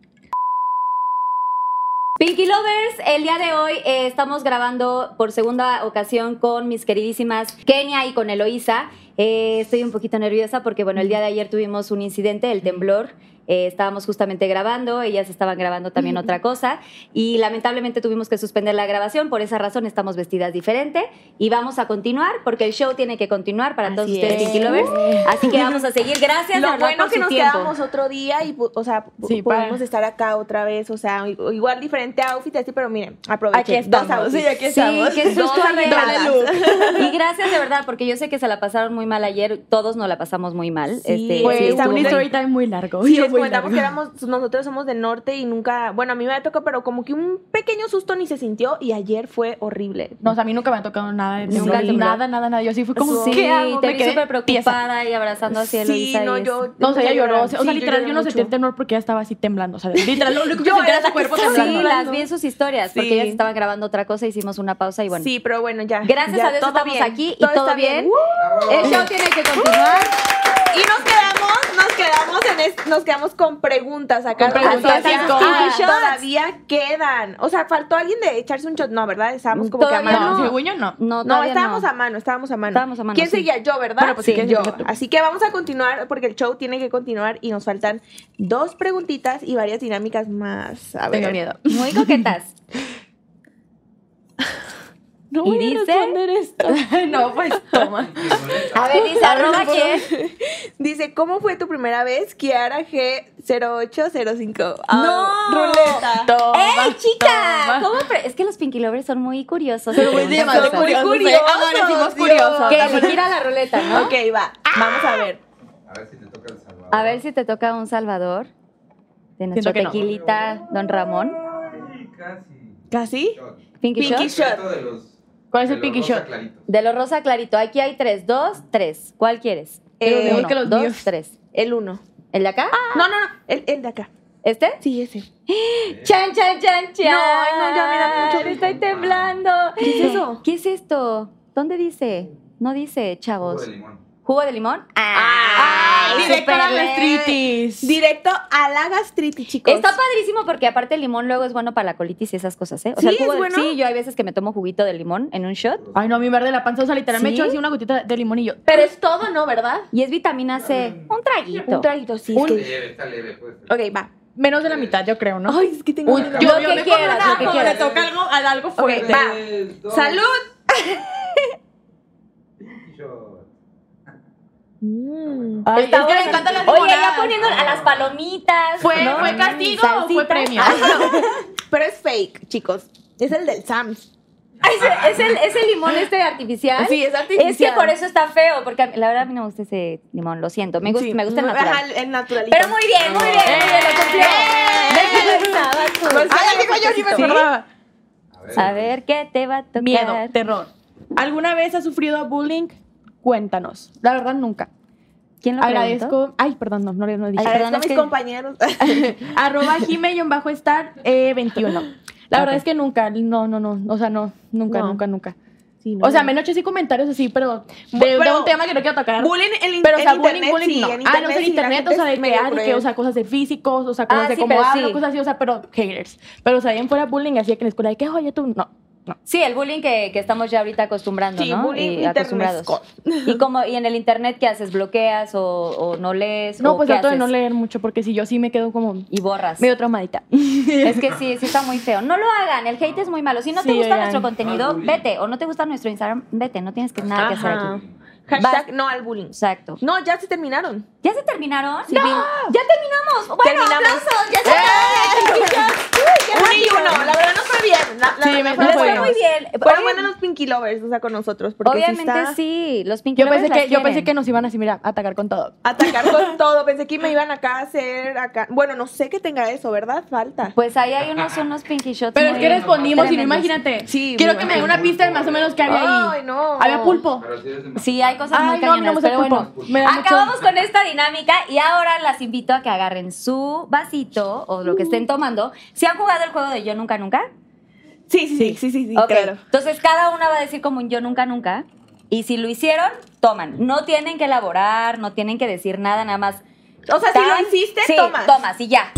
Speaker 2: Pinky Lovers, el día de hoy eh, estamos grabando por segunda ocasión con mis queridísimas Kenia y con Eloísa. Eh, estoy un poquito nerviosa porque, bueno, el día de ayer tuvimos un incidente, el temblor. Eh, estábamos justamente grabando, ellas estaban grabando también otra cosa y lamentablemente tuvimos que suspender la grabación, por esa razón estamos vestidas diferente y vamos a continuar porque el show tiene que continuar para todos
Speaker 3: Así
Speaker 2: ustedes,
Speaker 3: es.
Speaker 2: Pinky Lovers. Así que vamos a seguir, gracias. de
Speaker 3: Lo
Speaker 2: verdad,
Speaker 3: bueno
Speaker 2: por
Speaker 3: que
Speaker 2: su
Speaker 3: nos
Speaker 2: tiempo.
Speaker 3: quedamos otro día y, pu- o sea,
Speaker 4: Sí,
Speaker 3: podemos
Speaker 4: para.
Speaker 3: estar acá otra vez, o sea, i- igual diferente outfit, así, pero miren, aprovechen.
Speaker 5: Aquí
Speaker 3: dos
Speaker 5: estamos.
Speaker 3: outfits.
Speaker 5: Sí, aquí estamos.
Speaker 2: Sí, que
Speaker 3: Dos
Speaker 2: dos arregladas.
Speaker 3: arregladas.
Speaker 2: Y gracias de verdad, porque yo sé que se la pasaron muy mal ayer. Todos nos la pasamos muy mal.
Speaker 3: Sí,
Speaker 2: este,
Speaker 3: fue
Speaker 2: sí,
Speaker 4: Fue
Speaker 3: está
Speaker 2: estuvo
Speaker 4: pues, un
Speaker 3: muy-
Speaker 4: story time muy largo.
Speaker 3: Sí,
Speaker 4: Yo
Speaker 3: les
Speaker 4: muy
Speaker 3: comentamos
Speaker 4: largo.
Speaker 3: que éramos, pues, nosotros somos del norte y nunca, bueno, a mí me tocó, pero como que un pequeño susto ni se sintió y ayer fue horrible.
Speaker 4: No, o sea, a mí nunca me ha tocado nada de temblor,
Speaker 2: Nunca te-
Speaker 4: nada, nada, nada. Yo sí fui como,
Speaker 2: Sí,
Speaker 4: ¿qué hago?
Speaker 2: te
Speaker 4: Me
Speaker 2: vi
Speaker 4: quedé
Speaker 2: súper
Speaker 4: tiesa.
Speaker 2: preocupada y abrazando así a
Speaker 3: Sí,
Speaker 2: Eloisa.
Speaker 3: no,
Speaker 2: y es-
Speaker 3: yo.
Speaker 4: No, o sea,
Speaker 3: empecé
Speaker 4: ella
Speaker 3: a
Speaker 4: lloró.
Speaker 3: llorar.
Speaker 4: O sea, o sea,
Speaker 3: Sí,
Speaker 4: literal, yo no
Speaker 3: lloré
Speaker 4: sentí el
Speaker 3: mucho.
Speaker 4: temblor porque ella estaba así temblando. O sea, literal, lo único que
Speaker 3: Yo
Speaker 4: sentía era
Speaker 3: era
Speaker 4: su
Speaker 3: la que
Speaker 4: cuerpo
Speaker 3: estaba
Speaker 2: Sí,
Speaker 4: temblando.
Speaker 2: las vi en sus historias, porque
Speaker 3: Sí.
Speaker 2: ellas estaban grabando otra cosa, hicimos una pausa y bueno.
Speaker 3: Sí, pero bueno, ya.
Speaker 2: Gracias
Speaker 3: ya,
Speaker 2: a Dios
Speaker 3: todo
Speaker 2: estamos
Speaker 3: bien.
Speaker 2: aquí y todo
Speaker 3: está
Speaker 2: bien.
Speaker 3: ¡Uh!
Speaker 2: El show tiene que continuar.
Speaker 3: Y nos quedamos, nos quedamos en es- nos quedamos con preguntas acá.
Speaker 4: Con preguntas,
Speaker 3: Todavía-
Speaker 4: sí, con-
Speaker 3: Ah,
Speaker 2: y shots.
Speaker 3: todavía quedan. O sea, faltó alguien de echarse un shot. No, ¿verdad? Estábamos como que a
Speaker 2: Todavía
Speaker 3: mano.
Speaker 4: No,
Speaker 2: No.
Speaker 4: según yo no.
Speaker 2: No,
Speaker 3: No,
Speaker 2: todavía
Speaker 3: estábamos a mano, estábamos a mano.
Speaker 2: Estábamos a mano,
Speaker 3: ¿Quién
Speaker 2: sí.
Speaker 3: seguía? Yo, ¿verdad?
Speaker 4: Bueno, pues,
Speaker 3: sí,
Speaker 4: ¿quién
Speaker 3: yo.
Speaker 4: seguía tú?
Speaker 3: Así que vamos a continuar porque el show tiene que continuar y nos faltan dos preguntitas y varias dinámicas más. A ver.
Speaker 4: Tengo miedo.
Speaker 2: Muy coquetas.
Speaker 4: No
Speaker 2: ¿Y voy a dice? responder
Speaker 4: esto. no, pues toma.
Speaker 2: A ver, dice arroba quién.
Speaker 3: Dice, ¿cómo fue tu primera vez, Kiara G0805? Ah,
Speaker 2: No.
Speaker 3: Ruleta.
Speaker 4: Toma,
Speaker 2: ¡Ey, chica!
Speaker 4: toma.
Speaker 2: ¿Cómo pre- es que los Pinky Lovers son muy curiosos. Pero
Speaker 4: muy
Speaker 3: demasiado
Speaker 4: Son muy
Speaker 3: curiosos,
Speaker 4: curiosos.
Speaker 3: ¿eh?
Speaker 4: Ahora decimos
Speaker 3: Dios.
Speaker 4: curiosos.
Speaker 2: Que se gira la ruleta, ¿no?
Speaker 3: Ok, va. Vamos a ver.
Speaker 6: A ver si te toca el salvador.
Speaker 2: A ver si te toca un Salvador. De nuestro
Speaker 4: Siento que no.
Speaker 2: tequilita, Don Ramón.
Speaker 6: Ay, casi.
Speaker 3: ¿Casi?
Speaker 6: Shot.
Speaker 2: Pinky,
Speaker 3: Pinky
Speaker 2: Shot.
Speaker 3: Shot.
Speaker 6: Secreto de los-
Speaker 4: ¿Cuál es
Speaker 6: de
Speaker 4: el
Speaker 6: los
Speaker 4: pinky
Speaker 6: rosa
Speaker 4: shot?
Speaker 6: claritos.
Speaker 2: De los rosa clarito. Aquí hay tres, dos, tres. ¿Cuál quieres?
Speaker 3: Eh,
Speaker 2: Uno,
Speaker 4: creo que los
Speaker 2: dos,
Speaker 4: míos.
Speaker 2: tres.
Speaker 3: El uno.
Speaker 2: ¿El de acá?
Speaker 3: No, no, no. El, el de acá.
Speaker 2: ¿Este?
Speaker 3: Sí, ese.
Speaker 6: Eh,
Speaker 2: ¡Chan, chan, chan, chan!
Speaker 3: No, ay, no, ya me da mucho
Speaker 2: Estoy temblando. ¿Qué
Speaker 3: es eso?
Speaker 2: ¿Qué es esto? ¿Dónde dice? No dice,
Speaker 6: Jugo
Speaker 2: chavos.
Speaker 6: de limón.
Speaker 2: ¿Jugo de limón?
Speaker 3: Ay,
Speaker 2: Ah. ¡Ay,
Speaker 4: Directo a la
Speaker 2: súper leve!
Speaker 4: gastritis.
Speaker 3: Directo a la gastritis, chicos.
Speaker 2: Está padrísimo porque aparte el limón luego es bueno para la colitis y esas cosas, ¿eh? O sea,
Speaker 3: ¿Sí?
Speaker 2: el jugo
Speaker 3: ¿Es
Speaker 2: de-
Speaker 3: bueno?
Speaker 2: sí, yo hay veces que me tomo juguito de limón en un shot
Speaker 4: Ay, no, a mí me arde la panza. O sea, literal, me
Speaker 2: ¿Sí?
Speaker 4: echo así una gotita de limón y yo.
Speaker 3: Pero es todo, ¿no? ¿Verdad?
Speaker 2: y es vitamina C, un traguito.
Speaker 3: Un traguito, sí. es
Speaker 6: Está
Speaker 3: que-
Speaker 6: leve, está leve, pues.
Speaker 3: Ok, va.
Speaker 4: Menos de la mitad, yo creo, ¿no?
Speaker 3: Ay, es que tengo.
Speaker 4: Uy,
Speaker 3: miedo.
Speaker 2: yo- Lo que
Speaker 4: me pongo
Speaker 2: quieras,
Speaker 4: nada
Speaker 2: lo que
Speaker 4: como
Speaker 2: quieras.
Speaker 4: le toca algo, a algo fuerte.
Speaker 3: va.
Speaker 6: Tres, dos,
Speaker 3: ¡Salud!
Speaker 6: Pinky shot.
Speaker 3: Mm.
Speaker 4: Ay,
Speaker 2: Está
Speaker 4: es que me
Speaker 2: bueno.
Speaker 4: encantan las
Speaker 2: Oye,
Speaker 4: limonadas.
Speaker 2: ya poniendo a las palomitas.
Speaker 4: ¿Fue,
Speaker 2: ¿no?
Speaker 4: ¿Fue castigo o
Speaker 2: Salsita.
Speaker 4: fue premio?
Speaker 3: Pero es fake, chicos. Es el del Sam's.
Speaker 2: Es, es el, es el limón este artificial.
Speaker 4: Sí, es artificial.
Speaker 2: Es que por eso está feo, porque a mí- la verdad a mí no me gusta ese limón, lo siento. Me gusta, me gusta el natural.
Speaker 3: Ajá, el naturalito.
Speaker 2: Pero muy bien, muy bien, muy bien, lo cumplió.
Speaker 4: Eh.
Speaker 2: Venga,
Speaker 3: Pues,
Speaker 2: Luisa, vas tú.
Speaker 5: Ay, amigo, yo ni me
Speaker 4: Sí.
Speaker 5: acordaba.
Speaker 6: A ver.
Speaker 2: A ver qué te va a tocar.
Speaker 4: Miedo, terror. ¿Alguna vez has sufrido bullying? Cuéntanos. La verdad, nunca.
Speaker 2: ¿Quién lo
Speaker 4: Agradezco.
Speaker 2: preguntó?
Speaker 4: Ay, perdón, no, no, le- no le dije.
Speaker 2: Ay,
Speaker 3: Agradezco
Speaker 2: perdón,
Speaker 3: a
Speaker 2: es que-
Speaker 3: mis compañeros.
Speaker 4: Arroba jime-star 21. La verdad
Speaker 2: Ok.
Speaker 4: es que nunca, no, no, no, o sea, no, nunca,
Speaker 3: No.
Speaker 4: nunca, nunca.
Speaker 3: Sí, no,
Speaker 4: O sea,
Speaker 3: no.
Speaker 4: menos sí comentarios así, pero de,
Speaker 3: Pero-
Speaker 4: de un tema que no quiero tocar.
Speaker 3: Bullying en, in-
Speaker 4: pero, o
Speaker 3: en
Speaker 4: sea, bullying,
Speaker 3: internet,
Speaker 4: bullying,
Speaker 3: sí,
Speaker 4: no.
Speaker 3: en
Speaker 4: ah, no,
Speaker 3: internet
Speaker 4: en
Speaker 3: sí, la
Speaker 4: internet,
Speaker 3: gente
Speaker 4: o sea, de
Speaker 3: es
Speaker 4: que,
Speaker 3: medio
Speaker 4: ah, de que,
Speaker 3: cruel.
Speaker 4: o sea, cosas de físicos, o sea, cosas
Speaker 2: Ah,
Speaker 4: de
Speaker 2: sí,
Speaker 4: cómo
Speaker 2: pero
Speaker 4: hablo,
Speaker 2: sí.
Speaker 4: cosas así, o sea, pero haters. Pero, o sea, ahí en fuera bullying, así de que en la escuela, de que, oye, tú, no.
Speaker 2: Sí, el bullying que, que estamos ya ahorita acostumbrando,
Speaker 3: Sí,
Speaker 2: ¿no?
Speaker 3: bullying
Speaker 2: y acostumbrados. Y como y en el internet qué haces, bloqueas o, o no lees
Speaker 4: No,
Speaker 2: ¿O
Speaker 4: pues
Speaker 2: qué
Speaker 4: trato de no
Speaker 2: haces?
Speaker 4: leer mucho, porque si yo sí me quedo como
Speaker 2: y borras.
Speaker 4: medio traumadita.
Speaker 2: Es que sí, sí está muy feo. No lo hagan, el hate es muy malo. Si no te
Speaker 4: Sí,
Speaker 2: gusta
Speaker 4: oigan.
Speaker 2: nuestro contenido,
Speaker 6: Ah, bullying.
Speaker 2: vete. O no te gusta nuestro Instagram, vete. No tienes que nada que hacer
Speaker 3: Ajá.
Speaker 2: aquí.
Speaker 3: Hashtag
Speaker 2: Vas-
Speaker 3: no al bullying.
Speaker 2: Exacto.
Speaker 3: No, ya se terminaron.
Speaker 2: ¿Ya se terminaron?
Speaker 3: Sí,
Speaker 2: ¡No!
Speaker 3: vi-
Speaker 4: ¡Ah!
Speaker 2: ¡Ya terminamos! Bueno,
Speaker 3: Terminamos. ¡Eh!
Speaker 2: aplausos. Ya se
Speaker 3: Uno y uno. La verdad no fue bien. La, la
Speaker 4: Sí,
Speaker 3: verdad
Speaker 4: me-
Speaker 3: fue
Speaker 4: no
Speaker 2: Pero
Speaker 4: fue
Speaker 2: fue
Speaker 3: bueno.
Speaker 4: bien.
Speaker 2: muy bien.
Speaker 3: Fueron
Speaker 2: Obvi-
Speaker 3: buenos los Pinky Lovers, o sea, con nosotros. Porque
Speaker 2: Obviamente
Speaker 3: sí. está-
Speaker 2: sí, los Pinky
Speaker 4: Yo pensé,
Speaker 2: Lovers
Speaker 4: que,
Speaker 2: las
Speaker 4: yo pensé
Speaker 2: quieren.
Speaker 4: que nos iban así, mira, a atacar con todo.
Speaker 3: Atacar con todo. Pensé que me iban acá a hacer acá. Bueno, no sé que tenga eso, ¿verdad? Falta.
Speaker 2: Pues ahí hay unos, unos Pinky Shots.
Speaker 4: Pero es
Speaker 2: muy
Speaker 4: que respondimos y no
Speaker 2: tremendos.
Speaker 4: imagínate.
Speaker 3: Sí,
Speaker 4: Quiero
Speaker 3: me
Speaker 4: que me dé una pista de más o menos que había ahí.
Speaker 3: Ay, no.
Speaker 4: Había pulpo.
Speaker 6: Pero sí es de-
Speaker 2: Sí, hay cosas muy
Speaker 4: Ay, no, a mí no
Speaker 2: cañonas,
Speaker 4: me gusta el
Speaker 2: pero
Speaker 4: pulpo.
Speaker 2: bueno.
Speaker 4: Me da mucho-
Speaker 2: Acabamos con esta dinámica y ahora las invito a que agarren su vasito o lo que
Speaker 4: Uh.
Speaker 2: estén tomando. ¿Se han jugado el juego de Yo Nunca Nunca?
Speaker 3: Sí, sí, sí, sí, sí, sí,
Speaker 2: Ok,
Speaker 3: claro.
Speaker 2: Entonces cada una va a decir como un yo nunca nunca y si lo hicieron, toman. No tienen que elaborar, no tienen que decir nada, nada más.
Speaker 3: O sea, si
Speaker 2: Tan-
Speaker 3: lo hiciste,
Speaker 2: sí,
Speaker 3: tomas.
Speaker 2: y ya.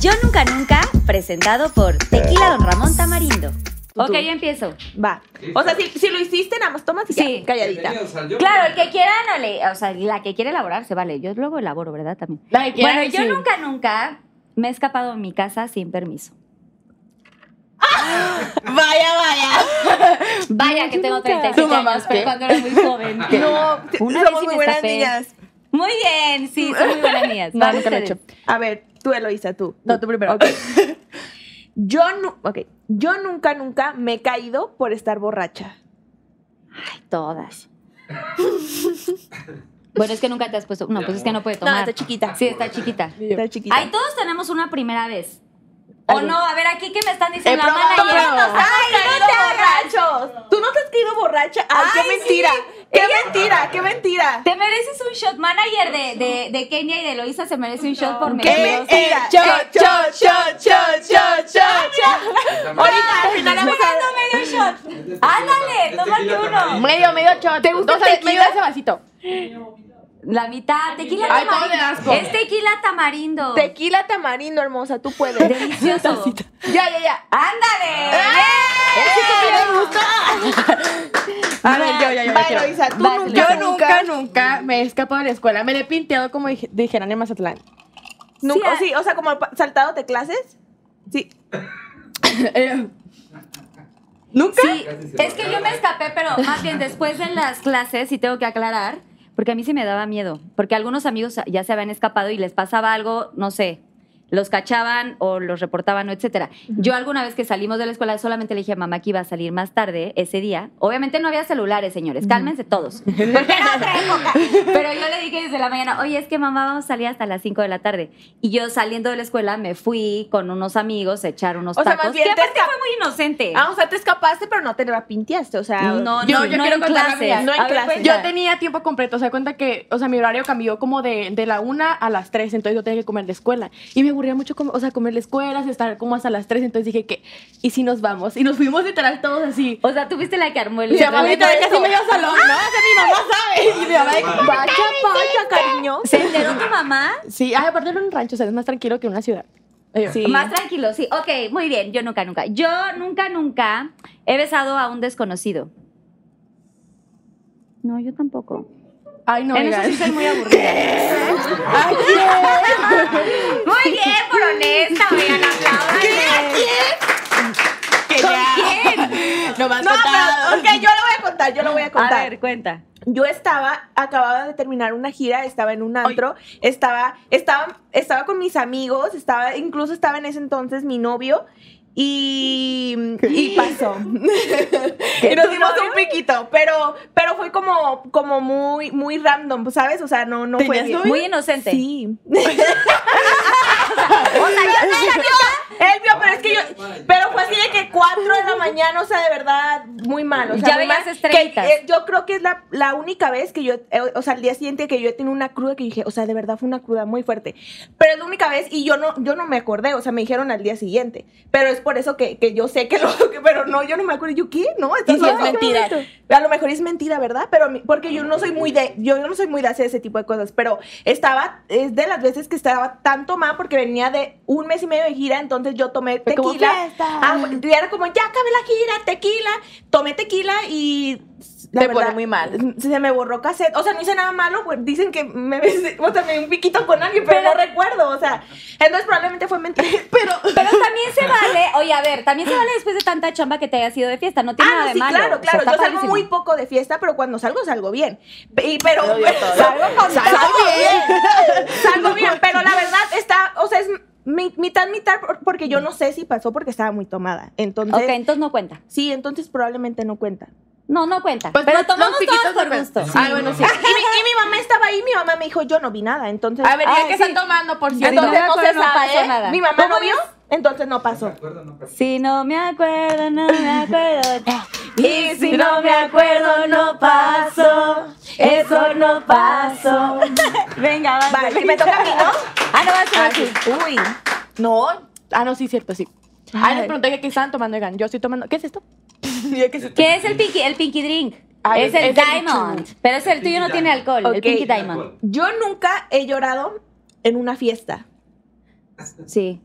Speaker 2: Yo nunca nunca presentado por Tequila Don Ramón Tamarindo.
Speaker 3: Tú,
Speaker 2: Ok,
Speaker 3: tú.
Speaker 2: yo empiezo.
Speaker 3: Va. O sea, si, si lo hiciste, nada más tomas y ya,
Speaker 2: Sí.
Speaker 3: calladita.
Speaker 6: Bienvenidos al Yo
Speaker 2: Claro, el
Speaker 6: Nunca.
Speaker 2: que quiera no le, o sea, la que quiere elaborar se vale. Yo luego elaboro, ¿verdad? También.
Speaker 4: La que
Speaker 2: Bueno,
Speaker 4: quiera,
Speaker 2: yo
Speaker 4: sí.
Speaker 2: nunca nunca me he escapado de mi casa sin permiso.
Speaker 3: Vaya, vaya.
Speaker 2: Vaya que tengo 36
Speaker 4: Tu mamá,
Speaker 2: años, pero
Speaker 4: ¿qué?
Speaker 2: cuando era muy joven.
Speaker 3: No, t-
Speaker 2: Una vez
Speaker 3: somos
Speaker 2: sí
Speaker 3: muy
Speaker 2: me
Speaker 3: buenas
Speaker 2: escapé.
Speaker 3: niñas.
Speaker 2: Muy bien, sí, son muy buenas niñas.
Speaker 4: No,
Speaker 2: Van
Speaker 4: nunca lo he
Speaker 2: ustedes.
Speaker 4: hecho.
Speaker 3: A ver, tú, Eloisa, tú.
Speaker 4: No, tú primero.
Speaker 3: Ok. Yo, nu- ok. Yo nunca, nunca me he caído por estar borracha.
Speaker 2: Todas. bueno, es que nunca te has puesto. No, pues es que no puede
Speaker 3: No,
Speaker 2: tomar.
Speaker 3: está chiquita.
Speaker 2: Sí, está chiquita.
Speaker 3: Está chiquita.
Speaker 2: Ay, todos tenemos una primera vez. O no, a ver, aquí que me están diciendo
Speaker 4: He
Speaker 2: la
Speaker 4: probado.
Speaker 2: manager.
Speaker 4: Todos nos
Speaker 2: Ay, no te hagas.
Speaker 3: borrachos! ¡Tú no te has caído borracha! ¡Ay,
Speaker 2: Ay,
Speaker 3: qué
Speaker 2: sí.
Speaker 3: mentira! ¡Qué mentira! ¡Qué mentira!
Speaker 2: Te mereces un shot manager de, de, de Kenia y de Eloisa. Se merece un shot por
Speaker 3: ¡Qué
Speaker 2: medio.
Speaker 3: mentira!
Speaker 4: Yo,
Speaker 3: yo, yo, yo, yo, yo, Ahorita, al final vamos a...
Speaker 2: medio shot. Ándale, tómate uno.
Speaker 4: Medio, medio shot. ¿Te gusta el medio de ese vasito?
Speaker 2: La mitad, tequila
Speaker 4: Ay, todo de
Speaker 2: tamarindo.
Speaker 4: asco.
Speaker 2: Es tequila tamarindo.
Speaker 3: Tequila tamarindo, hermosa, tú puedes.
Speaker 2: Delicioso.
Speaker 4: Ya, ya, ¡Eh! ya.
Speaker 2: ¡Ándale!
Speaker 4: A ver, yo, ya, yo.
Speaker 3: Va,
Speaker 4: yo quiero.
Speaker 3: Eloisa, tú
Speaker 2: Vas,
Speaker 3: nunca.
Speaker 4: Yo nunca, nunca me he escapado de la escuela. Me le he pinteado como dij- dijeran en Mazatlán.
Speaker 3: Nunca,
Speaker 2: Sí,
Speaker 3: sí, o sea, como pa- saltado de clases. Sí.
Speaker 4: Eh, ¿Nunca?
Speaker 2: Sí,
Speaker 6: Casi se
Speaker 2: es
Speaker 6: lo
Speaker 2: que
Speaker 6: acaba.
Speaker 2: yo me escapé, pero más bien después de las clases, y tengo que aclarar, porque a mí sí me daba miedo, porque algunos amigos ya se habían escapado y les pasaba algo, no sé, los cachaban o los reportaban o etcétera. Yo alguna vez que salimos de la escuela solamente le dije a mamá que iba a salir más tarde ese día. Obviamente no había celulares, señores, cálmense todos. Porque era otra época. Pero yo le dije desde la mañana, oye, es que mamá vamos a salir hasta las 5 de la tarde. Y yo saliendo de la escuela me fui con unos amigos a echar unos
Speaker 3: O sea, más
Speaker 2: tacos.
Speaker 3: bien
Speaker 2: que
Speaker 3: te
Speaker 2: aparte
Speaker 3: esca-
Speaker 2: fue muy inocente.
Speaker 3: Ah, o sea, te escapaste, pero no te arrepintiaste, o sea.
Speaker 2: No,
Speaker 4: Yo-
Speaker 2: no,
Speaker 4: yo
Speaker 2: no
Speaker 4: quiero
Speaker 2: en
Speaker 4: contar la
Speaker 2: clases.
Speaker 4: mía.
Speaker 3: No en
Speaker 2: A ver,
Speaker 3: clases.
Speaker 2: cuenta.
Speaker 4: Pues, Yo tenía tiempo completo, o sea, cuenta que, o sea, mi horario cambió como de, de la 1 a las 3, entonces yo tenía que comer de escuela. Y me aburría mucho, com- o sea, comer de escuela, estar como hasta las 3, entonces dije que, ¿y si nos vamos? Y nos fuimos literal todos así.
Speaker 2: pues, O sea, tú fuiste la que armó el
Speaker 4: Y mi
Speaker 2: lío.
Speaker 4: abuelita de casi medio salón, ¿no? O sea, mi mamá sabe. Y mi mamá de que,
Speaker 3: Pacha, pacha, cariño.
Speaker 2: ¿Se enteró tu mamá?
Speaker 4: Sí, ay, aparte era un rancho, o sea, es más tranquilo que una ciudad. Eh, Ay, yo.
Speaker 3: Sí.
Speaker 2: Más tranquilo, sí. Ok, muy bien. Yo nunca, nunca. Yo nunca, nunca he besado a un desconocido. No, yo tampoco.
Speaker 4: Ay, no,
Speaker 2: en eso
Speaker 4: oigan.
Speaker 2: sí soy muy aburrida.
Speaker 4: Ay,
Speaker 2: muy bien, por honesta, oigan, aplaudan.
Speaker 3: Que ya.
Speaker 4: No me has
Speaker 3: No,
Speaker 4: contado.
Speaker 3: pero, ok, yo lo voy a contar, yo lo voy a contar.
Speaker 2: A ver, cuenta.
Speaker 3: yo estaba, acababa de terminar una gira, estaba en un antro, estaba, estaba, estaba con mis amigos, estaba, incluso estaba en ese entonces mi novio. Y, y pasó.
Speaker 7: ¿Qué?
Speaker 3: y nos dimos un piquito, pero, pero fue como, como muy, muy random, ¿sabes? O sea, no, no fue
Speaker 2: ¿Tenías
Speaker 3: bien.
Speaker 2: novio? Muy inocente.
Speaker 3: Sí. Él vio, pero es que yo. Pero fue así de que 4 de la mañana, o sea, de verdad, muy mal. O sea,
Speaker 2: Ya
Speaker 3: muy
Speaker 2: veías
Speaker 3: mal,
Speaker 2: estrellitas.
Speaker 3: que, eh, yo creo que es la, la única vez que yo. eh, o sea, el día siguiente que yo he tenido una cruda que dije, o sea, de verdad fue una cruda muy fuerte. Pero es la única vez y yo no, yo no me acordé, o sea, me dijeron al día siguiente. Pero es por eso que, que yo sé que lo. que- pero no, yo no me acuerdo. ¿Yo qué? No,
Speaker 2: Y
Speaker 3: estás
Speaker 2: si es
Speaker 3: loca, ¿qué
Speaker 2: mentira.
Speaker 3: a lo mejor es mentira, ¿verdad? Pero mi- porque yo no soy muy de yo no soy muy de hacer ese tipo de cosas, pero estaba es de las veces que estaba tan tomada porque venía de un mes y medio de gira, entonces yo tomé
Speaker 4: Fue como
Speaker 3: tequila.
Speaker 4: fiesta.
Speaker 3: Ah, bueno, y era como ya acabé la gira, tequila, tomé tequila y la
Speaker 4: Te pone muy mal.
Speaker 3: Se se me borró cassette. O sea, no hice nada malo. Pues dicen que me besé- o sea, me di un piquito con alguien, pero, no recuerdo. O sea, entonces probablemente fue mentira. Pero,
Speaker 2: Pero también se vale, oye, a ver, también se vale después de tanta chamba que te hayas ido de fiesta, no tiene
Speaker 3: ah,
Speaker 2: nada
Speaker 3: no,
Speaker 2: de
Speaker 3: sí,
Speaker 2: malo.
Speaker 3: claro,
Speaker 2: o sea,
Speaker 3: claro.
Speaker 2: está
Speaker 3: yo salgo
Speaker 2: padrísimo.
Speaker 3: muy poco de fiesta, pero cuando salgo, salgo bien. Pe- y- Pero,
Speaker 4: Yo odio
Speaker 3: pero
Speaker 4: todo.
Speaker 3: salgo, con-
Speaker 4: Salgo
Speaker 3: salgo bien. salgo bien, pero la verdad está, o sea, es mi- mitad, mitad, por- porque yo no sé si pasó porque estaba muy tomada. Entonces,
Speaker 2: Ok, entonces no cuenta.
Speaker 3: sí, entonces probablemente no cuenta.
Speaker 2: No, no cuenta.
Speaker 4: Pues
Speaker 2: pero
Speaker 4: los- los
Speaker 2: tomamos todos
Speaker 4: piquitos
Speaker 2: por
Speaker 4: de-
Speaker 2: gusto.
Speaker 4: Ah, bueno, sí.
Speaker 3: Y mi, y mi mamá estaba ahí, mi mamá me dijo, yo no vi nada, entonces...
Speaker 4: A ver, ¿y
Speaker 2: Ay,
Speaker 4: de qué
Speaker 2: sí.
Speaker 4: están tomando, por cierto?
Speaker 3: entonces
Speaker 2: no me
Speaker 3: no,
Speaker 2: acuerdo,
Speaker 3: se
Speaker 2: no
Speaker 3: sabe,
Speaker 2: pasó nada.
Speaker 3: Mi mamá
Speaker 2: ¿Cómo
Speaker 3: no vio, entonces no pasó.
Speaker 2: Si no me acuerdo, no me acuerdo. Y si no me acuerdo, no paso. Eso no paso. Venga, va.
Speaker 3: Vale, y me toca a mí, ¿no?
Speaker 2: Ah, no, va a ser
Speaker 4: Ah,
Speaker 2: así.
Speaker 4: sí. Uy. No. Ah, no, sí, cierto, sí. Ah, les pregunté que qué estaban tomando, oigan. Yo estoy tomando. ¿Qué es esto? Yo, ¿qué es esto?
Speaker 2: ¿Qué es el pinky, el pinky drink?
Speaker 4: Ay,
Speaker 2: Ah, es el
Speaker 4: es el
Speaker 2: diamond. pero es el tuyo no
Speaker 6: Pinky
Speaker 2: tiene
Speaker 6: Diamond.
Speaker 2: alcohol. El
Speaker 3: Ok.
Speaker 2: pinky diamond.
Speaker 3: Yo nunca he llorado en una fiesta.
Speaker 2: Sí.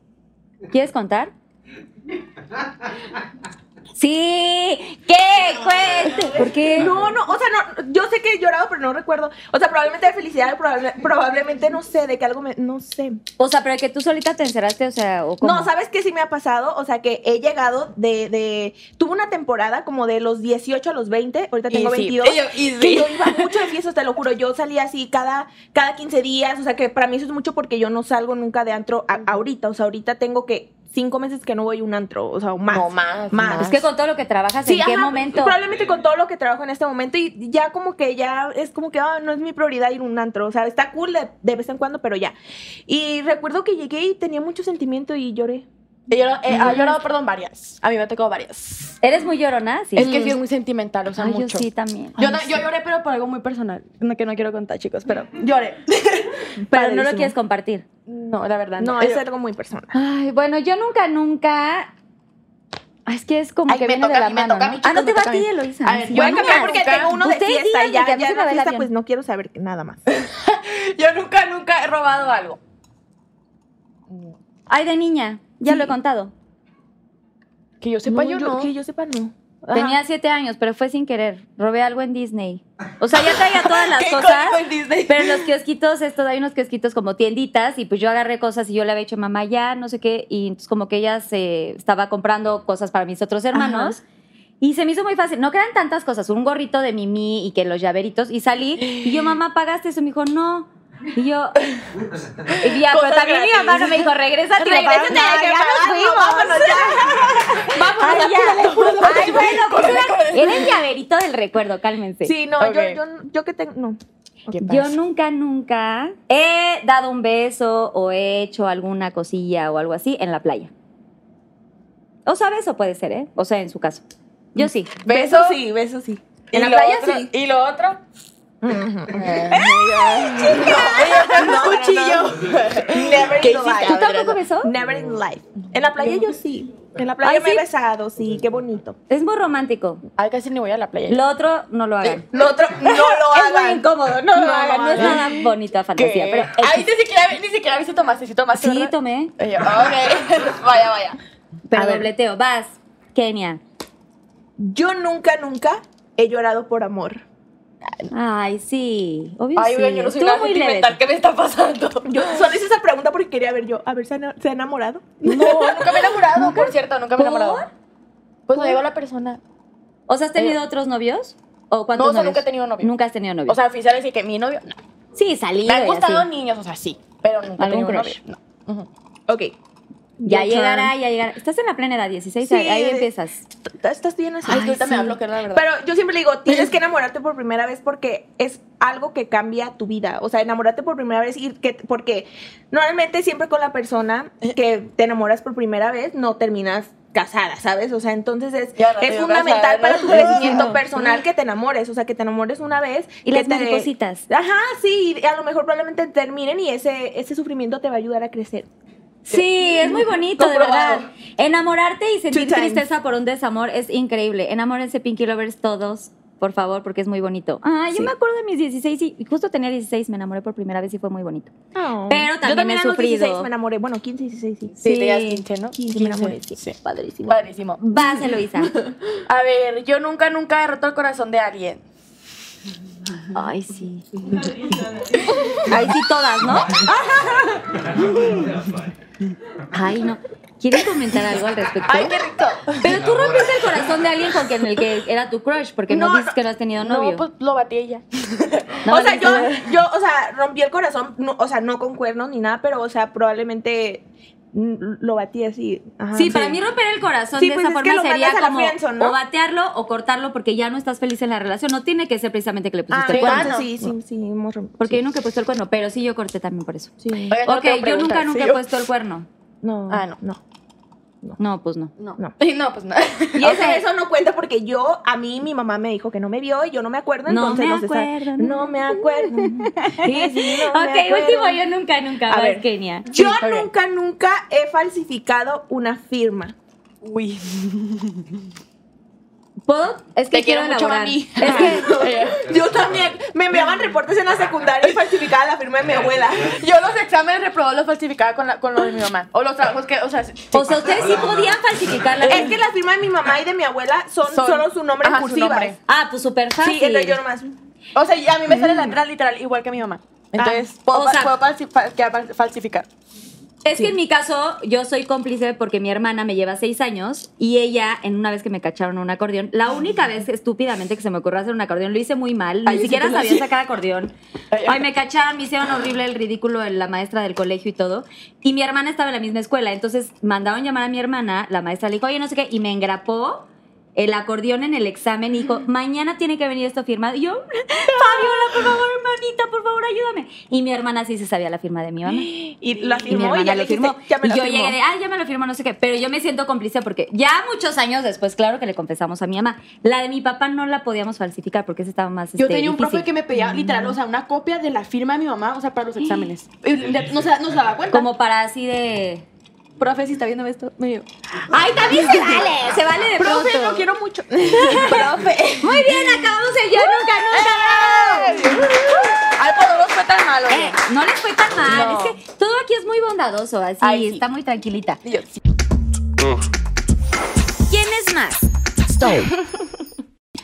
Speaker 2: ¿Quieres contar? Sí. ¿Qué? Cuente. ¿Por qué?
Speaker 3: No, no, o sea, no, yo sé que he llorado, pero no recuerdo. O sea, probablemente de felicidad, probable- probablemente no sé, de que algo me. No sé.
Speaker 2: O sea, pero que tú solita te encerraste, o sea, o cómo?
Speaker 3: No, ¿sabes qué sí me ha pasado? O sea, que he llegado de. de tuve una temporada como de los 18 a los 20, ahorita tengo
Speaker 4: Y sí.
Speaker 3: 22.
Speaker 4: Y yo- y sí.
Speaker 3: que yo iba mucho de fiestas, te lo juro. Yo salía así cada, cada 15 días. O sea, que para mí eso es mucho porque yo no salgo nunca de antro a- ahorita. O sea, ahorita tengo que. Cinco meses que no voy a un antro, o sea, o más.
Speaker 4: No, más,
Speaker 3: Más.
Speaker 2: Es que con todo lo que trabajas, ¿en qué
Speaker 3: ajá,
Speaker 2: momento?
Speaker 3: Probablemente con todo lo que trabajo en este momento y ya como que ya es como que ah, no es mi prioridad ir a un antro, o sea, está cool de, de vez en cuando, pero ya. Y recuerdo que llegué y tenía mucho sentimiento y lloré.
Speaker 4: He llorado, eh, ha llorado, perdón, varias. A mí me ha tocado varias.
Speaker 2: ¿Eres muy llorona? Sí.
Speaker 4: Es que sí es muy sentimental, o sea,
Speaker 2: Ay, yo
Speaker 4: mucho.
Speaker 2: sí también.
Speaker 4: Mm. Yo, no- yo lloré, pero por algo muy personal. No, que no quiero contar, chicos, pero lloré.
Speaker 2: Pero no lo
Speaker 3: Padrísimo.
Speaker 2: quieres compartir.
Speaker 4: No, la verdad.
Speaker 3: No,
Speaker 4: No,
Speaker 3: es algo muy personal.
Speaker 2: Ay, bueno, yo nunca, nunca. Ay, es que es como
Speaker 4: Ay,
Speaker 2: que
Speaker 4: me
Speaker 2: viene
Speaker 4: toca
Speaker 2: de
Speaker 4: a
Speaker 2: la
Speaker 4: mí, me
Speaker 2: mano.
Speaker 4: toca a
Speaker 2: ¿no?
Speaker 4: mí,
Speaker 2: ah,
Speaker 4: chicos,
Speaker 2: no te
Speaker 4: me
Speaker 2: va a
Speaker 4: toca a
Speaker 2: ti,
Speaker 4: mí.
Speaker 2: Eloisa.
Speaker 4: A ver,
Speaker 2: Sí.
Speaker 4: yo
Speaker 3: Voy a
Speaker 4: nunca-
Speaker 3: cambiar porque tengo uno de
Speaker 2: Ustedes
Speaker 3: fiesta y
Speaker 2: díganme,
Speaker 3: ya,
Speaker 2: que a mí
Speaker 3: ya
Speaker 2: se me
Speaker 3: la
Speaker 2: va el
Speaker 3: fiesta
Speaker 2: avión.
Speaker 3: pues no quiero saber que nada más.
Speaker 4: yo nunca, nunca he robado algo.
Speaker 2: Ay, de niña, ya lo he contado.
Speaker 4: Que yo sepa,
Speaker 3: No,
Speaker 4: yo,
Speaker 3: yo-
Speaker 4: no.
Speaker 3: Que yo sepa, no. Ajá.
Speaker 2: Tenía siete años, pero fue sin querer. Robé algo en Disney. O sea, ya traía todas las
Speaker 4: Qué
Speaker 2: cosas.
Speaker 4: icónico en Disney.
Speaker 2: Pero en los kiosquitos, estos, hay unos kiosquitos como tienditas, y pues yo agarré cosas y yo le había hecho mamá ya, no sé qué, y entonces como que ella se estaba comprando cosas para mis otros hermanos. Y se me hizo muy fácil. No quedan tantas cosas. Un gorrito de Mimi y que los llaveritos. Y salí. Y yo, mamá, ¿pagaste eso? Me dijo, no. Y yo. Y ya, pero
Speaker 4: Cosas
Speaker 2: también mi mamá
Speaker 4: gratis.
Speaker 2: no me dijo, regresa.
Speaker 3: Regrésate, que pagarlo, vámonos,
Speaker 2: Vámonos,
Speaker 3: Ay, ya.
Speaker 2: apúrale, apúrale, Ay, bueno, pues era, era el llaverito del recuerdo, cálmense.
Speaker 3: Sí, no,
Speaker 4: Ok.
Speaker 3: yo, yo, yo que tengo, no.
Speaker 4: ¿Qué
Speaker 2: Yo
Speaker 4: pasa?
Speaker 2: nunca, nunca he dado un beso o he hecho alguna cosilla o algo así en la playa. O sea, beso puede ser, ¿eh? O sea, en su caso. Yo sí.
Speaker 4: Beso.
Speaker 3: sí, beso sí.
Speaker 4: ¿Y
Speaker 3: En la
Speaker 4: lo
Speaker 3: playa
Speaker 4: otro?
Speaker 3: sí.
Speaker 4: ¿Y lo otro? Eh,
Speaker 3: No, no, no. Never
Speaker 4: ¿Qué
Speaker 3: in
Speaker 4: hiciste?
Speaker 3: life.
Speaker 2: ¿Tú tampoco besó?
Speaker 3: Never in life. En la playa yo sí. En la playa
Speaker 2: Ay,
Speaker 3: me
Speaker 2: sí.
Speaker 3: he besado, sí, qué bonito.
Speaker 2: Es muy romántico.
Speaker 4: Ay, casi ni voy a la playa.
Speaker 2: Lo otro, no lo hagan.
Speaker 4: Lo otro, no lo
Speaker 2: es muy
Speaker 4: hagan.
Speaker 2: incómodo, no, lo
Speaker 4: No
Speaker 2: hagan. No es
Speaker 4: hagan.
Speaker 2: nada bonita
Speaker 4: ¿Qué?
Speaker 2: fantasía, pero...
Speaker 4: Ay, ni siquiera, ni siquiera viste tomaste, sí tomaste.
Speaker 2: sí,
Speaker 4: ¿verdad?
Speaker 2: tomé,
Speaker 4: Y yo, ok, vaya, vaya.
Speaker 2: pero
Speaker 3: A ver.
Speaker 2: dobleteo. Vas, Kenia.
Speaker 3: Yo nunca, nunca he llorado por amor.
Speaker 2: Ay, sí. Obvio
Speaker 4: Ay,
Speaker 2: sí.
Speaker 4: oigan, yo no soy
Speaker 2: Estuvo
Speaker 4: nada
Speaker 2: muy leve.
Speaker 4: sentimental, ¿qué me está pasando?
Speaker 3: Yo solo hice esa pregunta porque quería ver yo, a ver, ¿se ha, se ha enamorado?
Speaker 4: No, nunca me he enamorado, por cierto, nunca me he
Speaker 2: ¿Por?
Speaker 4: enamorado. Pues no llegó la persona.
Speaker 2: ¿O sea, has tenido otros novios? ¿O
Speaker 4: Eh,
Speaker 2: cuántos
Speaker 4: No, o sea,
Speaker 2: novios?
Speaker 4: nunca he tenido novio.
Speaker 2: Nunca has tenido novio.
Speaker 4: O sea, oficial así que mi novio. No.
Speaker 2: sí, salido
Speaker 4: Me han
Speaker 2: y
Speaker 4: gustado
Speaker 2: así.
Speaker 4: niños, o sea, sí. Pero nunca he
Speaker 2: ¿Algún
Speaker 4: tenido un
Speaker 2: crush?
Speaker 4: novio. No.
Speaker 3: Ok.
Speaker 2: Ya
Speaker 3: Your turn.
Speaker 2: llegará, ya llegará. Estás en la plena edad, 16,
Speaker 3: Sí,
Speaker 2: ahí
Speaker 3: de-
Speaker 2: empiezas.
Speaker 3: T- Estás bien así.
Speaker 4: Ay, tú ahorita me va a bloquear, la verdad.
Speaker 3: Pero yo siempre le digo, tienes que enamorarte por primera vez porque es algo que cambia tu vida. O sea, enamorarte por primera vez y que porque normalmente siempre con la persona
Speaker 4: Eh.
Speaker 3: que te enamoras por primera vez no terminas casada, ¿sabes? O sea, entonces es,
Speaker 4: Ya no te
Speaker 3: es
Speaker 4: veo casada,
Speaker 3: fundamental para
Speaker 4: ¿no?
Speaker 3: tu crecimiento personal que te enamores, o sea, que te enamores una vez
Speaker 2: Y
Speaker 3: que
Speaker 2: las
Speaker 3: te-
Speaker 2: maripositas.
Speaker 3: Ajá, sí, y a lo mejor probablemente terminen y ese ese sufrimiento te va a ayudar a crecer.
Speaker 2: Sí, es muy bonito, de
Speaker 4: Comprobado.
Speaker 2: verdad. Enamorarte y sentir
Speaker 3: Two times.
Speaker 2: tristeza por un desamor es increíble. Enamórense, Pinky Lovers, todos, por favor, porque es muy bonito. Ah, yo
Speaker 3: Sí.
Speaker 2: me acuerdo de mis 16 y y justo tenía 16, me enamoré por primera vez y fue muy bonito. Pero
Speaker 3: Yo
Speaker 2: también, he
Speaker 3: a los 16
Speaker 2: sufrido.
Speaker 3: me enamoré, bueno, 15, 16, sí.
Speaker 4: Sí,
Speaker 2: sí.
Speaker 4: te das 15, ¿no?
Speaker 3: 15 me enamoré, sí,
Speaker 4: Sí.
Speaker 3: padrísimo.
Speaker 4: Padrísimo.
Speaker 2: Vas, Eloisa.
Speaker 4: A ver, yo nunca, nunca he roto el corazón de alguien.
Speaker 2: Ay, sí. Ay, sí, todas, ¿no? Ay, no. ¿Quieres comentar algo al respecto?
Speaker 4: Ay, qué rico.
Speaker 2: Pero tú rompiste el corazón de alguien con quien el que era tu crush, porque no, dices que no has tenido novio.
Speaker 4: No, pues lo batí ella.
Speaker 2: No,
Speaker 3: o sea,
Speaker 2: no,
Speaker 3: yo,
Speaker 2: no.
Speaker 3: yo, o sea, rompí el corazón, no, o sea, no con cuernos ni nada, pero, o sea, probablemente mm, lo batí así. ajá.
Speaker 2: Sí, para mí romper el corazón
Speaker 3: Ah, Sí,
Speaker 2: de
Speaker 3: pues
Speaker 2: esa
Speaker 3: es que
Speaker 2: forma
Speaker 3: lo
Speaker 2: sería
Speaker 3: mandas a la
Speaker 2: como
Speaker 3: friendzone, ¿no?
Speaker 2: o batearlo o cortarlo porque ya no estás feliz en la relación. No tiene que ser precisamente que le
Speaker 3: Ah,
Speaker 2: pusiste el cuerno.
Speaker 3: entonces sí, sí, sí, hemos rompido.
Speaker 2: Porque yo nunca he puesto el cuerno, pero sí yo corté también por eso.
Speaker 3: Sí.
Speaker 4: Oigan, no
Speaker 2: ok,
Speaker 4: tengo
Speaker 2: yo nunca,
Speaker 4: preguntas,
Speaker 2: nunca
Speaker 4: ¿sí?
Speaker 2: he puesto el cuerno.
Speaker 3: No.
Speaker 4: Ah, no.
Speaker 3: No.
Speaker 2: No, pues no.
Speaker 4: No.
Speaker 3: No.
Speaker 4: No, pues no.
Speaker 3: Y ese beso no cuenta porque yo, a mí, mi mamá me dijo que no me vio y yo no me acuerdo,
Speaker 2: No
Speaker 3: entonces
Speaker 2: me
Speaker 3: no se sabe.
Speaker 2: acuerdo, no.
Speaker 3: No me acuerdo. Sí, sí, no
Speaker 2: ok,
Speaker 3: me acuerdo.
Speaker 2: último, yo nunca, nunca.
Speaker 3: A
Speaker 2: Vas,
Speaker 3: ver.
Speaker 2: Kenia.
Speaker 3: Yo
Speaker 4: Sí, ok.
Speaker 3: nunca, nunca he falsificado una firma.
Speaker 4: Uy.
Speaker 2: ¿Puedo? Es que
Speaker 4: Te quiero mucho,
Speaker 2: elaborar.
Speaker 4: mami.
Speaker 2: Es que
Speaker 3: Yo también. Me enviaban reportes en la secundaria y falsificaba la firma de mi abuela.
Speaker 4: Yo los exámenes reprobados los falsificaba con, la, con los de mi mamá. O los trabajos que, o sea, sí.
Speaker 2: o sea, ustedes sí podían falsificar la
Speaker 3: Es que la firma de mi mamá y de mi abuela son,
Speaker 4: Son-
Speaker 3: solo su nombre
Speaker 4: ajá,
Speaker 3: en
Speaker 4: su
Speaker 3: cursivas.
Speaker 4: nombre.
Speaker 2: Ah, pues súper fácil.
Speaker 3: Sí, entonces yo nomás.
Speaker 4: o sea, y a mí me sale la entrada literal igual que mi mamá. Entonces, puedo,
Speaker 2: o
Speaker 4: fa-
Speaker 2: sea-
Speaker 4: puedo falsi- fa- que- fal- falsificar.
Speaker 2: Es que en mi caso, yo soy cómplice porque mi hermana me lleva seis años y ella, en una vez que me cacharon un acordeón, la única vez estúpidamente que se me ocurrió hacer un acordeón, lo hice muy mal, ni
Speaker 4: Ay,
Speaker 2: siquiera
Speaker 4: sí, sí,
Speaker 2: sabía
Speaker 4: sí.
Speaker 2: sacar acordeón.
Speaker 4: Ay, ay.
Speaker 2: Ay, me cacharon, me hicieron horrible el ridículo de la maestra del colegio y todo. Y mi hermana estaba en la misma escuela, entonces mandaron llamar a mi hermana, la maestra le dijo, oye, no sé qué, y me engrapó. El acordeón en el examen y dijo, mañana tiene que venir esto firmado. Y yo, Fabiola, por favor, hermanita, por favor, ayúdame. Y mi hermana sí se sabía la firma de mi mamá.
Speaker 3: Y la
Speaker 2: Y mi
Speaker 3: firmó y,
Speaker 2: hermana
Speaker 3: ya
Speaker 2: lo
Speaker 3: le
Speaker 2: firmó.
Speaker 3: firmó. Ya me
Speaker 2: Y
Speaker 3: la
Speaker 2: yo
Speaker 3: firmó.
Speaker 2: llegué de, ay, ya me lo firmó, no sé qué. Pero yo me siento cómplice porque ya muchos años después, claro que le confesamos a mi mamá. La de mi papá no la podíamos falsificar porque esa estaba más.
Speaker 4: Yo
Speaker 2: este, Mm.
Speaker 4: tenía un profe
Speaker 2: difícil.
Speaker 4: que me pedía literal, o sea, una copia de la firma de mi mamá, o sea, para los exámenes. Y ya No se, da- no se daba cuenta.
Speaker 2: Como para así de.
Speaker 4: profe, si está viendo esto, me digo,
Speaker 2: ¡Ay, también se vale! Se vale de pronto.
Speaker 3: Profe, lo quiero mucho. Profe.
Speaker 2: Muy bien, acabamos el Yo Nunca Nunca.
Speaker 4: ¡Eh! Ay, por no fue tan malo.
Speaker 2: Eh, no les fue tan mal.
Speaker 4: No.
Speaker 2: Es que todo aquí es muy bondadoso, así
Speaker 4: Ay, sí.
Speaker 2: está muy tranquilita. Mm.
Speaker 4: Y yo, sí.
Speaker 2: ¿Quién es más?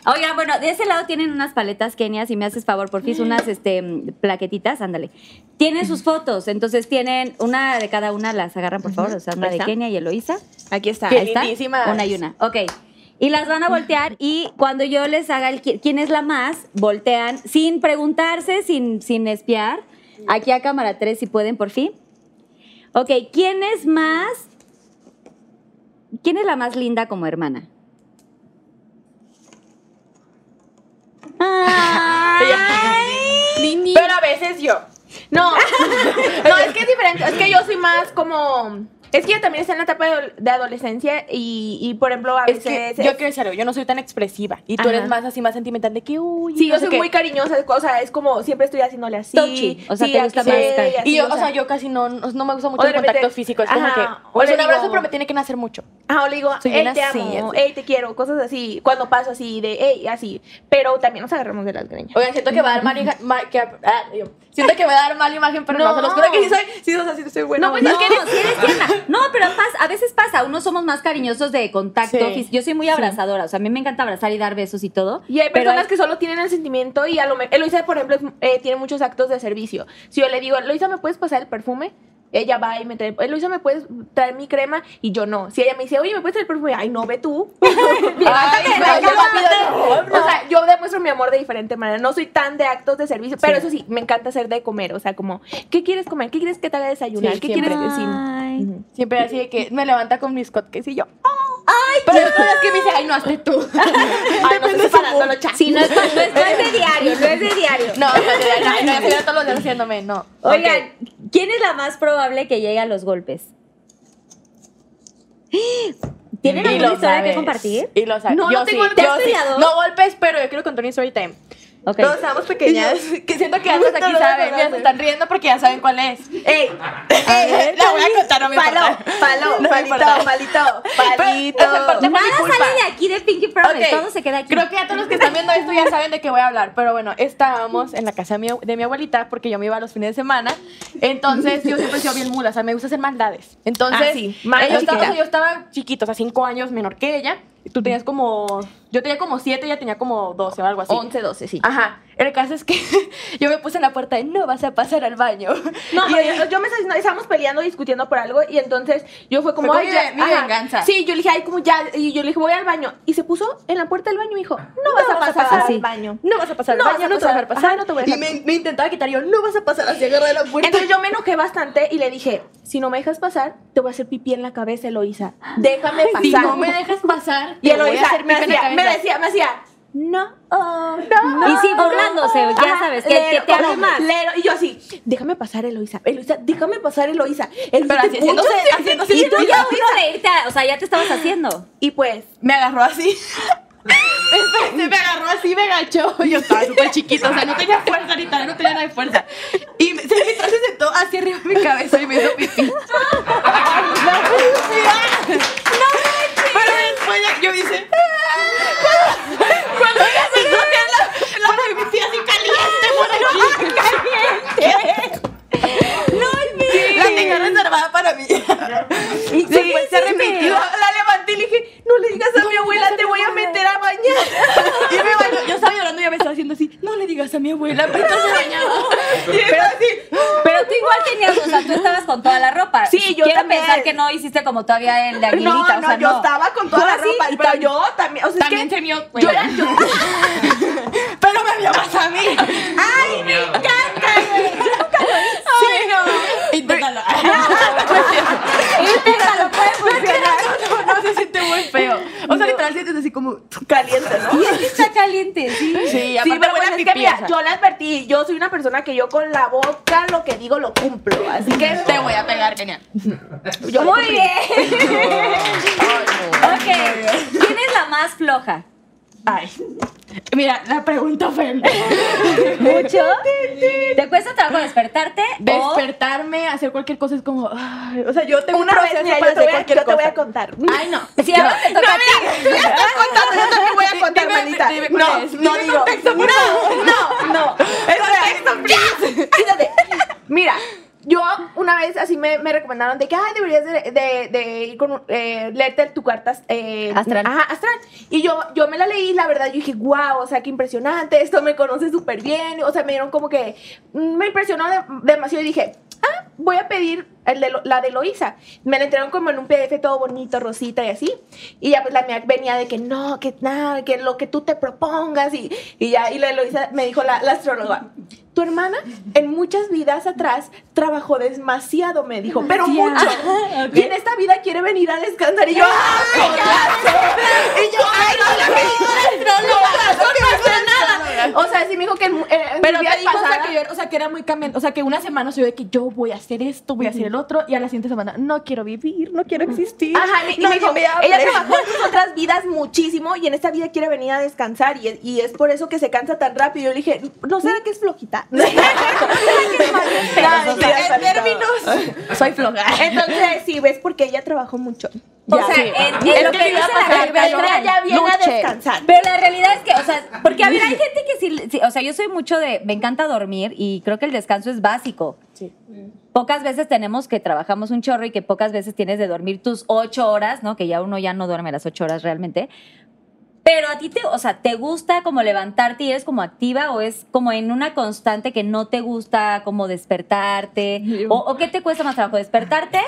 Speaker 2: Oigan, bueno, de ese lado tienen unas paletas kenias, si me haces favor, por fin, unas este, mm, plaquetitas, ándale. Tienen sus fotos, entonces tienen una de cada una, las agarran, por favor, o sea, una
Speaker 3: Ahí
Speaker 2: de
Speaker 3: está.
Speaker 2: Kenia y Eloisa.
Speaker 3: Aquí está.
Speaker 4: Qué
Speaker 2: Ahí está,
Speaker 4: lindísimas.
Speaker 2: una y una, ok. Y las van a voltear y cuando yo les haga el qui- quién es la más, voltean sin preguntarse, sin, sin espiar. Aquí a cámara 3 si pueden, por fin. Ok, ¿quién es más? ¿Quién es la más linda como hermana? Ah, Ay.
Speaker 3: Pero a veces yo. No. no, es que es diferente. Es que yo soy más como. Es que yo también estoy en la etapa de, de adolescencia y, y, por ejemplo, a
Speaker 4: Es
Speaker 3: veces.
Speaker 4: que
Speaker 3: es-
Speaker 4: yo quiero decir algo, yo no soy tan expresiva. Y tú
Speaker 3: Ajá.
Speaker 4: eres más así, más sentimental de que, uy.
Speaker 3: Sí,
Speaker 4: no
Speaker 3: yo
Speaker 4: sé
Speaker 3: soy
Speaker 4: qué.
Speaker 3: muy cariñosa, es- o sea, es como siempre estoy haciéndole así.
Speaker 2: Touchy, o sea, te gusta
Speaker 3: aquí,
Speaker 2: más
Speaker 3: sí,
Speaker 2: cari-
Speaker 3: así,
Speaker 4: Y yo, o sea, yo casi no, no no me gusta mucho
Speaker 3: O de
Speaker 4: el contacto
Speaker 3: repente-
Speaker 4: físico. Es como
Speaker 3: ajá,
Speaker 4: que. o
Speaker 3: o
Speaker 4: sea,
Speaker 3: le
Speaker 4: un abrazo,
Speaker 3: digo-
Speaker 4: pero me tiene que nacer mucho.
Speaker 3: Ah, o le digo,
Speaker 4: Soy
Speaker 3: hey,
Speaker 4: una
Speaker 3: te
Speaker 4: así,
Speaker 3: amo,
Speaker 4: así.
Speaker 3: hey, te quiero, cosas así. Cuando paso así de, hey, así. Pero también nos agarramos de las greñas.
Speaker 4: Oigan, siento que va a dar mal imagen. siento que va a dar mala imagen, pero no,
Speaker 3: No.
Speaker 4: se los juro que sí soy. Sí, o sea, sí soy buena.
Speaker 3: No, pues,
Speaker 2: No, sí eres tierna. No, pero pas- a veces pasa. Unos somos más cariñosos de contacto.
Speaker 4: Sí.
Speaker 2: fis- Yo soy muy abrazadora. O sea, a mí me encanta abrazar y dar besos y todo.
Speaker 3: Y hay
Speaker 2: pero
Speaker 3: personas que solo tienen el sentimiento y a lo mejor. Eloisa, por ejemplo, es- eh, tiene muchos actos de servicio. Si yo le digo, Eloisa, ¿me puedes pasar el perfume? Ella va y me trae. Eloisa, ¿me puedes traer mi crema? Y yo no. Si ella me dice, oye, ¿me puedes traer el perfume? Ay, no, ve tú.
Speaker 4: Ay,
Speaker 3: Levántate,
Speaker 4: pero yo
Speaker 3: levántate.
Speaker 4: rápido, no,
Speaker 3: O sea, yo demuestro mi amor de diferente manera. No soy tan de actos de servicio, pero eso sí, me encanta hacer de comer. O sea, como, ¿qué quieres comer? ¿Qué quieres que te haga desayunar?
Speaker 4: Sí,
Speaker 3: ¿Qué
Speaker 4: siempre.
Speaker 3: quieres que sí?
Speaker 2: Ay.
Speaker 3: Ujú.
Speaker 4: Siempre así de que me levanta con mis cupcakes y yo. "Oh". Pero hay otras que me dice, ay, no, hazte tú. ay, no, estoy parándolo, cha.
Speaker 2: Si no es, no, es, no es de diario, no es de diario.
Speaker 4: No, no, no, no, no, yo todos los días haciéndome, no.
Speaker 2: Oigan, ¿quién es la más probable que llegue a los golpes? ¿Tienen
Speaker 4: Y
Speaker 2: alguna
Speaker 4: lo
Speaker 2: historia que
Speaker 4: sabes.
Speaker 2: compartir?
Speaker 4: Y lo sabes.
Speaker 2: No,
Speaker 4: yo
Speaker 2: no tengo
Speaker 4: sí,
Speaker 2: ¿Te has
Speaker 4: yo sí.
Speaker 2: peleado?
Speaker 4: No golpes, pero yo quiero contar una story time.
Speaker 2: Ok.
Speaker 4: Todos estábamos pequeñas. Que siento que ambos aquí saben. Ya se están riendo porque ya saben cuál es.
Speaker 3: ¡Ey!
Speaker 4: ver, la voy a contar, no me
Speaker 3: palo,
Speaker 4: importa.
Speaker 3: Palo,
Speaker 4: No me
Speaker 3: palito,
Speaker 4: importa.
Speaker 3: palito,
Speaker 4: Pero,
Speaker 3: palito.
Speaker 4: o sea, aparte fue mi
Speaker 2: Nada
Speaker 4: culpa.
Speaker 2: sale de aquí de Pinky Promise,
Speaker 4: Ok.
Speaker 2: todo se queda aquí.
Speaker 4: Creo que ya todos los que están viendo esto ya saben de qué voy a hablar. Pero bueno, estábamos en la casa de mi, de mi abuelita porque yo me iba los fines de semana. Entonces, yo siempre he sido bien mula. O sea, me gusta hacer maldades. Entonces,
Speaker 3: Ah, sí, mala
Speaker 4: ellos
Speaker 3: chiquita.
Speaker 4: estaban- o sea, yo estaba chiquito, o sea, cinco años menor que ella. y Tú tenías como. Yo tenía como siete, ella tenía como 12 o algo así.
Speaker 3: 11, 12, sí. Ah,
Speaker 4: Ajá. El caso es que yo me puse en la puerta de no vas a pasar al baño.
Speaker 3: No,
Speaker 4: Y
Speaker 3: pero yo, yo me no, estábamos peleando, discutiendo por algo, y entonces yo fue como,
Speaker 4: Fue como
Speaker 3: ay,
Speaker 4: mi-
Speaker 3: ya,
Speaker 4: mi venganza.
Speaker 3: Sí, yo le dije, ay, como ya, y yo le dije, voy al baño. Y se puso en la puerta del baño y me dijo, no, vas, a pasar,
Speaker 2: así.
Speaker 3: al baño.
Speaker 4: No vas a pasar
Speaker 3: No
Speaker 4: al
Speaker 3: vas
Speaker 4: baño,
Speaker 3: a
Speaker 4: no te vas a dejar
Speaker 3: pasar.
Speaker 4: pasar.
Speaker 3: Ajá, no te voy a dejar
Speaker 4: Y me, me intentaba quitar y yo, no vas a pasar así, agarré la puerta.
Speaker 3: Entonces yo me enojé bastante y le dije, si no me dejas pasar, te voy a hacer pipí en la cabeza, Eloisa. Déjame pasar.
Speaker 4: si no me dejas pasar,
Speaker 3: y
Speaker 4: te voy a
Speaker 3: Eloisa
Speaker 4: hacer
Speaker 3: me,
Speaker 4: pipí en la
Speaker 3: hacía- me
Speaker 4: cabeza.
Speaker 3: decía, me hacía, no, oh, no,
Speaker 2: Y sí, burlándose, ya
Speaker 3: Ajá,
Speaker 2: sabes, que, que
Speaker 3: lero,
Speaker 2: te hace
Speaker 3: como,
Speaker 2: más.
Speaker 3: lero. y yo así, déjame pasar, Eloisa, Eloisa, déjame pasar, Eloisa. Eloisa,
Speaker 4: Pero
Speaker 3: te
Speaker 4: así haciéndose-
Speaker 3: puto sé-
Speaker 4: haciéndose-
Speaker 3: y tú
Speaker 2: Tú
Speaker 3: ya
Speaker 2: ya fuiste a irte, a- o sea, ya te estabas haciendo.
Speaker 3: Y pues,
Speaker 4: me agarró así. Se me agarró así, me agachó. Yo estaba súper chiquita, o sea, no tenía fuerza ni tal, no tenía nada de fuerza. Y me, se, me- se sentó hacia arriba de mi cabeza y me hizo pipí. ¡No! Pero después ya- yo hice. "Ah". Cuando ella se toca la, la pipí así caliente por aquí. ¡Caliente! ¡No, La tenía reservada para mí.
Speaker 3: y después
Speaker 4: Y
Speaker 3: se arrepintió.
Speaker 4: la la levanté y le dije, no le digas a mi abuela, te voy a meter a bañar. Y me bañó. Yo estaba llorando y ya me estaba haciendo así, no le digas a mi abuela, pero se bañaba. Y estaba así,
Speaker 2: Pero tú igual tenías, o sea, tú estabas con toda la ropa.
Speaker 3: Sí, yo
Speaker 2: Quiero
Speaker 3: también.
Speaker 2: pensar que no hiciste como todavía el de
Speaker 3: No,
Speaker 2: Aguilita, o
Speaker 3: no,
Speaker 2: sea,
Speaker 3: yo
Speaker 2: no.
Speaker 3: estaba con toda la
Speaker 2: Ahora sí,
Speaker 3: ropa,
Speaker 2: y
Speaker 3: pero
Speaker 2: tam-
Speaker 3: yo también, o sea,
Speaker 4: También
Speaker 3: es que
Speaker 4: se mío,
Speaker 3: yo era yo.
Speaker 4: pero me vio más a mí.
Speaker 3: ¡Ay, me encanta!
Speaker 4: Sí, no. Inténtalo.
Speaker 3: Inténtalo, puede funcionar.
Speaker 4: No, no se siente muy feo. O sea, literal sientes así como.
Speaker 3: Caliente, ¿no?
Speaker 2: Y es que está caliente, sí.
Speaker 4: Sí, pues
Speaker 3: Sí, pero bueno, es que mira,
Speaker 4: yo
Speaker 3: yo le advertí, yo soy una persona que yo con la boca lo que digo lo cumplo, así que
Speaker 4: te voy a pegar, genial.
Speaker 3: yo
Speaker 2: Muy bien. Ok. ¿Quién es la más floja?
Speaker 4: Ay. Mira, la pregunta ofende.
Speaker 2: ¿Mucho? ¿Te cuesta trabajo despertarte? o-
Speaker 4: Despertarme, hacer cualquier cosa es como. ay, o sea, yo tengo
Speaker 3: Una
Speaker 4: un
Speaker 3: vez,
Speaker 4: proceso
Speaker 3: mira,
Speaker 4: para
Speaker 3: yo te
Speaker 4: hacer
Speaker 3: voy a,
Speaker 4: cualquier
Speaker 3: yo te voy
Speaker 4: cosa.
Speaker 3: a contar.
Speaker 4: Ay, no.
Speaker 2: Si ahora te toca a ti.
Speaker 3: contando, yo también voy a contar,
Speaker 4: Dime-
Speaker 3: manita.
Speaker 4: dime cuál
Speaker 3: No,
Speaker 4: es,
Speaker 3: no
Speaker 4: dime
Speaker 3: digo.
Speaker 4: contexto, por
Speaker 3: No, no, no. Contexto, Fíjate. Mira. Yo una vez así me, me recomendaron de que ay, deberías de, de- de ir con un- eh, leerte tu carta eh,
Speaker 2: Astral.
Speaker 3: Ajá, astral. Y yo, yo me la leí, la verdad, yo dije, wow, o sea, qué impresionante, esto me conoce súper bien. O sea, me dieron como que mm, me impresionó de- demasiado y dije, ah, voy a pedir el de Lo- la de Loisa. Me la entregaron como en un PDF todo bonito, rosita y así. Y ya pues la mía venía de que no, que nada, que lo que tú te propongas. Y, y ya, y la de Loisa me dijo la, la astróloga. Tu hermana en muchas vidas atrás trabajó demasiado, me dijo, pero mucho. Y en esta vida quiere venir a descansar. Y yo, ¡ay, ya sé! Y yo, ¡ay, no la nada! O sea, sí me dijo que en, mu- eh, en
Speaker 4: Pero
Speaker 3: mi vida
Speaker 4: te dijo, o sea,
Speaker 3: pasada-
Speaker 4: que yo- o sea, que era muy cambiante. O sea, que una semana soy de que yo voy a hacer esto, voy a hacer el otro, y a la siguiente semana, no quiero vivir, no quiero existir.
Speaker 3: Ajá, y, y
Speaker 4: no,
Speaker 3: me dijo,
Speaker 4: me da
Speaker 3: ella
Speaker 4: hambre".
Speaker 3: trabajó en sus otras vidas muchísimo y en esta vida quiere venir a descansar y, y es por eso que se cansa tan rápido. Yo le dije, ¿no será que es flojita? ¿No será que es más
Speaker 4: Pero
Speaker 3: lenta?
Speaker 4: en términos, soy floja.
Speaker 3: Entonces, sí, ves porque ella trabajó mucho.
Speaker 2: O
Speaker 4: Ya,
Speaker 2: sea,
Speaker 4: sí.
Speaker 2: en, en
Speaker 4: Es
Speaker 2: lo
Speaker 4: que
Speaker 2: que,
Speaker 4: me
Speaker 2: dice
Speaker 4: iba a
Speaker 2: la
Speaker 4: pasar,
Speaker 2: carta
Speaker 4: pero
Speaker 2: astral,
Speaker 3: ella viene a
Speaker 4: Luche.
Speaker 3: descansar.
Speaker 2: Pero la realidad es que, o sea, porque a ver, hay gente que sí, sí, o sea, yo soy mucho de, me encanta dormir y creo que el descanso es básico. Pocas veces tenemos que trabajamos un chorro y que pocas veces tienes de dormir tus ocho horas, ¿no? Que ya uno ya no duerme las ocho horas realmente. Pero a ti te, o sea, ¿te gusta como levantarte y eres como activa o es como en una constante que no te gusta como despertarte? ¿O, o qué te cuesta más trabajo, despertarte?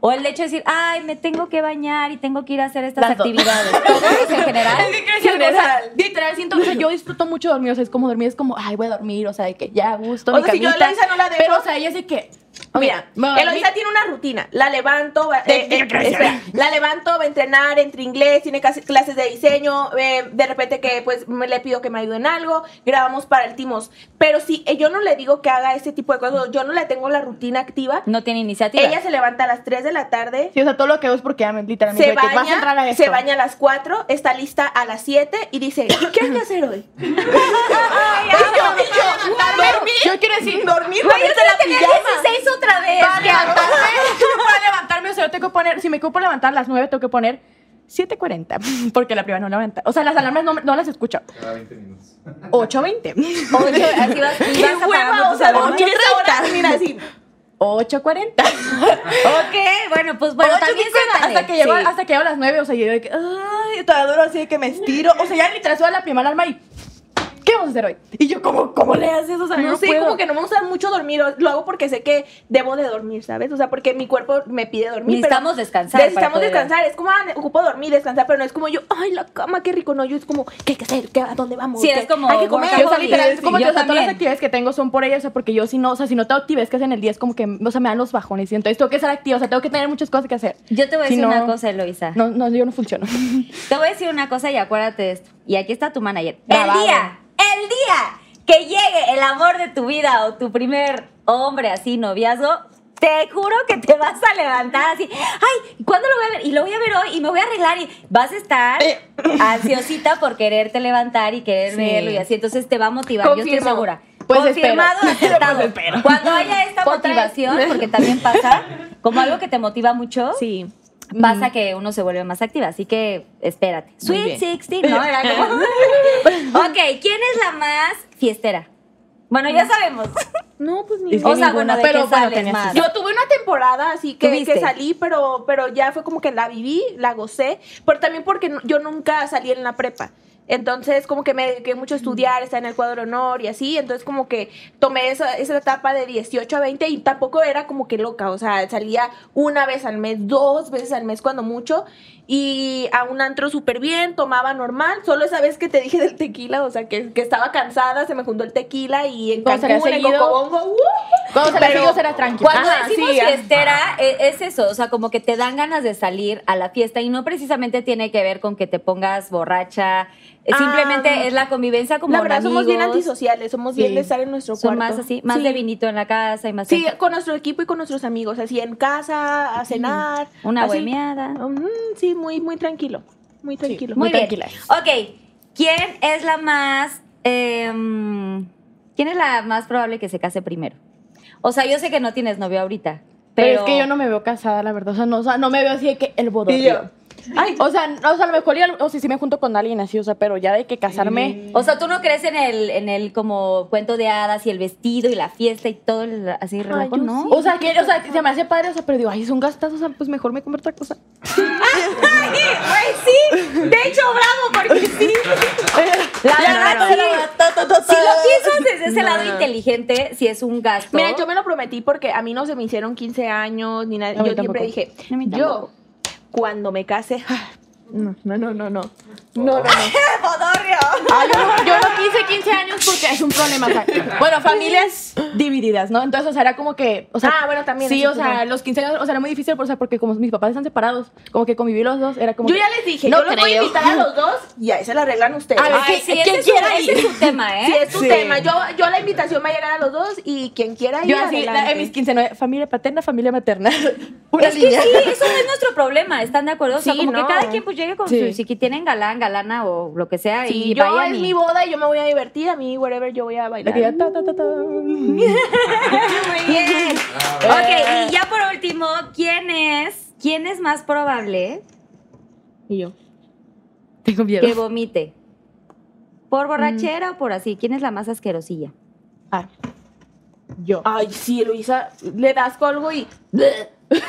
Speaker 2: O el hecho de decir, ay, me tengo que bañar y tengo que ir a hacer estas
Speaker 4: Las dos.
Speaker 2: actividades. ¿Todo es en general?
Speaker 4: Es que creo que, o sea, literal, siento, o sea, yo disfruto mucho dormir, o sea, es como dormir, es como, ay, voy a dormir, o sea, de que ya a gusto,
Speaker 3: O
Speaker 4: mi
Speaker 3: sea, si yo a
Speaker 4: camita.
Speaker 3: Eloisa no la dejo-
Speaker 4: Pero, o sea, ella es de que,
Speaker 3: Mira,
Speaker 4: Mira,
Speaker 3: Eloisa
Speaker 4: mira.
Speaker 3: tiene una rutina. La levanto, va-
Speaker 4: Te-
Speaker 3: eh,
Speaker 4: te-
Speaker 3: eh, espera, la levanto, va a entrenar, entre inglés, tiene casi- clases de diseño, eh, de repente que pues me le pido que me ayude en algo, grabamos para el Timos. Pero si eh, yo no le digo que haga ese tipo de cosas, yo no le tengo la rutina activa,
Speaker 2: No tiene iniciativa.
Speaker 3: ella se levanta a las 3 de la tarde,
Speaker 4: Sí, o sea, todo lo que hago es porque ya me literalmente
Speaker 3: se
Speaker 4: de que vas a entrar a
Speaker 3: baña,
Speaker 4: esto.
Speaker 3: se baña a las 4, está lista a las 7 y dice, ¿qué hay que hacer hoy? Y yo- y yo, dormir,
Speaker 4: Yo quiero decir,
Speaker 2: Güey,
Speaker 3: dormir,
Speaker 2: yo
Speaker 3: ponerse
Speaker 2: quiero
Speaker 3: la
Speaker 2: tener
Speaker 3: pijama.
Speaker 2: 16 otra vez.
Speaker 4: para levantarme, para levantarme, o sea, yo tengo que poner, si me ocupo levantar a las 9, tengo que poner 7.40, porque la primera no levanta. O sea, las alarmas no, me- no las escucho.
Speaker 6: Cada 20 minutos.
Speaker 4: 8.20.
Speaker 2: Oye, así vas, y vas
Speaker 3: Qué hueva,
Speaker 2: apagando
Speaker 3: o
Speaker 2: tus
Speaker 3: sea,
Speaker 2: alarmas.
Speaker 3: dormir esa hora, mira, así.
Speaker 4: 8.40.
Speaker 2: Ok, bueno, pues bueno,
Speaker 4: Ocho
Speaker 2: también se
Speaker 4: cincuenta,
Speaker 2: vale.
Speaker 4: hasta que llego
Speaker 2: Sí.
Speaker 4: hasta que llego a las 9, o sea, yo de que ay, todavía duro así de que me estiro, o sea, ya literal suena la primera alarma y ¿qué vamos a hacer hoy? Y yo como cómo le haces, o sea,
Speaker 3: No,
Speaker 4: no
Speaker 3: sé,
Speaker 4: puedo.
Speaker 3: como que no me gusta mucho dormir. o- Lo hago porque sé que debo de dormir, ¿sabes? O sea, porque mi cuerpo me pide dormir. pero
Speaker 2: Necesitamos descansar para
Speaker 3: Necesitamos
Speaker 2: poder-
Speaker 3: descansar. Es como, ah, ne- ocupo dormir, descansar, pero no es como yo, ay, la cama, qué rico. No, yo es como, ¿qué hay que hacer? ¿Qué- ¿A dónde vamos?
Speaker 2: Sí,
Speaker 3: ¿Qué-
Speaker 2: es como
Speaker 3: Hay que comer.
Speaker 2: workaholic.
Speaker 4: yo, o sea, literal, es
Speaker 2: Sí,
Speaker 4: como
Speaker 2: yo
Speaker 4: que, o sea, todas
Speaker 2: también.
Speaker 4: las actividades que tengo son por ella, o sea, porque yo si no, o sea, si no tengo actividades que hacen el día, es como que, o sea, me dan los bajones, y entonces tengo que estar activa, o sea, tengo que tener muchas cosas que hacer.
Speaker 2: Yo te voy a
Speaker 4: Si
Speaker 2: decir
Speaker 4: no-
Speaker 2: una cosa, Eloisa.
Speaker 4: No, no, yo no funciono.
Speaker 2: Te voy a decir una cosa y acuérdate de esto. Y aquí está tu manager.
Speaker 4: Va,
Speaker 2: el
Speaker 4: va,
Speaker 2: día, el día que llegue el amor de tu vida o tu primer hombre así, noviazgo, te juro que te vas a levantar así. Ay, ¿cuándo lo voy a ver? Y lo voy a ver hoy y me voy a arreglar y vas a estar ansiosita por quererte levantar y querer
Speaker 4: Sí.
Speaker 2: verlo y así. Entonces te va a motivar, yo estoy
Speaker 3: Confirmo.
Speaker 2: segura.
Speaker 4: Pues
Speaker 2: Confirmado,
Speaker 4: espero.
Speaker 2: aceptado.
Speaker 4: Pues espero.
Speaker 2: Cuando haya esta
Speaker 4: Otra vez.
Speaker 2: motivación, porque también pasa, como algo que te motiva mucho,
Speaker 3: Sí.
Speaker 2: pasa que uno se vuelve más activa, así que espérate. Sweet
Speaker 3: Mm. bien.
Speaker 2: 16, ¿no? Era como- ok, ¿quién es la más fiestera? Bueno,
Speaker 3: Mm.
Speaker 2: ya sabemos.
Speaker 3: No, pues ni
Speaker 4: Es
Speaker 3: modo.
Speaker 2: O
Speaker 4: que
Speaker 2: sea,
Speaker 4: ninguna,
Speaker 2: bueno, ¿de
Speaker 4: pero
Speaker 2: qué
Speaker 4: bueno,
Speaker 2: sales
Speaker 4: tenías
Speaker 2: más?
Speaker 4: sus-
Speaker 3: Yo tuve una temporada así que,
Speaker 2: Tuviste.
Speaker 3: que salí, pero, pero ya fue como que la viví, la gocé, pero también porque no- yo nunca salí en la prepa. Entonces, como que me dediqué mucho a estudiar, estar en el cuadro de honor y así. Entonces, como que tomé esa, esa etapa de 18 a 20 y tampoco era como que loca. O sea, salía una vez al mes, dos veces al mes, cuando mucho. Y a un antro súper bien, tomaba normal. Solo esa vez que te dije del tequila, o sea, que, que estaba cansada, se me juntó el tequila y en
Speaker 4: ¿Cómo sería
Speaker 3: Cancún, en
Speaker 4: seguido?
Speaker 3: Cocobongo. ¡uh!
Speaker 4: Cuando se las
Speaker 3: Pero-
Speaker 4: digo será Ah, tranquilo.
Speaker 2: Cuando
Speaker 3: Ajá,
Speaker 2: decimos
Speaker 3: sí, ajá.
Speaker 2: fiestera, e- es eso, o sea, como que te dan ganas de salir a la fiesta y no precisamente tiene que ver con que te pongas borracha, eh,
Speaker 3: Ah,
Speaker 2: simplemente
Speaker 3: no.
Speaker 2: es la convivencia como
Speaker 3: La verdad,
Speaker 2: con
Speaker 3: somos bien
Speaker 2: amigos.
Speaker 3: antisociales, somos
Speaker 4: Sí.
Speaker 3: bien de estar en nuestro
Speaker 2: Son
Speaker 3: cuarto.
Speaker 2: más así, más
Speaker 3: Sí.
Speaker 2: de vinito en la casa y más
Speaker 3: Sí,
Speaker 2: en-
Speaker 3: con nuestro equipo y con nuestros amigos, así en casa, a cenar.
Speaker 2: una
Speaker 3: así.
Speaker 2: bohemiada.
Speaker 3: Mm, sí, muy, muy tranquilo. Muy tranquilo.
Speaker 2: Muy,
Speaker 4: Muy
Speaker 2: bien.
Speaker 4: tranquilas.
Speaker 2: Ok, ¿quién es la más. em, ¿Quién es la más probable que se case primero? O sea, yo sé que no tienes novio ahorita.
Speaker 4: Pero es que yo no me veo casada, la verdad. O sea, no, o sea, no me veo así de que el bodorrio. Ay, o sea, no, o sea, a lo mejor, ya- o sea, sí me junto con alguien así, o sea, pero ya de que casarme.
Speaker 2: O sea, tú no crees en el, en el como cuento de hadas y el vestido y la fiesta y todo el- así relajo,
Speaker 3: yo
Speaker 2: ¿no?
Speaker 3: sí.
Speaker 4: pues O sea, que, o sea, que se me hace padre, o sea, pero digo, ay, son gastos, o sea, pues mejor me compro otra cosa.
Speaker 3: De hecho, bravo, porque sí.
Speaker 2: La
Speaker 4: verdad,
Speaker 2: verdad, sí. Si lo piensas desde ese lado inteligente, si es un gasto.
Speaker 3: Mira, yo me lo prometí porque a mí no se me hicieron 15 años ni nada.
Speaker 4: A mí
Speaker 3: Yo siempre
Speaker 4: tampoco.
Speaker 3: dije,
Speaker 2: A mí
Speaker 3: yo,
Speaker 2: tampoco.
Speaker 3: cuando me case. ah, No, no, no, no, no.
Speaker 4: Ah, yo, no- yo no quise 15 años porque es un problema. o sea, bueno, familias divididas, ¿no? Entonces, o sea, era como que. O sea,
Speaker 3: Ah, bueno, también,
Speaker 4: Sí,
Speaker 3: eso
Speaker 4: o
Speaker 3: sí,
Speaker 4: sea,
Speaker 3: bueno.
Speaker 4: los 15 años, o sea, era muy difícil, o sea, porque como mis papás están separados, como que conviví los dos, era como.
Speaker 3: Yo
Speaker 4: que-
Speaker 3: ya les dije,
Speaker 4: No
Speaker 3: yo los voy a
Speaker 4: creo.
Speaker 3: invitar a los dos y ahí se la arreglan ustedes.
Speaker 4: A ver,
Speaker 2: Ay,
Speaker 4: ¿qué-
Speaker 2: sí,
Speaker 4: qué
Speaker 2: ese, es su,
Speaker 4: quiera ir?
Speaker 2: ese es su tema, ¿eh?
Speaker 3: Si es tu
Speaker 4: Sí.
Speaker 3: tema, yo, yo la invitación va a llegar a los dos y quien quiera ir.
Speaker 4: Yo así, la-
Speaker 3: adelante.
Speaker 4: en mis 15, no, familia paterna, familia materna. Una
Speaker 2: es
Speaker 4: línea.
Speaker 2: que sí, eso no es nuestro problema, ¿están de acuerdo? O sea,
Speaker 3: Sí,
Speaker 2: como que
Speaker 3: no.
Speaker 2: cada quien pues llegue con
Speaker 4: Sí.
Speaker 2: su, si que tienen galán, galana o lo que sea
Speaker 3: Sí,
Speaker 2: y
Speaker 3: yo
Speaker 2: vayan
Speaker 3: es
Speaker 2: y-
Speaker 3: mi boda y yo me voy a divertir, a mí whatever yo voy a
Speaker 4: La
Speaker 3: bailar.
Speaker 4: que ya, ta, ta, ta, ta.
Speaker 2: Muy bien.
Speaker 3: Eh.
Speaker 2: ok, y ya por último, ¿quién es, quién es más probable
Speaker 3: Y yo.
Speaker 4: Tengo miedo.
Speaker 2: que vomite? ¿Por
Speaker 3: Mm.
Speaker 2: borrachera o por así? ¿Quién es la más asquerosilla?
Speaker 4: Ah, yo.
Speaker 3: Ay, sí, Luisa, le das colgo y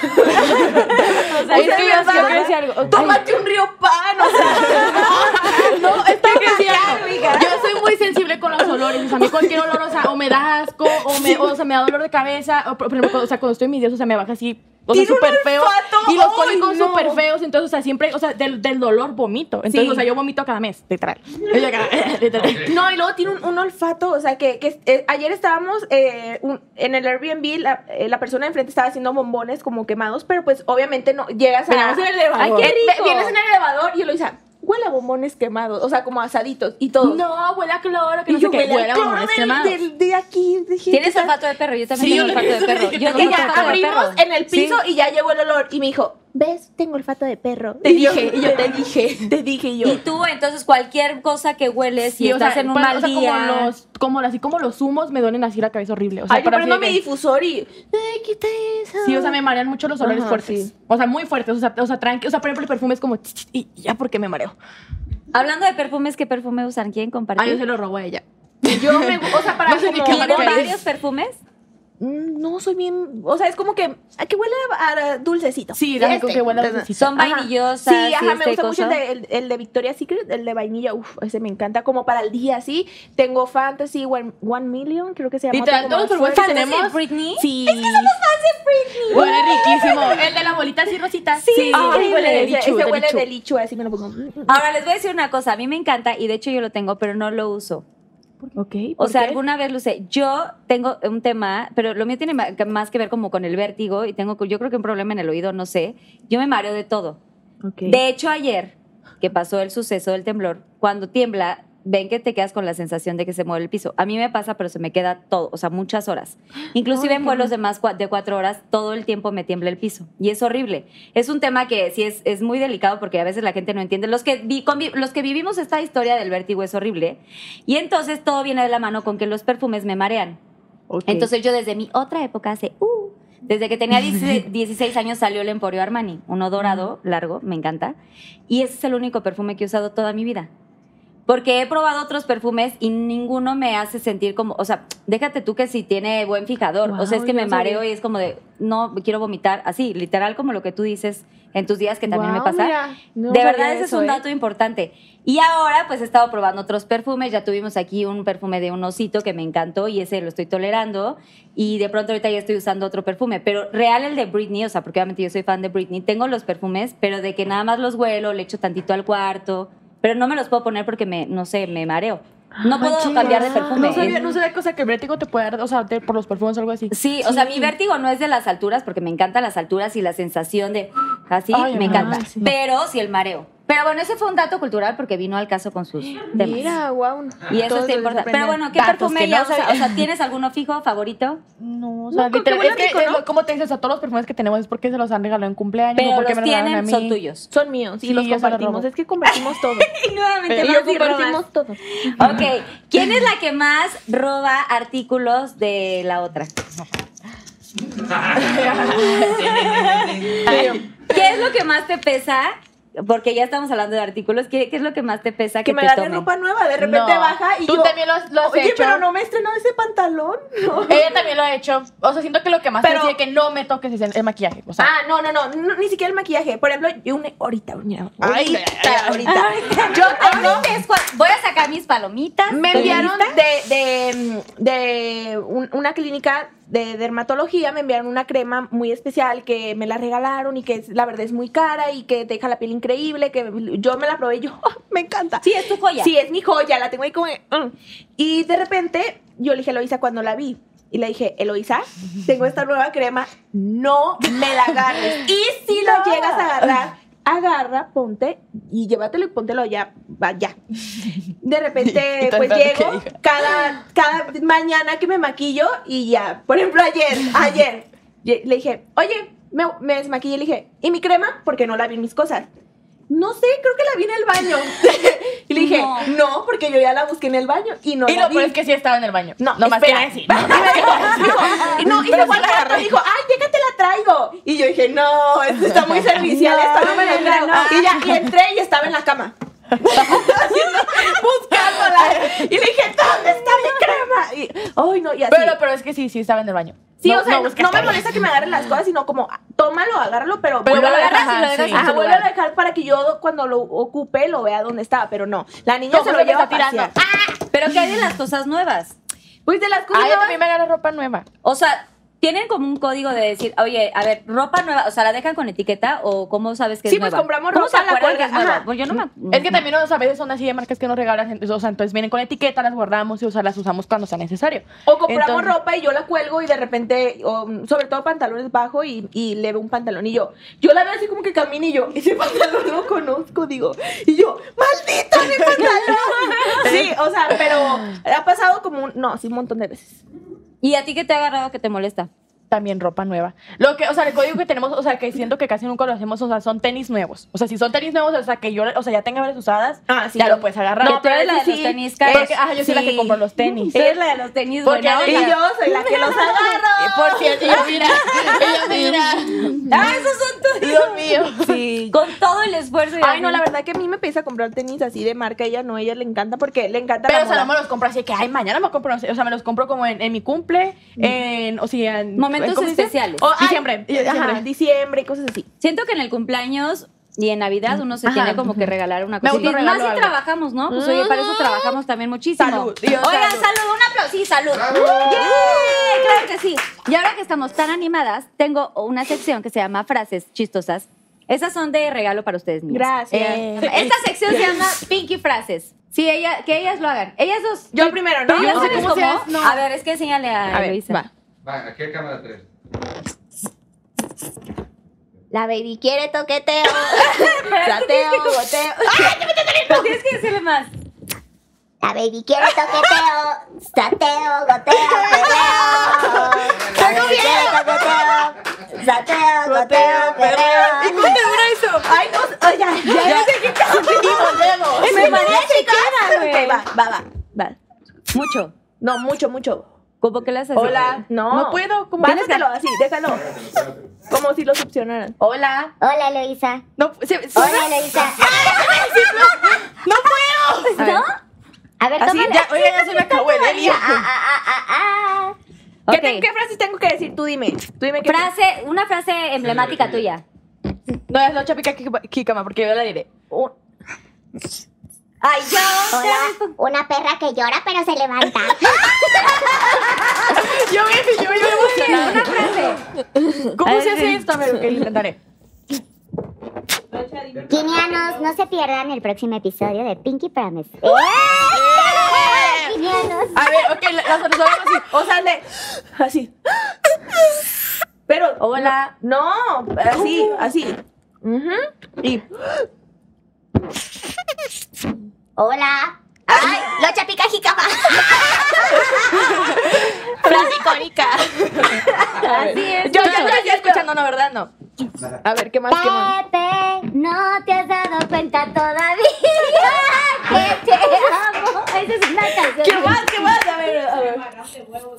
Speaker 4: Ay, es que yo
Speaker 3: ¿verdad?
Speaker 4: yo quiero decir algo. Ay,
Speaker 3: tómate un río pan, o sea,
Speaker 4: No, es que yo decía algo. Yo soy muy muy sensible con los olores. O sea, a mí cualquier olor, o sea, o me da asco, o, me, o sea, me da dolor de cabeza. O, por ejemplo, cuando- o sea, cuando estoy en mis días, o sea, me baja así. O sea,
Speaker 3: Tiene un
Speaker 4: súper feo.
Speaker 3: olfato,
Speaker 4: Y los
Speaker 3: ¡ay,
Speaker 4: cólicos
Speaker 3: no!
Speaker 4: súper feos. Entonces, o sea, siempre, o sea, del, del dolor vomito. Entonces,
Speaker 3: Sí.
Speaker 4: o sea, yo vomito cada mes, literal. Yo cada- literal.
Speaker 3: No, y luego tiene un, un olfato, o sea, que, que, eh, ayer estábamos eh, un- en el Airbnb, la, eh, la persona de enfrente estaba haciendo bombones como quemados, pero pues obviamente no, llegas a...
Speaker 4: Veníamos en el elevador.
Speaker 3: Ay,
Speaker 4: Ve-
Speaker 3: qué
Speaker 4: vienes
Speaker 3: rico. Vienes
Speaker 4: en
Speaker 3: en el elevador y yo lo dice, huele a bombones quemados, o sea, como asaditos y todo.
Speaker 4: No, huele a cloro, que
Speaker 3: y
Speaker 4: no sé qué. Huele a
Speaker 3: cloro
Speaker 4: bombones
Speaker 3: del-
Speaker 4: quemados.
Speaker 3: del- de aquí. dije,
Speaker 2: Tienes
Speaker 3: ¿qué tal?
Speaker 2: olfato de perro, yo también
Speaker 4: Sí,
Speaker 2: tengo
Speaker 4: yo
Speaker 2: olfato de
Speaker 4: también
Speaker 2: perro.
Speaker 4: dije
Speaker 2: Yo
Speaker 4: que
Speaker 3: Que
Speaker 2: tengo
Speaker 4: tenía-
Speaker 3: ya
Speaker 2: olfato de perro.
Speaker 3: abrimos en el piso
Speaker 2: Sí.
Speaker 3: y ya llegó el olor y me dijo, ¿ves? Tengo olfato de perro. Te dije, y yo te dije, te dije yo.
Speaker 2: Y tú, entonces, cualquier cosa que hueles
Speaker 4: Sí,
Speaker 2: y
Speaker 4: o sea,
Speaker 2: estás en un
Speaker 4: para-
Speaker 2: mal
Speaker 4: o sea,
Speaker 2: día.
Speaker 4: como los, como así como los humos me duelen así la cabeza horrible. O sea,
Speaker 3: Ay, yo
Speaker 4: pero así
Speaker 3: prendo
Speaker 4: de
Speaker 3: mi
Speaker 4: que-
Speaker 3: difusor y, ay, quita eso.
Speaker 4: Sí, o sea, me marean mucho los olores
Speaker 3: Ajá,
Speaker 4: fuertes.
Speaker 3: sí.
Speaker 4: O sea, muy fuertes. O sea, o sea, tranqui. O sea, por ejemplo, el perfume es como. ch, ch, Y y ya porque me mareo.
Speaker 2: Hablando de perfumes, ¿qué perfume usan? ¿Quieren
Speaker 4: Ah, yo se
Speaker 2: compartir?
Speaker 4: lo robo a ella.
Speaker 3: Yo me, o sea, para
Speaker 4: No sé ni
Speaker 3: como-
Speaker 4: qué
Speaker 2: ¿Tienen
Speaker 4: marca es.
Speaker 2: varios perfumes?
Speaker 3: Mm, No, soy bien. O sea, es como que. ¿A que huele a, a dulcecito?
Speaker 4: Sí, la único
Speaker 3: Este.
Speaker 4: que huele a
Speaker 3: Ajá.
Speaker 4: dulcecito.
Speaker 2: Son vainillosas.
Speaker 3: Sí, ajá, me
Speaker 2: este,
Speaker 3: gusta mucho el
Speaker 2: cosas.
Speaker 3: de, el, el de Victoria's Secret, el de vainilla, uff, ese me encanta, como para el día, sí. Tengo Fantasy One, One Million, creo que se llama.
Speaker 4: Literal,
Speaker 3: otro como
Speaker 4: todos los
Speaker 3: fuerte.
Speaker 4: perfumes
Speaker 2: ¿Fantasy de
Speaker 4: tenemos-
Speaker 2: Britney?
Speaker 3: Sí. Es que
Speaker 4: Huele riquísimo. El de la bolita así rosita.
Speaker 2: Sí,
Speaker 4: Ay, huele de bichu,
Speaker 3: ese
Speaker 4: de
Speaker 3: huele
Speaker 4: bichu.
Speaker 3: de lichu, así me lo pongo. Mm,
Speaker 2: Ahora les voy a decir una cosa, a mí me encanta y de hecho yo lo tengo, pero no lo uso.
Speaker 4: Ok.
Speaker 2: O
Speaker 4: ¿por
Speaker 2: sea,
Speaker 4: qué?
Speaker 2: alguna vez lo usé. Yo tengo un tema, pero lo mío tiene ma- que- más que ver como con el vértigo y tengo, yo creo que un problema en el oído, no sé. Yo me mareo de todo.
Speaker 4: Ok.
Speaker 2: De hecho, ayer que pasó el suceso del temblor, cuando tiembla, ven que te quedas con la sensación de que se mueve el piso. A mí me pasa, pero se me queda todo, o sea, muchas horas. Inclusive en vuelos de más cua- de cuatro horas, todo el tiempo me tiembla el piso. Y es horrible. Es un tema que sí es, es muy delicado porque a veces la gente no entiende. Los que, vi- convi- los que vivimos esta historia del vértigo es horrible. Y entonces todo viene de la mano con que los perfumes me marean.
Speaker 4: Ok.
Speaker 2: Entonces yo desde mi otra época hace, uh, desde que tenía 16, 16 años salió el Emporio Armani, uno dorado, largo, me encanta. Y ese es el único perfume que he usado toda mi vida. Porque he probado otros perfumes y ninguno me hace sentir como, o sea, déjate tú que si tiene buen fijador, o sea, es
Speaker 4: Guau,
Speaker 2: que
Speaker 4: yo
Speaker 2: me
Speaker 4: no sabía.
Speaker 2: mareo y es como de, no, quiero vomitar, así, literal como lo que tú dices en tus días que también me
Speaker 3: Guau,
Speaker 2: pasa.
Speaker 3: mira, no
Speaker 2: de
Speaker 3: sabía
Speaker 2: verdad, ese es
Speaker 3: eso,
Speaker 2: un
Speaker 3: ¿eh?
Speaker 2: dato importante. Y ahora, pues he estado probando otros perfumes. Ya tuvimos aquí un perfume de un osito que me encantó y ese lo estoy tolerando. Y de pronto ahorita ya estoy usando otro perfume. Pero real el de Britney, o sea, porque obviamente yo soy fan de Britney. Tengo los perfumes, pero de que nada más los huelo, le echo tantito al cuarto. Pero no me los puedo poner porque me, no sé, me mareo. No puedo
Speaker 4: Ah, Manches.
Speaker 2: cambiar de perfume.
Speaker 4: No sabía, no sabía cosa que el vértigo te puede dar, o sea, te- por los perfumes o algo así.
Speaker 2: Sí, o sea, mi vértigo no es de las alturas, porque me encantan las alturas y la sensación de así,
Speaker 4: Ay,
Speaker 2: me
Speaker 4: ajá,
Speaker 2: encanta.
Speaker 4: sí.
Speaker 2: Pero sí el mareo. Pero bueno, ese fue un dato cultural porque vino al caso con sus temas.
Speaker 3: Mira, wow.
Speaker 2: y eso está importante. Pero bueno, ¿qué perfume ya usa? O sea, ¿tienes alguno fijo favorito?
Speaker 4: No, o sea,
Speaker 3: No, con que
Speaker 4: literal,
Speaker 3: huela
Speaker 4: es que,
Speaker 3: rico,
Speaker 4: es
Speaker 3: ¿no?
Speaker 4: lo- como te dices, o sea, todos los perfumes que tenemos es porque se los han regalado en cumpleaños o
Speaker 2: Pero
Speaker 4: porque
Speaker 2: los
Speaker 4: me regalaron a
Speaker 2: tienen,
Speaker 4: mí.
Speaker 2: son tuyos.
Speaker 3: Son míos y
Speaker 4: Sí,
Speaker 3: los
Speaker 4: yo se lo
Speaker 3: compartimos.
Speaker 4: robo.
Speaker 3: Es que compartimos todo.
Speaker 2: Y nuevamente,
Speaker 3: Eh, y
Speaker 2: más
Speaker 3: yo
Speaker 2: y
Speaker 3: compartimos todo.
Speaker 2: robas. Ok, ¿quién es la que más roba artículos de la otra? ¿Qué es lo que más te pesa? Porque ya estamos hablando de artículos. ¿Qué, qué es lo que más te pesa que,
Speaker 3: Que me
Speaker 2: te
Speaker 3: agarre
Speaker 2: tomen?
Speaker 3: ropa nueva, de repente
Speaker 4: No,
Speaker 3: baja y
Speaker 4: tú
Speaker 3: yo.
Speaker 4: también lo has- lo has
Speaker 3: Oye,
Speaker 4: hecho".
Speaker 3: pero no me estrenó ese pantalón. No.
Speaker 4: Ella también lo ha hecho. O sea, siento que lo que más
Speaker 3: Pero-
Speaker 4: te decía que no me toques es el, el maquillaje. O sea,
Speaker 3: ah, no, no, no, no, ni siquiera el maquillaje. Por ejemplo, yo una- ahorita, mira, ahorita, ahorita. Yo tengo,
Speaker 2: Ahorita es cua- Voy a sacar mis palomitas.
Speaker 3: me
Speaker 2: Estoy
Speaker 3: enviaron
Speaker 2: lista.
Speaker 3: de, de, de un- una clínica de dermatología, me enviaron una crema muy especial que me la regalaron y que es- la verdad es muy cara y que te deja la piel increíble, que yo me la probé y yo, me encanta.
Speaker 2: Sí, es tu joya.
Speaker 3: Sí, es mi joya, la tengo ahí como. de, "Mm". Y de repente yo le dije a Eloisa cuando la vi. Y le dije, Eloisa, tengo esta nueva crema, no me la agarres. y si la llegas a agarrar, agarra, ponte y llévatelo y póntelo ya, va, ya. De
Speaker 4: Y
Speaker 3: repente,
Speaker 4: tan
Speaker 3: pues
Speaker 4: tarde que
Speaker 3: llego
Speaker 4: diga.
Speaker 3: cada, cada mañana que me maquillo y ya. Por ejemplo, ayer, ayer, ye- le dije, oye, me, me desmaquillé y le dije, ¿y mi crema? Porque no la vi en mis cosas. No sé, creo que la vi en el baño. y le dije,
Speaker 2: No.
Speaker 3: no. porque yo ya la busqué en el baño y no
Speaker 4: y
Speaker 3: la
Speaker 4: lo
Speaker 3: vi.
Speaker 4: peor es que sí estaba en el baño.
Speaker 3: No,
Speaker 4: no más
Speaker 3: espera.
Speaker 4: quería decir. No,
Speaker 3: Y no, y
Speaker 4: Pero
Speaker 3: se fue
Speaker 4: sí
Speaker 3: al
Speaker 4: la
Speaker 3: cuarto y dijo, ay, déjate la traigo. Y yo dije, no, esto está muy servicial,
Speaker 4: No,
Speaker 3: esto no me la
Speaker 4: no,
Speaker 3: traigo.
Speaker 4: no.
Speaker 3: Y ya, y entré y estaba en la cama. Haciendo- buscándola. Y le dije, ¿dónde está mi crema? Y, ay, no, y así.
Speaker 4: pero lo peor es que sí, sí estaba en el baño.
Speaker 3: sí,
Speaker 4: No-
Speaker 3: o sea, no,
Speaker 4: buscaste.
Speaker 3: no me molesta que me agarren las cosas, sino como, ah, tómalo, agárralo, pero,
Speaker 4: Pero
Speaker 3: vuelve a
Speaker 4: lo
Speaker 3: dejar.
Speaker 4: agarras y lo dejas en su
Speaker 3: Ajá, vuelve
Speaker 4: lugar.
Speaker 3: a dejar para que yo cuando lo ocupe lo vea dónde estaba, pero no. La niña
Speaker 4: ¿Cómo
Speaker 3: se lo
Speaker 4: lo que
Speaker 3: lleva
Speaker 4: está tirando?
Speaker 3: tirando.
Speaker 2: Pero Ah, Pero ¿qué hay de las cosas nuevas?
Speaker 3: Pues de las cosas.
Speaker 4: Ah, yo
Speaker 3: nuevas-
Speaker 4: también me agarro ropa nueva.
Speaker 2: O sea, ¿tienen como un código de decir, oye, a ver, ropa nueva? O sea, ¿la dejan con etiqueta o cómo sabes que
Speaker 3: Sí,
Speaker 2: es
Speaker 3: pues,
Speaker 2: nueva?
Speaker 3: compramos
Speaker 2: ¿Cómo
Speaker 3: ropa,
Speaker 2: se
Speaker 3: la
Speaker 2: acuerdan que es
Speaker 3: cuelga-
Speaker 2: nueva?
Speaker 3: ajá.
Speaker 2: Pues yo no me...
Speaker 4: Es que también o sea, a veces son así de marcas que nos regalan, o sea, entonces vienen con etiqueta, las guardamos y o sea, las usamos cuando sea necesario.
Speaker 3: O compramos
Speaker 4: Entonces-
Speaker 3: ropa y yo la cuelgo y de repente, o, mm, sobre todo pantalones bajo y, y le veo un pantalón y yo, yo la veo así como que camina y yo, ese pantalón lo conozco, digo, y yo, maldito mi pantalón. sí, o sea, pero ha pasado como un, no, sí, un montón de veces.
Speaker 2: ¿Y a ti qué te ha agarrado que te molesta?
Speaker 4: También ropa nueva. Lo que, o sea, el código que tenemos, o sea, que siento que casi nunca lo hacemos, o sea, son tenis nuevos. O sea, si son tenis nuevos, o sea, que yo, o sea, ya tenga varias usadas,
Speaker 3: Ah, sí,
Speaker 4: ya
Speaker 3: yo-
Speaker 4: lo puedes agarrar.
Speaker 2: No, tú eres la de
Speaker 3: sí,
Speaker 2: los tenis caros.
Speaker 4: porque, ah, yo soy la que compro los tenis.
Speaker 2: Eres la de los tenis
Speaker 4: Porque
Speaker 2: buena
Speaker 3: Y
Speaker 4: Mira.
Speaker 3: yo
Speaker 2: onda.
Speaker 3: soy la que los agarro.
Speaker 4: Por cierto, ella mira, ella mira.
Speaker 2: Ah, esos son tus...
Speaker 4: Dios mío.
Speaker 3: Sí.
Speaker 2: Con todo el esfuerzo. y
Speaker 3: Ay, no,
Speaker 2: así.
Speaker 3: la verdad que a mí me empieza a comprar tenis así de marca, ella no, ella le encanta porque le encanta
Speaker 4: Pero,
Speaker 3: la
Speaker 4: o sea, no
Speaker 3: moda.
Speaker 4: me los compro así que, ay, mañana me compro, no sé, o sea, me los compro como en, en mi cumple, en, o sea, en...
Speaker 2: Momentos
Speaker 4: ¿cómo se dice? Oh, ah,
Speaker 2: especiales.
Speaker 4: O, ay,
Speaker 3: Diciembre,
Speaker 4: diciembre, diciembre.
Speaker 3: Oh, Ajá, diciembre y cosas así.
Speaker 2: Siento que en el cumpleaños y en Navidad uno se
Speaker 4: Ajá.
Speaker 2: tiene como que regalar una
Speaker 4: Me
Speaker 2: cosa. Y más
Speaker 4: autorregalo
Speaker 2: si
Speaker 4: algo.
Speaker 2: trabajamos, ¿no? Pues oye, para eso trabajamos también muchísimo.
Speaker 3: Salud,
Speaker 4: Dios,
Speaker 2: Oigan, salud.
Speaker 4: salud.
Speaker 2: un aplauso. Sí, salud.
Speaker 6: ¡Bravo!
Speaker 2: ¡Yay! Claro que sí. Y ahora que estamos tan animadas, tengo una sección que se llama Frases Chistosas. Esas son de regalo para ustedes mismos. Eh,
Speaker 3: Gracias.
Speaker 2: Esta sección se llama Pinky Frases. Sí, ella, que ellas lo hagan. Ellas dos.
Speaker 3: Yo primero, ¿no?
Speaker 2: ¿Tú ya
Speaker 4: no,
Speaker 2: sabes
Speaker 4: ¿cómo
Speaker 2: cómo?
Speaker 4: se hace? No.
Speaker 2: A ver, es que enséñale a,
Speaker 4: A ver,
Speaker 2: Luisa.
Speaker 4: va.
Speaker 6: Va, aquí a cámara 3.
Speaker 8: La baby quiere toqueteo.
Speaker 3: Plateo, boteo.
Speaker 2: No, tienes que decirle más.
Speaker 8: La baby quiere toqueteo. Sateo, goteo, goteo. La baby quiere toqueteo. Sateo, goteo, goteo.
Speaker 3: ¿Cómo termina eso? Ay, no, ay, ya, ya, ya sé qué
Speaker 2: Es
Speaker 3: Me parece que va, va, va, va.
Speaker 2: Mucho.
Speaker 3: No, mucho, mucho.
Speaker 2: ¿Cómo que le haces?
Speaker 3: Hola, no.
Speaker 4: No puedo, ¿cómo?
Speaker 3: Bájatelo así, déjalo. Como si lo succionaran.
Speaker 4: Hola.
Speaker 8: Hola, Luisa.
Speaker 4: No, se- se-
Speaker 8: Hola, Luisa.
Speaker 2: ¿No?
Speaker 8: A ver,
Speaker 4: Así,
Speaker 8: tómale.
Speaker 4: ya, oye, ya se me acabó el helio.
Speaker 8: Ah, ah, ah, ah, ah.
Speaker 3: ¿Qué,
Speaker 2: Ok.
Speaker 3: te- qué frases tengo que decir? Tú dime. Tú dime qué
Speaker 2: Frase, una frase emblemática tuya.
Speaker 4: No, es la chapica Kikama, porque yo la diré.
Speaker 2: Ay, yo.
Speaker 8: Hola, una perra que llora pero se levanta.
Speaker 4: Yo me, yo me
Speaker 2: Una
Speaker 4: emocionada.
Speaker 2: frase.
Speaker 4: ¿Cómo se
Speaker 2: Ay, sí.
Speaker 4: hace esto? A ver, ok, lo intentaré.
Speaker 8: Quinianos, no se pierdan el próximo episodio de Pinky Promise. ¡Eh! Quinianos.
Speaker 4: A ver, ok, la- las otras vamos así.
Speaker 3: O sea, le. Así. Pero.
Speaker 2: Hola.
Speaker 3: No, así, así. Ujú. Y.
Speaker 8: Hola. Ay, locha pica jicama.
Speaker 3: Frase icónica.
Speaker 2: Así es.
Speaker 4: Yo ya estoy escuchando, no, ¿verdad? No. A ver, ¿qué más? ¿Qué más?
Speaker 8: Pepe, no te has dado cuenta todavía que te amo. Esa es una canción.
Speaker 3: ¿Qué más? ¿Qué más? A ver, a ver.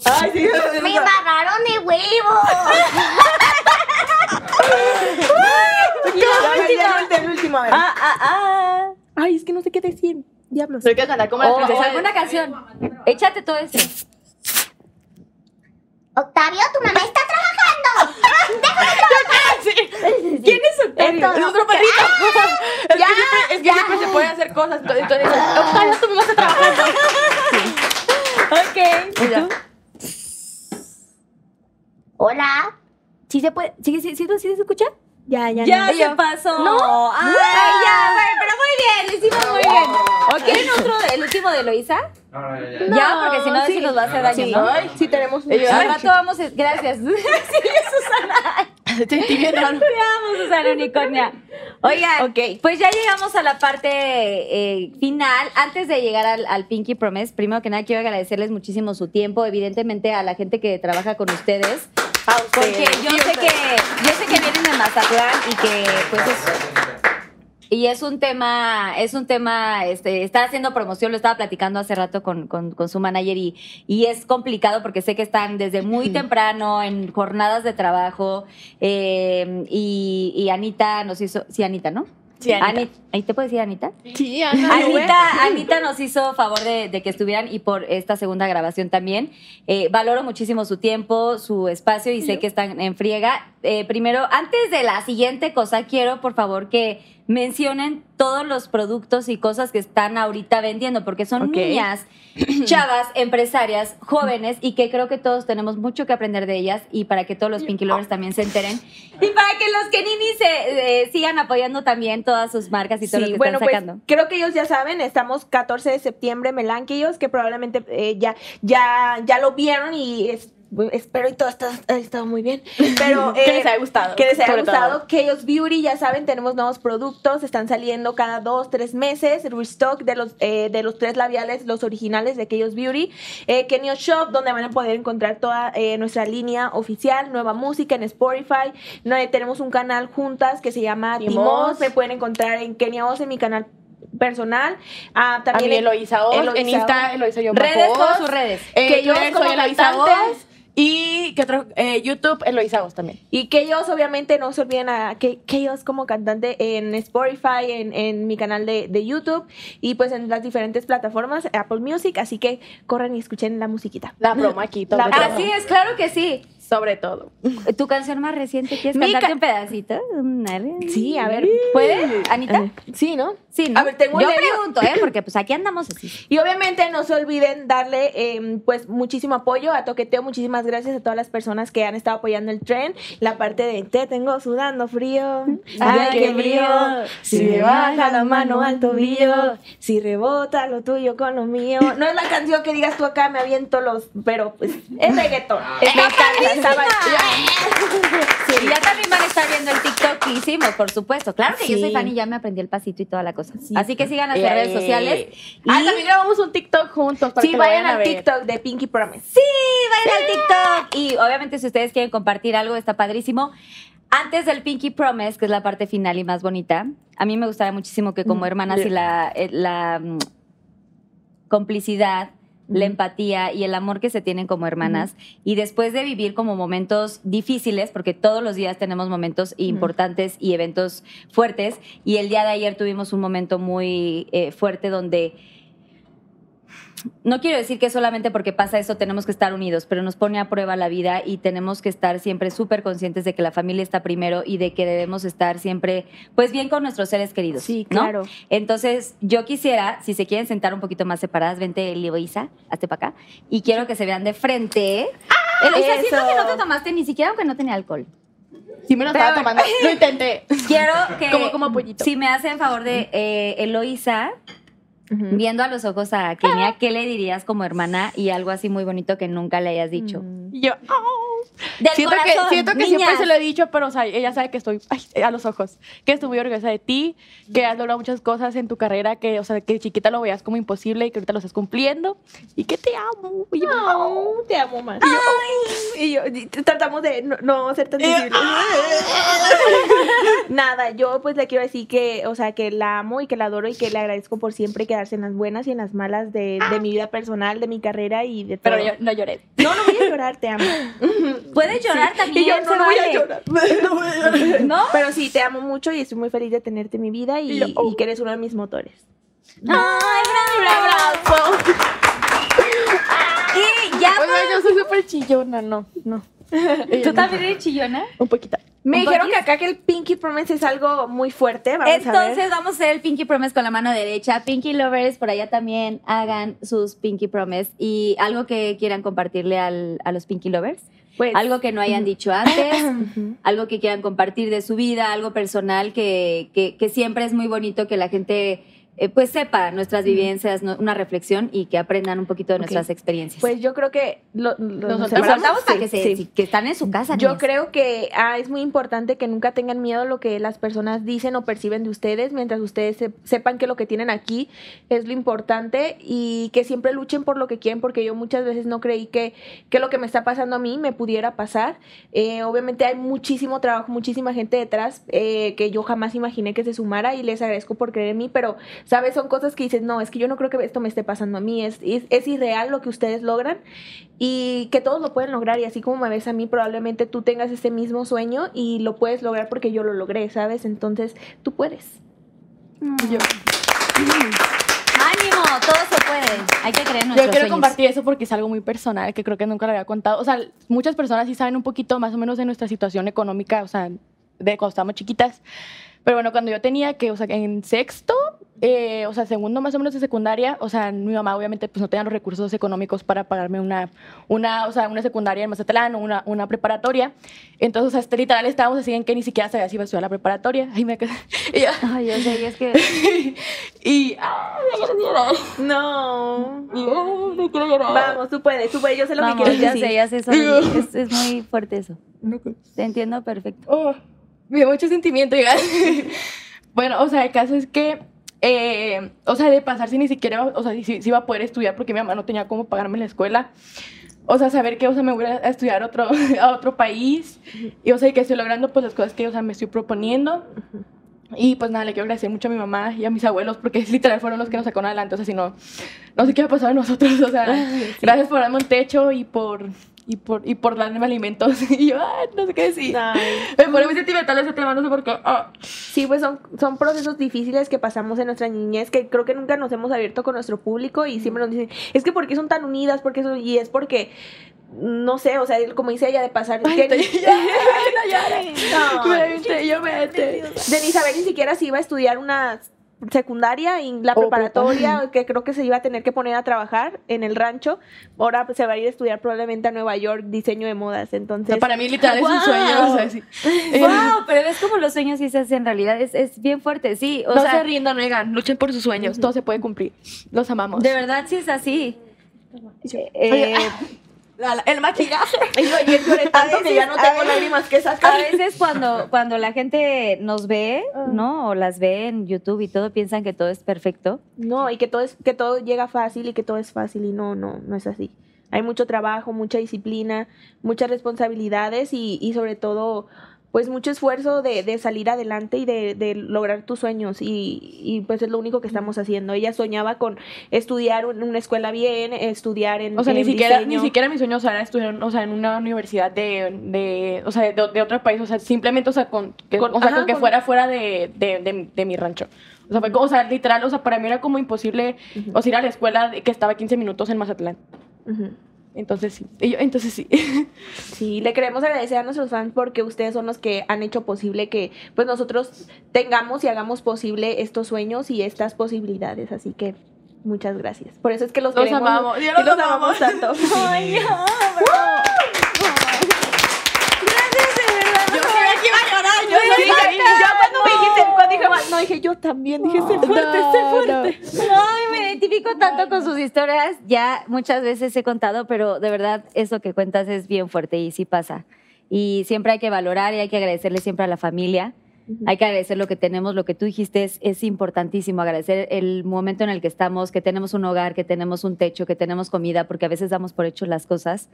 Speaker 3: Ay, sí.
Speaker 8: Me embarraron de huevo.
Speaker 3: Ya, ya, ya, el del último, a ver.
Speaker 2: Ah, ah, ah.
Speaker 3: Ay, es que no sé qué decir. Diablos.
Speaker 4: Soy que cantar como
Speaker 2: O,
Speaker 4: las
Speaker 2: o
Speaker 4: princesas.
Speaker 2: alguna Oh, canción. Échate todo eso.
Speaker 8: Octavio, tu mamá está trabajando.
Speaker 3: ¿Quién es Octavio?
Speaker 4: Es ¡ah! otro perrito. Es que siempre, es que siempre se pueden hacer cosas. Entonces, entonces, Octavio, tú mismo estás trabajando.
Speaker 2: Ok.
Speaker 4: Y ya.
Speaker 8: Hola.
Speaker 2: ¿Sí se puede? ¿Sí, sí, sí, sí, sí se escucha?
Speaker 3: Ya, ya,
Speaker 2: Ya
Speaker 3: no.
Speaker 2: se pasó.
Speaker 3: No.
Speaker 2: Ay, ya, güey, pero muy bien, lo hicimos muy bien. ¿O ¿Quieren otro, de- el último de Loisa?
Speaker 6: No, no, ya, ya.
Speaker 2: ya, porque si no, sí. nos va a hacer daño,
Speaker 3: Sí,
Speaker 2: ¿no?
Speaker 3: Ay, sí tenemos un...
Speaker 2: Al rato vamos. Ah, a- Gracias. Sigue Susana.
Speaker 4: Sentí bien raro.
Speaker 2: Te amo, Susana Unicornia. Oigan,
Speaker 3: Ok.
Speaker 2: pues ya llegamos a la parte eh, final. Antes de llegar al, al Pinky Promise, primero que nada quiero agradecerles muchísimo su tiempo, evidentemente a la gente que trabaja con ustedes, porque yo sé que yo sé que vienen de Mazatlán y que pues es, y es un tema, es un tema, este, está haciendo promoción, lo estaba platicando hace rato con, con- con su manager y, y es complicado porque sé que están desde muy temprano en jornadas de trabajo eh, y, y Anita nos hizo, sí, Anita, ¿no?
Speaker 4: Sí, Anita.
Speaker 2: Ani- ¿Ahí te puedes ir, Anita?
Speaker 4: Sí, Ana.
Speaker 2: Anita, Anita nos hizo favor de, de que estuvieran y por esta segunda grabación también. Eh, valoro muchísimo su tiempo, su espacio y sé que están en friega. Eh, primero, antes de la siguiente cosa, quiero por favor que mencionen todos los productos y cosas que están ahorita vendiendo, porque son
Speaker 4: Ok.
Speaker 2: niñas, chavas, empresarias, jóvenes y que creo que todos tenemos mucho que aprender de ellas y para que todos los Pinky Lovers también se enteren y para que los Kenini se eh, sigan apoyando también todas sus marcas y todo lo que
Speaker 3: Ah, bueno,
Speaker 2: están sacando.
Speaker 3: pues creo que ellos ya saben, estamos 14 de septiembre, Melanquillos, que probablemente eh, ya, ya, ya lo vieron y es- espero y todo está, ha estado muy bien. Pero,
Speaker 4: Que
Speaker 3: eh,
Speaker 4: les haya gustado,
Speaker 3: Que les haya
Speaker 4: sobre todo.
Speaker 3: gustado. Que ellos Beauty, ya saben, tenemos nuevos productos, están saliendo cada dos, tres meses, restock de los, eh, de los tres labiales, los originales de Chaos Beauty, eh, Kenio Shop, donde van a poder encontrar toda eh, nuestra línea oficial, nueva música en Spotify, no, eh, tenemos un canal juntas que se llama
Speaker 4: Timos.
Speaker 3: Timos, me pueden encontrar en Kenia Oz en mi canal personal, Ah,
Speaker 4: A
Speaker 3: también
Speaker 4: mí Eloisa Oz,
Speaker 3: Eloisa
Speaker 4: en Insta
Speaker 3: Oz.
Speaker 4: Eloisa yo
Speaker 2: Redes, todas sus redes.
Speaker 3: Que yo
Speaker 4: eh, Twitter
Speaker 3: como
Speaker 4: soy Eloisa
Speaker 3: cantante-
Speaker 4: Oz y ¿qué otro? Eh, YouTube Eloisa Oz también.
Speaker 3: Y que ellos, obviamente, no se olviden a que, que ellos como cantante en Spotify, en, en mi canal de, de YouTube y pues en las diferentes plataformas, Apple Music. Así que corran y escuchen la musiquita.
Speaker 4: La broma aquí,
Speaker 3: La
Speaker 4: sobre todo.
Speaker 3: broma.
Speaker 2: Así es, claro que Ah, sí.
Speaker 4: Sobre todo.
Speaker 2: ¿Tu canción más reciente quieres
Speaker 4: Mi
Speaker 2: cantarte
Speaker 4: ca-
Speaker 2: un pedacito? Dale.
Speaker 3: Sí, a ver.
Speaker 2: ¿Puede, Anita?
Speaker 4: Sí, ¿no?
Speaker 2: Sí, ¿no?
Speaker 3: a ver, tengo
Speaker 2: Yo
Speaker 3: el dedo.
Speaker 2: pregunto, ¿eh? Porque pues aquí andamos así.
Speaker 3: Y obviamente no se olviden darle eh, pues muchísimo apoyo a Toqueteo. Muchísimas gracias a todas las personas que han estado apoyando el tren. La parte de te tengo sudando frío. Ay, qué frío. Si me baja la mano al tobillo. Si rebota lo tuyo con lo mío. No es la canción que digas tú acá, me aviento los. Pero pues es reggaetón. Me encanta, está bachata.
Speaker 2: Y ya también van a estar viendo el TikTok que hicimos, por supuesto. Claro que yo soy fan y ya me aprendí el pasito y toda la cosa. Así que sigan las
Speaker 4: Eh,
Speaker 2: redes sociales.
Speaker 4: Ah,
Speaker 2: Y-
Speaker 4: también grabamos un TikTok juntos para
Speaker 3: Sí,
Speaker 4: que lo
Speaker 3: vayan
Speaker 4: a
Speaker 3: al
Speaker 4: ver.
Speaker 3: TikTok de Pinky Promise.
Speaker 2: Sí, vayan al TikTok. Y obviamente si ustedes quieren compartir algo, está padrísimo. Antes del Pinky Promise, que es la parte final y más bonita, a mí me gustaría muchísimo que como hermanas y la, eh, la mm, complicidad, la empatía y el amor que se tienen como hermanas, y después de vivir como momentos difíciles, porque todos los días tenemos momentos importantes y eventos fuertes, y el día de ayer tuvimos un momento muy eh, fuerte donde no quiero decir que solamente porque pasa eso tenemos que estar unidos, pero nos pone a prueba la vida y tenemos que estar siempre súper conscientes de que la familia está primero y de que debemos estar siempre, pues bien con nuestros seres queridos.
Speaker 3: Sí,
Speaker 2: ¿no?
Speaker 3: claro.
Speaker 2: Entonces, yo quisiera, si se quieren sentar un poquito más separadas, vente, Eloisa, hazte para acá. Y quiero que se vean de frente. Eloisa, Ah, siento
Speaker 3: Eso.
Speaker 2: que no te tomaste ni siquiera aunque no tenía alcohol.
Speaker 4: Sí, me lo estaba
Speaker 3: Pero-
Speaker 4: tomando. Lo intenté.
Speaker 2: Quiero que.
Speaker 4: Como- como pollito.
Speaker 2: Si me hacen favor de eh, Eloisa, viendo a los ojos a Kenia, ¿qué le dirías como hermana y algo así muy bonito que nunca le hayas dicho?
Speaker 3: Mm.
Speaker 4: Y yo, "Oh".
Speaker 2: Del
Speaker 4: siento
Speaker 2: corazón,
Speaker 4: que, siento que siempre
Speaker 2: niñas.
Speaker 4: se lo he dicho, pero o sea, ella sabe que estoy ay, a los ojos, que estoy muy orgullosa de ti, que has logrado muchas cosas en tu carrera, que, o sea, que de chiquita lo veías como imposible y que ahorita lo estás cumpliendo y que te amo. Y yo,
Speaker 3: Oh, te amo más. Y yo, y tratamos de no, no ser tan sensibles. ah. Nada, yo pues le quiero decir que, o sea, que la amo y que la adoro y que le agradezco por siempre quedarse en las buenas y en las malas de, de mi vida personal, de mi carrera y de todo.
Speaker 4: pero yo no lloré.
Speaker 3: No, no voy a llorar, te amo.
Speaker 2: Puedes llorar también.
Speaker 3: Y yo no
Speaker 2: se
Speaker 3: no voy a
Speaker 2: vale.
Speaker 3: llorar. No voy a llorar.
Speaker 2: ¿No?
Speaker 3: Pero sí, te amo mucho y estoy muy feliz de tenerte en mi vida y,
Speaker 4: Y yo, oh.
Speaker 3: y que eres uno de mis motores.
Speaker 2: ¡Ay, bravo! Y ya.
Speaker 4: Oiga, yo soy súper chillona, no, no.
Speaker 2: ¿Tú
Speaker 4: tá
Speaker 2: también eres chillona?
Speaker 4: Un poquito.
Speaker 3: Me
Speaker 2: ¿Un
Speaker 3: dijeron
Speaker 2: poquis?
Speaker 3: que acá que el Pinky Promise es algo muy fuerte. Vamos a ver.
Speaker 2: Entonces vamos a hacer el Pinky Promise con la mano derecha. Pinky Lovers, por allá también hagan sus Pinky Promise. ¿Y algo que quieran compartirle al- a los Pinky Lovers?
Speaker 3: Pues-
Speaker 2: algo que no hayan dicho antes, algo que quieran compartir de su vida, algo personal que, que- que siempre es muy bonito que la gente eh, pues sepa nuestras vivencias, no- una reflexión y que aprendan un poquito de nuestras experiencias.
Speaker 3: Pues yo creo que lo, lo-
Speaker 4: Nos
Speaker 3: nos
Speaker 2: Nos
Speaker 3: separamos.
Speaker 2: saltamos para
Speaker 3: Sí,
Speaker 2: que, se-
Speaker 3: sí.
Speaker 2: si- que están en su casa.
Speaker 3: Yo
Speaker 2: niñas.
Speaker 3: creo que ah, es muy importante que nunca tengan miedo a lo que las personas dicen o perciben de ustedes, mientras ustedes se- sepan que lo que tienen aquí es lo importante y que siempre luchen por lo que quieren, porque yo muchas veces no creí que, que lo que me está pasando a mí me pudiera pasar. Eh, obviamente hay muchísimo trabajo, muchísima gente detrás eh, que yo jamás imaginé que se sumara y les agradezco por creer en mí, pero, ¿sabes? Son cosas que dices, no, es que yo no creo que esto me esté pasando a mí, es, es, es irreal lo que ustedes logran y que todos lo pueden lograr y así como me ves a mí probablemente tú tengas ese mismo sueño y lo puedes lograr porque yo lo logré, ¿sabes? Entonces tú puedes.
Speaker 4: Yo,
Speaker 2: Ánimo, todo se puede. Hay que creer en
Speaker 4: yo
Speaker 2: nuestros
Speaker 4: quiero
Speaker 2: sueños.
Speaker 4: compartir eso porque es algo muy personal que creo que nunca lo había contado. O sea, muchas personas sí saben un poquito más o menos de nuestra situación económica, o sea, de cuando estábamos chiquitas. Pero bueno, cuando yo tenía que, o sea, en sexto, eh, o sea, segundo más o menos de secundaria, o sea, mi mamá obviamente pues no tenía los recursos económicos para pagarme una, una o sea, una secundaria en Mazatlán o una, una preparatoria. Entonces, o sea, este, literal estábamos así en que ni siquiera sabía si iba a estudiar la preparatoria. Ay, me acá- y yo-
Speaker 2: Ay, yo sé, y es que.
Speaker 4: y... ah, me quiero llorar.
Speaker 3: No.
Speaker 4: Y, ah, me quiero llorar.
Speaker 3: Vamos, tú puedes, tú puedes. Yo sé lo que
Speaker 2: Vamos,
Speaker 3: quieres
Speaker 2: ya
Speaker 3: decir.
Speaker 2: sé, ya sé. Sony, es, es muy fuerte eso.
Speaker 4: No, que-
Speaker 2: Te entiendo perfecto.
Speaker 4: Oh, me dio mucho sentimiento, diga. bueno, o sea, el caso es que, eh, o sea, de pasar si ni siquiera, o sea, si, si iba a poder estudiar porque mi mamá no tenía cómo pagarme la escuela. O sea, saber que, o sea, me voy a estudiar a otro, a otro país y, o sea, que estoy logrando, pues, las cosas que, o sea, me estoy proponiendo. Y, pues, nada, le quiero agradecer mucho a mi mamá y a mis abuelos porque, literal, fueron los que nos sacaron adelante. O sea, si no, no sé qué hubiera pasado de nosotros. O sea, gracias por darme un techo y por, y por, y por darme alimentos. y yo, ay, no sé qué decir.
Speaker 3: Ay.
Speaker 4: Me pone muy sentimental ese tema, no sé por qué. Ah.
Speaker 3: Sí, pues son, son procesos difíciles que pasamos en nuestra niñez que creo que nunca nos hemos abierto con nuestro público y siempre nos dicen, es que porque son tan unidas, porque son, y es porque, no sé, o sea, como dice ella, de pasar...
Speaker 4: Ay,
Speaker 3: que
Speaker 4: te-
Speaker 3: ni-
Speaker 4: ya, no llores.
Speaker 3: No.
Speaker 4: Vete, yo vete.
Speaker 3: de ni saber ni siquiera si iba a estudiar una secundaria y la
Speaker 4: O
Speaker 2: Oh,
Speaker 3: preparatoria, que creo que se iba a tener que poner a trabajar en el rancho, ahora pues, se va a ir a estudiar probablemente a Nueva York diseño de modas,
Speaker 4: O sea,
Speaker 3: entonces...
Speaker 4: para mí literal es un
Speaker 2: Wow.
Speaker 4: sueño, o sea, sí. Eh,
Speaker 2: Wow, pero ves como los sueños sí se hacen realidad. Es, es bien fuerte, sí. O
Speaker 4: no
Speaker 2: sea,
Speaker 4: se rindan, oigan, luchen por sus sueños, todo se puede cumplir. Los amamos.
Speaker 2: de verdad sí es así.
Speaker 4: Oye,
Speaker 2: Eh,
Speaker 4: la- la- el maquillaje.
Speaker 3: Ay, oye, lloré tanto
Speaker 2: A
Speaker 3: que ya no
Speaker 2: veces- a
Speaker 3: tengo
Speaker 2: veces-
Speaker 3: lágrimas que sacar.
Speaker 2: a veces cuando, cuando la gente nos ve, ¿no? O las ve en YouTube y todo, piensan que todo es perfecto.
Speaker 3: No, y que todo es, que todo llega fácil y que todo es fácil y no, no, no es así. Hay mucho trabajo, mucha disciplina, muchas responsabilidades y, y sobre todo, pues mucho esfuerzo de, de salir adelante y de, de lograr tus sueños. Y, y, pues es lo único que estamos haciendo. Ella soñaba con estudiar en una escuela bien, estudiar en
Speaker 4: O sea, ni
Speaker 3: en
Speaker 4: siquiera, ni
Speaker 3: diseño.
Speaker 4: siquiera mi sueño o sea, era estudiar o sea, en una universidad de, de, o sea, de, de otro país, o sea, simplemente, o sea, con que,
Speaker 3: Con-
Speaker 4: o sea,
Speaker 3: ajá,
Speaker 4: con que
Speaker 3: con-
Speaker 4: fuera fuera de, de, de- de mi rancho. O sea, fue como- o sea, literal, o sea, para mí era como imposible, o sea, ir a la escuela de- que estaba 15 minutos en Mazatlán.
Speaker 3: Ujú.
Speaker 4: Entonces sí, Y yo, entonces sí.
Speaker 3: Sí, le queremos agradecer a nuestros fans porque ustedes son los que han hecho posible que pues nosotros tengamos y hagamos posible estos sueños y estas posibilidades. Así que muchas gracias. Por eso es que los,
Speaker 4: Los
Speaker 3: queremos,
Speaker 4: amamos.
Speaker 3: sí,
Speaker 4: Ya
Speaker 3: los
Speaker 4: los
Speaker 3: amamos
Speaker 4: amamos.
Speaker 3: tanto. Ay,
Speaker 4: Yo sabía que iba a llorar, yo
Speaker 3: sí, yo cuando me dijiste, cuando dije, "Ma-", no dije yo también, dije sé fuerte, sé fuerte.
Speaker 2: Ay, me identifico tanto con sus historias. Ya muchas veces he contado, pero de verdad eso que cuentas es bien fuerte y sí pasa. Y siempre hay que valorar y hay que agradecerle siempre a la familia. Hay que agradecer lo que tenemos, lo que tú dijiste es, es importantísimo, agradecer el momento en el que estamos, que tenemos un hogar, que tenemos un techo, que tenemos comida, porque a veces damos por hecho las cosas.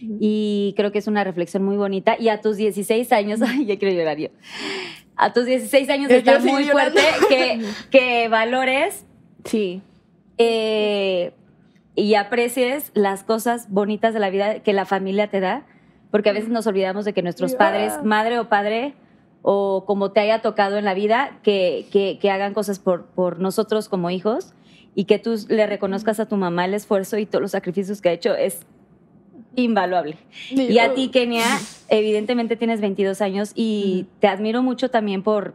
Speaker 2: Y creo que es una reflexión muy bonita. Y a tus 16 años, ay, ya quiero llorar yo. A tus 16 años
Speaker 4: Eh, Yo
Speaker 2: está
Speaker 4: sigo
Speaker 2: muy
Speaker 4: llorando.
Speaker 2: fuerte que, que valores
Speaker 3: Sí.
Speaker 2: eh, y aprecies las cosas bonitas de la vida que la familia te da, porque a veces nos olvidamos de que nuestros padres, madre o padre, o como te haya tocado en la vida, que, que- que hagan cosas por, por nosotros como hijos y que tú le reconozcas a tu mamá el esfuerzo y todos los sacrificios que ha hecho es invaluable. Y a ti, Kenia, evidentemente tienes 22 años y te admiro mucho también por,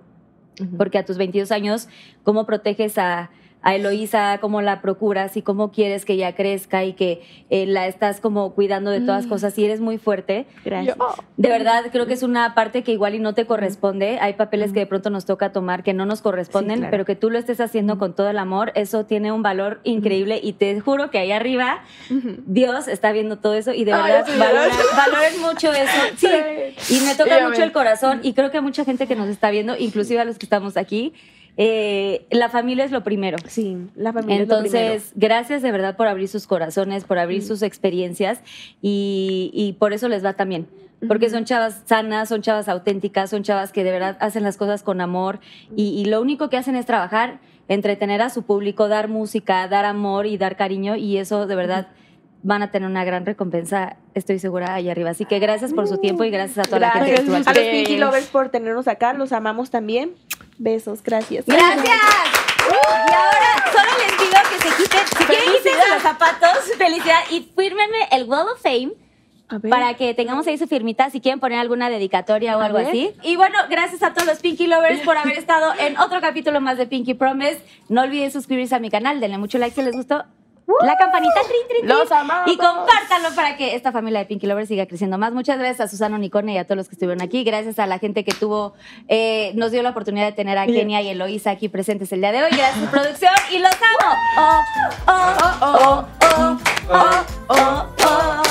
Speaker 2: porque a tus 22 años, cómo proteges a, a Eloísa, cómo la procuras y cómo quieres que ella crezca y que eh, la estás como cuidando de todas cosas y eres muy fuerte.
Speaker 3: Gracias.
Speaker 2: De verdad, creo que es una parte que igual y no te corresponde. Hay papeles que de pronto nos toca tomar que no nos corresponden,
Speaker 3: Sí, claro.
Speaker 2: pero que tú lo estés haciendo con todo el amor, eso tiene un valor increíble y te juro que ahí arriba Dios está viendo todo eso y de
Speaker 4: Ay,
Speaker 2: verdad
Speaker 4: sí,
Speaker 2: valoran-
Speaker 4: gracias.
Speaker 2: valoren mucho eso. Sí. Y me toca
Speaker 4: Sí, a
Speaker 2: mucho
Speaker 4: ver.
Speaker 2: el corazón y creo que mucha gente que nos está viendo, inclusive a los que estamos aquí, eh, la familia es lo primero.
Speaker 3: Sí, la familia es
Speaker 2: Entonces, gracias de verdad por abrir sus corazones, por
Speaker 3: Mm.
Speaker 2: abrir sus experiencias y, y por eso les va también. Porque son chavas sanas, son chavas auténticas, son chavas que de verdad hacen las cosas con amor y, y lo único que hacen es trabajar, entretener a su público, dar música, dar amor y dar cariño y eso de verdad van a tener una gran recompensa, estoy segura, allá arriba. Así que gracias por su tiempo y gracias a toda la gente que
Speaker 3: Gracias
Speaker 2: estuvo aquí.
Speaker 3: a los
Speaker 4: ustedes.
Speaker 3: Pinky Lovers por tenernos acá, los amamos también. Besos, gracias.
Speaker 2: Gracias. Y ahora solo les digo que se quiten, si quieren quitarse los zapatos, felicidad y fírmenme el Wall of Fame
Speaker 3: A ver.
Speaker 2: para que tengamos ahí su firmita si quieren poner alguna dedicatoria o algo
Speaker 3: ver.
Speaker 2: así. Y bueno, gracias a todos los Pinky Lovers por haber estado en otro capítulo más de Pinky Promise. No olviden suscribirse a mi canal, denle mucho like si les gustó. La campanita, trin, trin, trin.
Speaker 4: Los amamos.
Speaker 2: Y compártanlo para que esta familia de Pinky Lovers siga creciendo más. Muchas gracias a Susana Unicornia y a todos los que estuvieron aquí. Gracias a la gente que tuvo, eh, nos dio la oportunidad de tener a Kenia y Eloisa aquí presentes el día de hoy. Gracias, producción. Y los amo. Oh, oh, oh, oh, oh, oh, oh, oh.